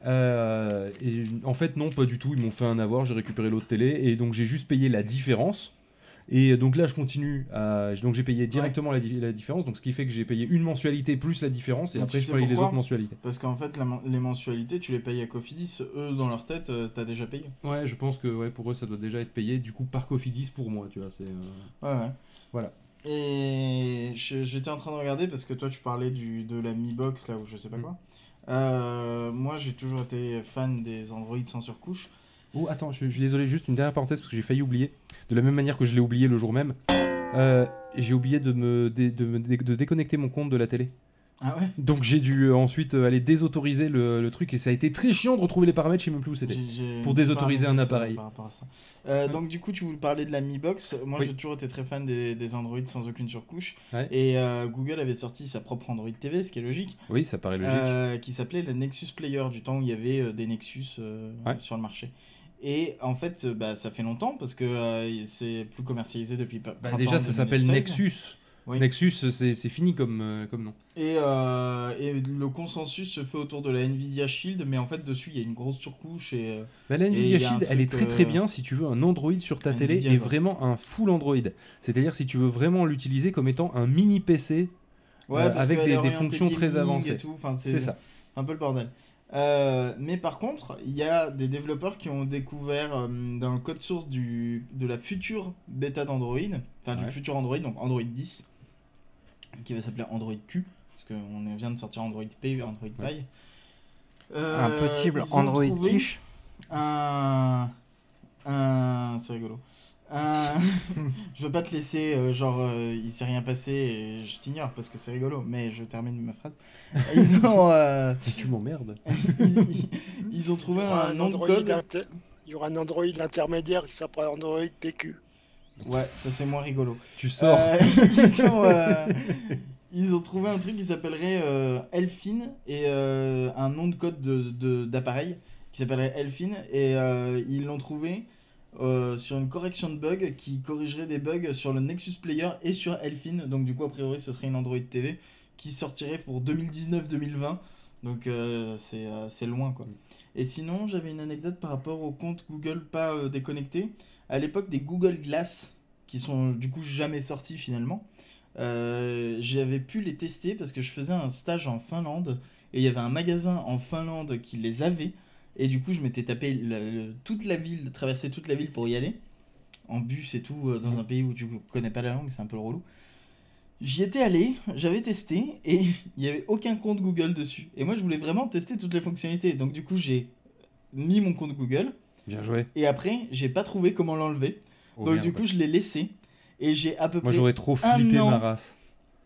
Euh, et en fait, non, pas du tout, ils m'ont fait un avoir, j'ai récupéré l'autre télé, et donc j'ai juste payé la différence. Et donc là, je continue. à- Donc j'ai payé directement la, di- la différence. Donc ce qui fait que j'ai payé une mensualité plus la différence. Et Mais après, tu je sais paye les pourquoi autres mensualités. Parce qu'en fait, la men- les mensualités, tu les payes à Cofidis. Eux, dans leur tête, euh, t'as déjà payé. Ouais, je pense que ouais, pour eux, ça doit déjà être payé. Du coup, par Cofidis pour moi, tu vois. C'est. euh, Ouais, ouais. Voilà. Et je- j'étais en train de regarder parce que toi tu parlais du, de la Mi Box là ou je sais pas quoi. Euh, moi j'ai toujours été fan des Android sans surcouche. Oh, attends, je, je suis désolé, juste une dernière parenthèse parce que j'ai failli oublier. De la même manière que je l'ai oublié le jour même, euh, j'ai oublié de me, dé- de me dé- de déconnecter mon compte de la télé. Ah ouais Donc j'ai dû euh, ensuite euh, aller désautoriser le, le truc et ça a été très chiant de retrouver les paramètres, je sais même plus où c'était. J'ai- Pour j'ai désautoriser pas un remonté, appareil. par rapport à ça. Euh, Donc du coup tu voulais parler de la Mi Box. Moi j'ai toujours été très fan des, des Android sans aucune surcouche. Ouais. Et euh, Google avait sorti sa propre Android TV, ce qui est logique. Oui, ça paraît logique. Euh, qui s'appelait la Nexus Player, du temps où il y avait euh, des Nexus euh, Ouais. sur le marché. Et en fait, euh, bah, ça fait longtemps parce que euh, c'est plus commercialisé depuis. pa- Bah, printemps déjà, ça s'appelle 2016. Nexus. Nexus, c'est c'est fini comme, euh, comme nom. Et, euh, et le consensus se fait autour de la Nvidia Shield, mais en fait, dessus, il y a une grosse surcouche. Et, euh, Bah, la et Nvidia il y a un Shield, elle est truc, très très euh, bien si tu veux un Android sur ta télé Nvidia, et quoi. vraiment un full Android. C'est-à-dire si tu veux vraiment l'utiliser comme étant un mini PC Ouais, euh, parce avec qu'elle des, est des orientée fonctions gaming très et avancées. tout, enfin, C'est ça. Un peu le bordel. Euh, mais par contre, il y a des développeurs qui ont découvert euh, dans le code source du, de la future bêta d'Android, enfin Ouais. du futur Android, donc Android 10, qui va s'appeler Android Q, parce qu'on vient de sortir Android P, Android Pie. Ouais. Euh, Un possible ils ont Android trouvé quiche. Un. un- C'est rigolo. Un- je veux pas te laisser, euh, genre, euh, il s'est rien passé et je t'ignore parce que c'est rigolo, mais je termine ma phrase. Ils ont. euh, Tu m'emmerdes. ils, ils ont trouvé Il y aura un, un nom de Android code. inter- Il y aura un Android intermédiaire qui s'appelle Android PQ. Ouais, ça c'est moins rigolo. Tu sors. Euh, ils, ont, euh, ils ont trouvé un truc qui s'appellerait euh, Elfin et euh, un nom de code de- de- d'appareil qui s'appellerait Elfin et euh, ils l'ont trouvé euh, sur une correction de bugs qui corrigerait des bugs sur le Nexus Player et sur Elfin. Donc du coup a priori ce serait une Android TV qui sortirait pour 2019-2020. Donc euh, c'est euh, c'est loin quoi. Et sinon, j'avais une anecdote par rapport au compte Google pas euh, déconnecté. À l'époque des Google Glass, qui sont du coup jamais sortis finalement, euh, j'avais pu les tester parce que je faisais un stage en Finlande et il y avait un magasin en Finlande qui les avait. Et du coup, je m'étais tapé le- le- toute la ville, traversé toute la ville pour y aller, en bus et tout, euh, dans un pays où tu connais pas la langue, c'est un peu le relou. J'y étais allé, j'avais testé et il n'y avait aucun compte Google dessus. Et moi, je voulais vraiment tester toutes les fonctionnalités. Donc, du coup, j'ai mis mon compte Google. Bien joué. Et après, j'ai pas trouvé comment l'enlever. Oh, Donc, merde. du coup, je l'ai laissé. Et j'ai à peu Moi, près. j'aurais trop un flippé an- ma race.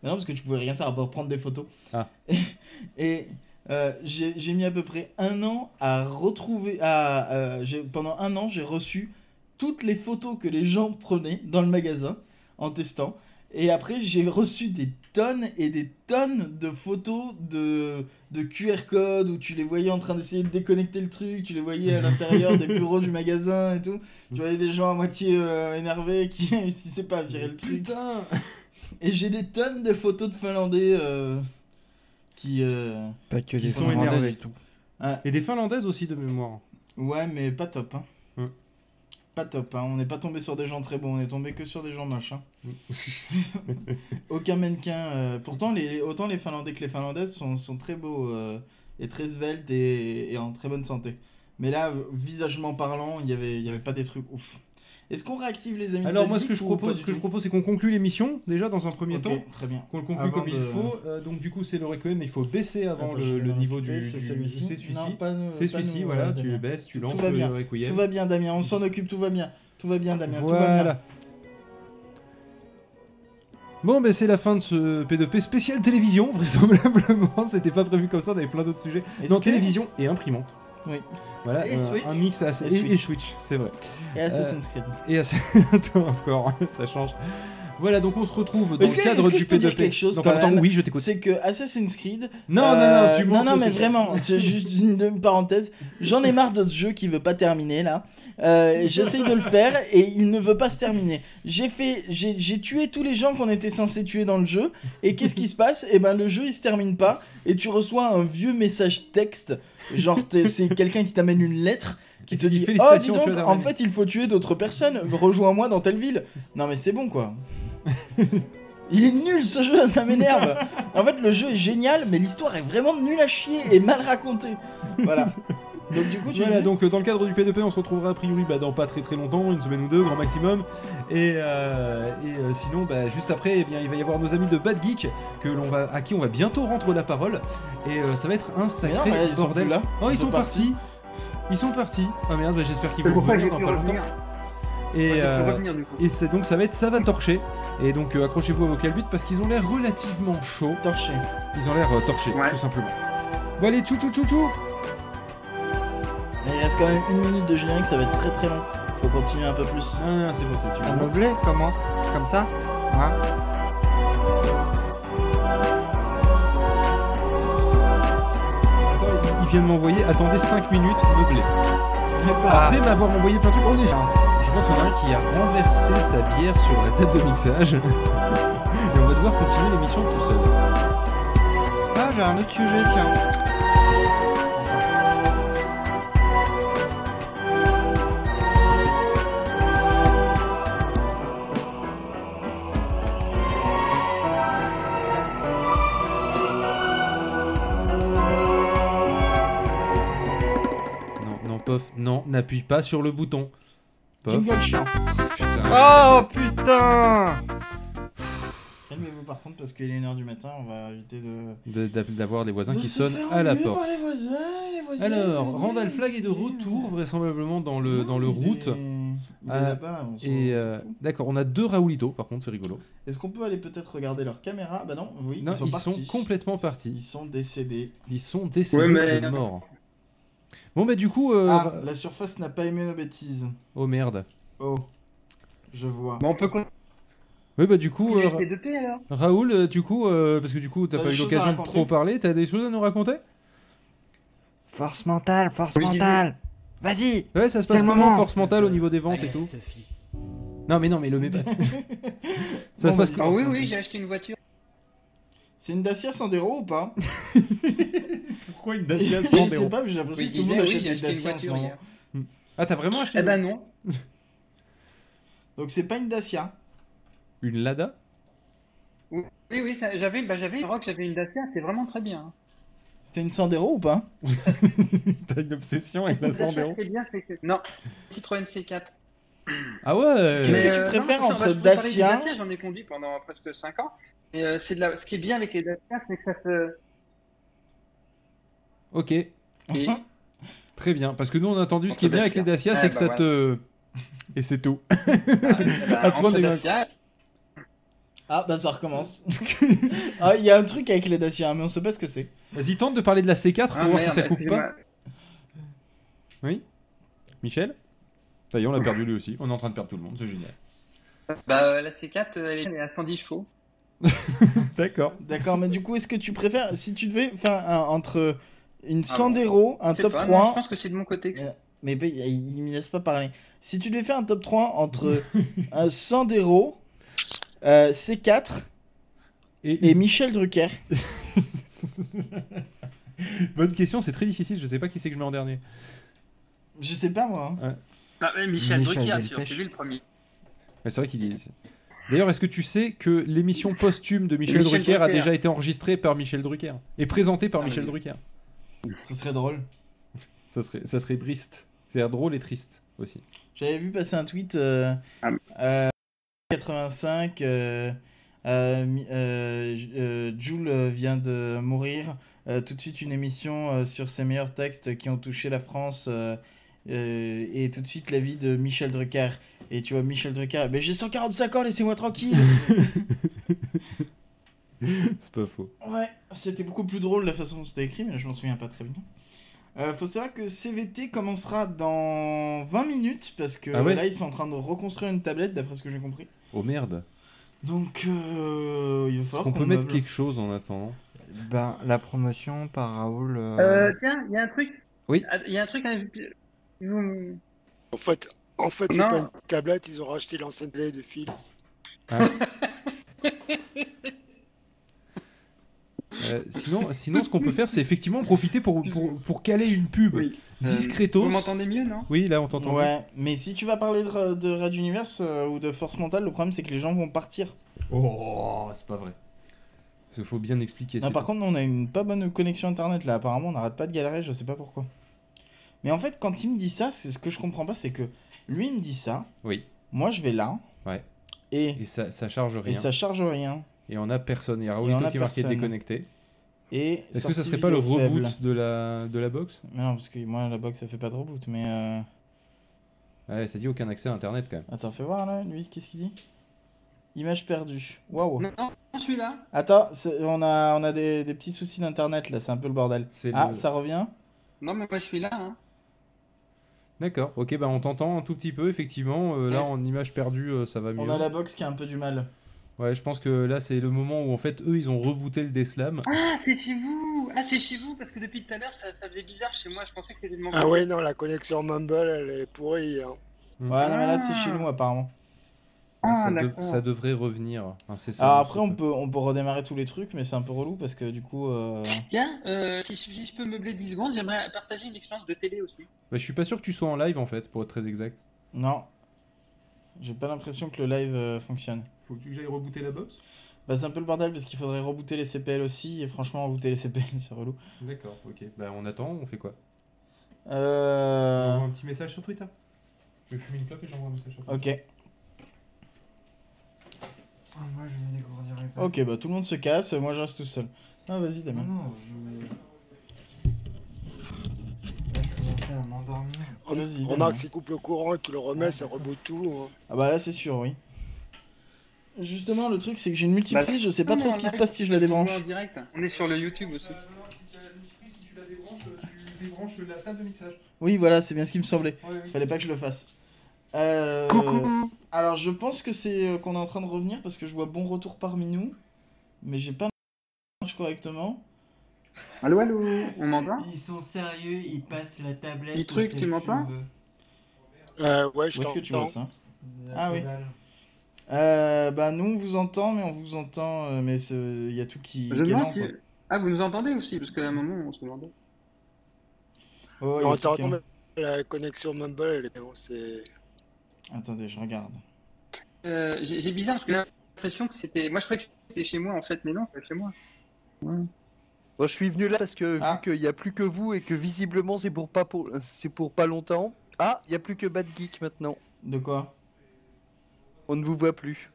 mais non, parce que tu pouvais rien faire à part prendre des photos. Ah. Et, et, euh, j'ai j'ai mis à peu près un an à retrouver. À, euh, j'ai- pendant un an, j'ai reçu toutes les photos que les gens prenaient dans le magasin en testant. Et après, j'ai reçu des tonnes et des tonnes de photos de, de QR code où tu les voyais en train d'essayer de déconnecter le truc, tu les voyais à l'intérieur des bureaux du magasin et tout. Tu voyais des gens à moitié euh, énervés qui réussissaient pas à virer le truc. Et j'ai des tonnes de photos de Finlandais euh, qui, euh, Pas que qui des sont Finlandais énervés. du tout. Ouais. Et des Finlandaises aussi de mémoire. Ouais, mais pas top. Hein. Mm. Pas top. Hein. On n'est pas tombé sur des gens très bons, on est tombé que sur des gens machins. Mm. Aucun mannequin. euh, Pourtant, les, autant les Finlandais que les Finlandaises sont, sont très beaux euh, et très sveltes et, et en très bonne santé. Mais là, visagement parlant, il n'y avait, il y avait pas des trucs ouf. Est-ce qu'on réactive les amis de Alors moi ce que Belgique je ou pas propose, du ce que je tout propose c'est qu'on conclue l'émission déjà dans un premier Ok, temps. très bien. Qu'on le conclue Avant comme il de- faut. Euh, donc du coup c'est le requiem, mais il faut baisser avant Attends, je vais le, le le niveau du. rajouter, c'est du- celui-ci C'est celui-ci. Non, pas nous- C'est pas celui-ci, nous, voilà, euh, tu Damien. baisses, tu Tout lances va bien. le requiem. Tout va bien, Damien, on s'en occupe, tout va bien. Tout va bien, Damien, tout va Voilà. bien. Bon, ben c'est la fin de ce P2P spécial télévision, vraisemblablement. C'était pas prévu comme ça, on avait plein d'autres sujets. Est-ce Non, que- télévision et imprimante. Oui. Voilà, Et euh, Switch. un mix assez. Et Et, et Switch. Switch, c'est vrai. Et Assassin's Creed. Et Assassin's Toi encore, ça change. Voilà, donc on se retrouve dans Est-ce le que, cadre est-ce que du je peux P2P. dire quelque chose Donc, quand attends, même oui, je t'écoute. C'est que Assassin's Creed. euh, Non, non, non, tu non, montres non, mais ce- vraiment, c'est juste une, une parenthèse. J'en ai marre de ce jeu qui veut pas terminer là. Euh, J'essaye de le faire et il ne veut pas se terminer. J'ai fait, j'ai j'ai tué tous les gens qu'on était censé tuer dans le jeu. Et qu'est-ce qui se passe Eh ben, le jeu il se termine pas et tu reçois un vieux message texte. Genre, t'es- c'est quelqu'un qui t'amène une lettre qui te dit Oh, dis Félicitations, donc, tu as en terminé. fait, il faut tuer d'autres personnes. Rejoins-moi dans telle ville. Non, mais c'est bon quoi. Il est nul ce jeu, ça m'énerve. en fait, le jeu est génial, mais l'histoire est vraiment nulle à chier et mal racontée. Voilà. Donc du coup, tu Voilà, donc euh, dans le cadre du P2P, on se retrouvera a priori bah, dans pas très très longtemps, une semaine ou deux, grand maximum. Et, euh, et, euh, sinon, bah, juste après, eh bien, il va y avoir nos amis de Bad Geek que l'on va, à qui on va bientôt rendre la parole. Et euh, ça va être un sacré Mais non, mais ils sont bordel. plus là. Oh, ils, Ils sont, sont partis. Ils sont partis. Ah merde, bah, j'espère qu'ils C'est vont pour ça que revenir dans j'ai pas pu longtemps. revenir. Et, Ouais, je peux euh, revenir, du coup. et c'est donc ça va être ça va torcher. Et donc euh, accrochez-vous à vos calbutes parce qu'ils ont l'air relativement chauds. Torchés. Ils ont l'air euh, torchés, tout simplement. Bon allez, tchou tchou tchou tchou Mais il reste quand même une minute de générique, ça va être très très long. Faut continuer un peu plus. Non, non, Ah, c'est bon, c'est Un meublé, comment Comme ça Hein Il vient de m'envoyer, attendez 5 minutes, meublé. Après m'avoir envoyé plein de trucs, Oh, on est Je pense qu'on a un qui a renversé sa bière sur la tête de mixage. Et on va devoir pouvoir continuer l'émission tout seul. Ah, j'ai un autre sujet, tiens. Non, non, pof, non, n'appuie pas sur le bouton. Pof. Jingle chiant. Putain. Oh putain Calmez-vous par contre, parce qu'il est 1h du matin, on va éviter de. De- d'a- D'avoir les voisins de qui se sonnent faire à la engueuler porte. par les voisins, les voisins, Alors, les- Randall Flagg est de retour, vraisemblablement dans le, dans le il est- route. il est Ah, là-bas, on s'en- on et s'en euh, D'accord, on a deux Raoulito, par contre, c'est rigolo. Est-ce qu'on peut aller peut-être regarder leur caméra Bah non, oui, Non, ils sont ils sont, partis. complètement partis. Ils sont décédés. Ils sont décédés Ouais, mais- de mort. Bon, bah, du coup. euh, Ah, la surface n'a pas aimé nos bêtises. Oh merde. Oh, je vois. on peut Oui, bah, du coup. euh, les deux P alors Raoul, euh, du coup, euh, parce que du coup, t'as T'as pas des eu choses à l'occasion de raconter trop parler, t'as des choses à nous raconter Force mentale, force Oui, j'y vais. mentale Vas-y Ouais, ça se C'est passe le comment, moment. force mentale au niveau des ventes et Allez, tout Non, mais non, mais le mets pas. Ça se passe Ah comment oui, oui, j'ai acheté une voiture. C'est une Dacia Sandero ou pas Pourquoi une Dacia Sandero Je sais pas, mais j'ai l'impression Oui, que tout le je monde disais, oui, achète des j'ai acheté une Dacia en ce voiture moment. hier. Ah, t'as vraiment acheté Eh une- ben non. Donc c'est pas une Dacia. Une Lada Oui, oui, ça- j'avais bah, j'avais une Rock, j'avais une Dacia, c'est vraiment très bien. hein. C'était une Sandero ou pas T'as une obsession avec la Dacia, Sandero c'est bien, c'est que... Non, Citroën C4. Ah ouais Qu'est-ce que Mais, tu euh, préfères non, mais entre sans- sans parler des Dacia- Dacia, J'en ai conduit pendant presque 5 ans. Et euh, c'est de la... ce qui est bien avec les Dacia, c'est que ça se... Ok. Très bien, parce que nous on a entendu ce qui est bien avec les Dacia, Ah, c'est que bah ça voilà. te. Et c'est tout. bah, Apprendre entre des- Dacia, Ah, bah ça recommence. ah, il y a un truc avec les Dacia, mais on sait pas ce que c'est. Vas-y, tente de parler de la C4 pour Ah, voir merde, si ça coupe pas. excusez-moi. Oui Michel Ça y est, on l'a perdu lui aussi. On est en train de perdre tout le monde, c'est génial. bah, euh, la C4, euh, elle est- elle est à 110 chevaux. D'accord. D'accord, mais du coup, est-ce que tu préfères, si tu devais faire un- entre une Ah Sandero, bon. un Je sais top pas, 3. non, je pense que c'est de mon côté. que- Mais, mais il ne me laisse pas parler. Si tu devais faire un top 3 entre un Sandero, euh, C4 et, Michel Drucker. Bonne question, c'est très difficile, je sais pas qui c'est que je mets en dernier. Je sais pas moi. hein. Ouais. Bah, ouais, Michel, Michel Drucker, Delpech. sûr, c'est lui le premier. Mais c'est vrai qu'il y est. D'ailleurs, est-ce que tu sais que l'émission posthume de Michel, Michel Drucker, a Drucker. Ah, déjà été enregistrée par Michel Drucker et présentée par Michel Drucker Ce serait drôle. ça serait, ça serait triste. C'est drôle et triste aussi. J'avais vu passer un tweet euh, euh, 85. euh, euh, mi- euh, J- euh, Jules euh, vient de mourir. Euh, tout de suite une émission euh, sur ses meilleurs textes qui ont touché la France euh, euh, et tout de suite la vie de Michel Drucker. Et tu vois Michel Drucker, mais j'ai 145 ans, laissez-moi tranquille. C'est pas faux. Ouais, c'était beaucoup plus drôle la façon dont c'était écrit, mais je m'en souviens pas très bien. Euh, faut savoir que CVT commencera dans 20 minutes parce que Ah ouais là ils sont en train de reconstruire une tablette d'après ce que j'ai compris. Oh merde. Donc euh, il va Est-ce falloir qu'on peut qu'on mettre meuble. quelque chose en attendant Ben, la promotion par Raoul. euh, Euh, tiens, il y a un truc. Oui. Euh, Ah, Il y a un truc. hein, vous- En fait, en fait c'est Non. pas une tablette, ils ont racheté l'ancienne tablette de fil. Euh, sinon, sinon, ce qu'on peut faire, c'est effectivement profiter pour, pour, pour caler une pub Euh, discretos. Vous m'entendez mieux, non Oui, là, on t'entend. Ouais, mais si tu vas parler de, Ra- de Red Universe euh, ou de Force Mentale, le problème c'est que les gens vont partir. Oh, c'est pas vrai. Parce qu'il faut bien expliquer. Non, c'est- par contre, nous, on a une pas bonne connexion internet là. Apparemment, on n'arrête pas de galérer, je sais pas pourquoi. Mais en fait, quand il me dit ça, c'est ce que je comprends pas, c'est que lui il me dit ça, Oui. moi je vais là Ouais. Et, ça, ça charge rien. et ça charge rien. Et on a personne. Il y a Et on Raoulito a qui est marqué personne. déconnecté. Et Est-ce que ça sortie serait pas le vidéo faible. reboot de la, de la box Mais non, parce que moi la box ça fait pas de reboot, mais euh, Ouais, ça dit aucun accès à internet quand même. attends, fais voir là, lui, qu'est-ce qu'il dit Image perdue. Waouh. Non, celui-là. Attends, c'est- on a, on a des, des petits soucis d'internet là, c'est un peu le bordel. Ah, le- ça revient Non, mais moi, je suis là. Hein. D'accord, ok, bah on t'entend un tout petit peu, effectivement. Euh, là, en image perdue, euh, ça va mieux. On a la box qui a un peu du mal. Ouais, je pense que là, c'est le moment où en fait, eux, ils ont rebooté le Deslam. Ah, c'est chez vous. Ah, c'est chez vous parce que depuis tout à l'heure, ça, ça faisait bizarre chez moi. Je pensais que c'était de mon. Ah ouais, non, la connexion Mumble, elle est pourrie. hein. Ouais, non, mais là c'est chez nous apparemment. Ah, ça, de- d'accord. ça devrait revenir incessamment. Alors Ah, après, on peut, on peut redémarrer tous les trucs, mais c'est un peu relou parce que du coup. euh, Tiens, euh, si, je- si je peux meubler 10 secondes, j'aimerais partager une expérience de télé aussi. Bah, je suis pas sûr que tu sois en live en fait, pour être très exact. Non. J'ai pas l'impression que le live euh, fonctionne. Faut que j'aille rebooter la box Bah, c'est un peu le bordel parce qu'il faudrait rebooter les CPL aussi, et franchement, rebooter les CPL, c'est relou. D'accord, ok. Bah, on attend, on fait quoi Euh. J'envoie un petit message sur Twitter. Je fume une clope et j'envoie un message sur Ok. moi, je me dégourdirai pas. Ok, bah tout le monde se casse, moi je reste tout seul. Ah, vas-y, Damien. Putain, m'endormir. Oh, Vas-y, Remarque, Damien. s'il coupe le courant et qu'il le remet, ça reboot tout. hein. Ah, bah là, c'est sûr, oui. Justement, le truc, c'est que j'ai une multiprise, je sais pas Non, trop mais ce on qui se a- passe si je la débranche. on est en direct, On est sur le YouTube aussi. Euh, Si tu la débranches, euh, tu débranches la table de mixage. Oui, voilà, c'est bien ce qui me semblait. Ouais, oui. Fallait pas que je le fasse. Euh, Coucou. Alors, je pense que c'est euh, qu'on est en train de revenir parce que je vois bon retour parmi nous, mais j'ai pas marche correctement. Allô, allô, on m'entend Ils sont sérieux, ils passent la tablette. Les trucs, ils savent tu m'entends qui on veut. Euh, ouais, je Où est-ce que tu vois ça La Ah oui. dalle. Euh, bah nous on vous entend, mais on vous entend, euh, mais il y a tout qui, Je qui me est lent. demande Quoi. si- Ah, vous nous entendez aussi Parce qu'à un moment, on se demandait. Oh, y a Non, tout qui est attends, attends, lent. mais la connexion Mumble, elle est bon, c'est. Attendez, je regarde. Euh, J'ai j'ai bizarre parce que j'ai l'impression que c'était. Moi, je croyais que c'était chez moi en fait, mais non, c'est chez moi. Bon, je suis venu là parce que vu qu'il n'y a plus que vous et que visiblement c'est pour pas pour c'est pour pas longtemps. Ah, il n'y a plus que Bad Geek maintenant. De quoi On ne vous voit plus.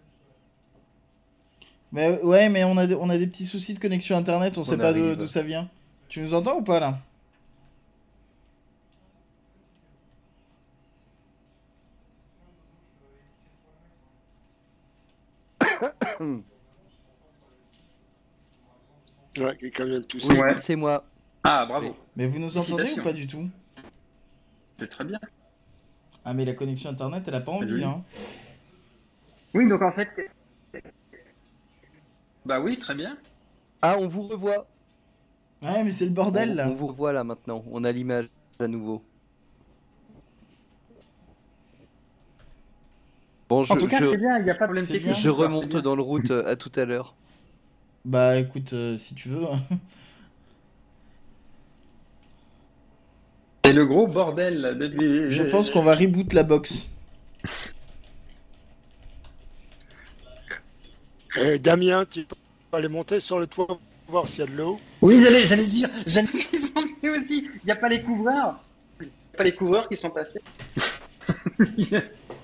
Mais ouais, mais on a, des- on a des petits soucis de connexion internet, on, On sait pas de- arrive. d'où ça vient. Tu nous entends ou pas là Ouais, quelqu'un vient de tousser. Oui, c'est moi. Ah, bravo. Mais vous nous entendez ou Félicitations. pas du tout C'est très bien. Ah mais la connexion internet, elle a pas envie oui. hein. Oui, donc en fait. Bah oui, très bien. Ah, on vous revoit. Ouais, mais c'est le bordel on, là. On vous revoit là maintenant. On a l'image à nouveau. Bon, je, en tout cas, je- c'est bien, il n'y a pas de problème je technique. remonte dans le route euh, à tout à l'heure. Bah écoute, euh, si tu veux. C'est le gros bordel là, depuis. Je pense qu'on va reboot la box. Eh, Damien, tu peux aller monter sur le toit pour voir s'il y a de l'eau. Oui, j'allais j'allais dire, j'allais les demander aussi. Il n'y a pas les couvreurs. Il n'y a pas les couvreurs qui sont passés.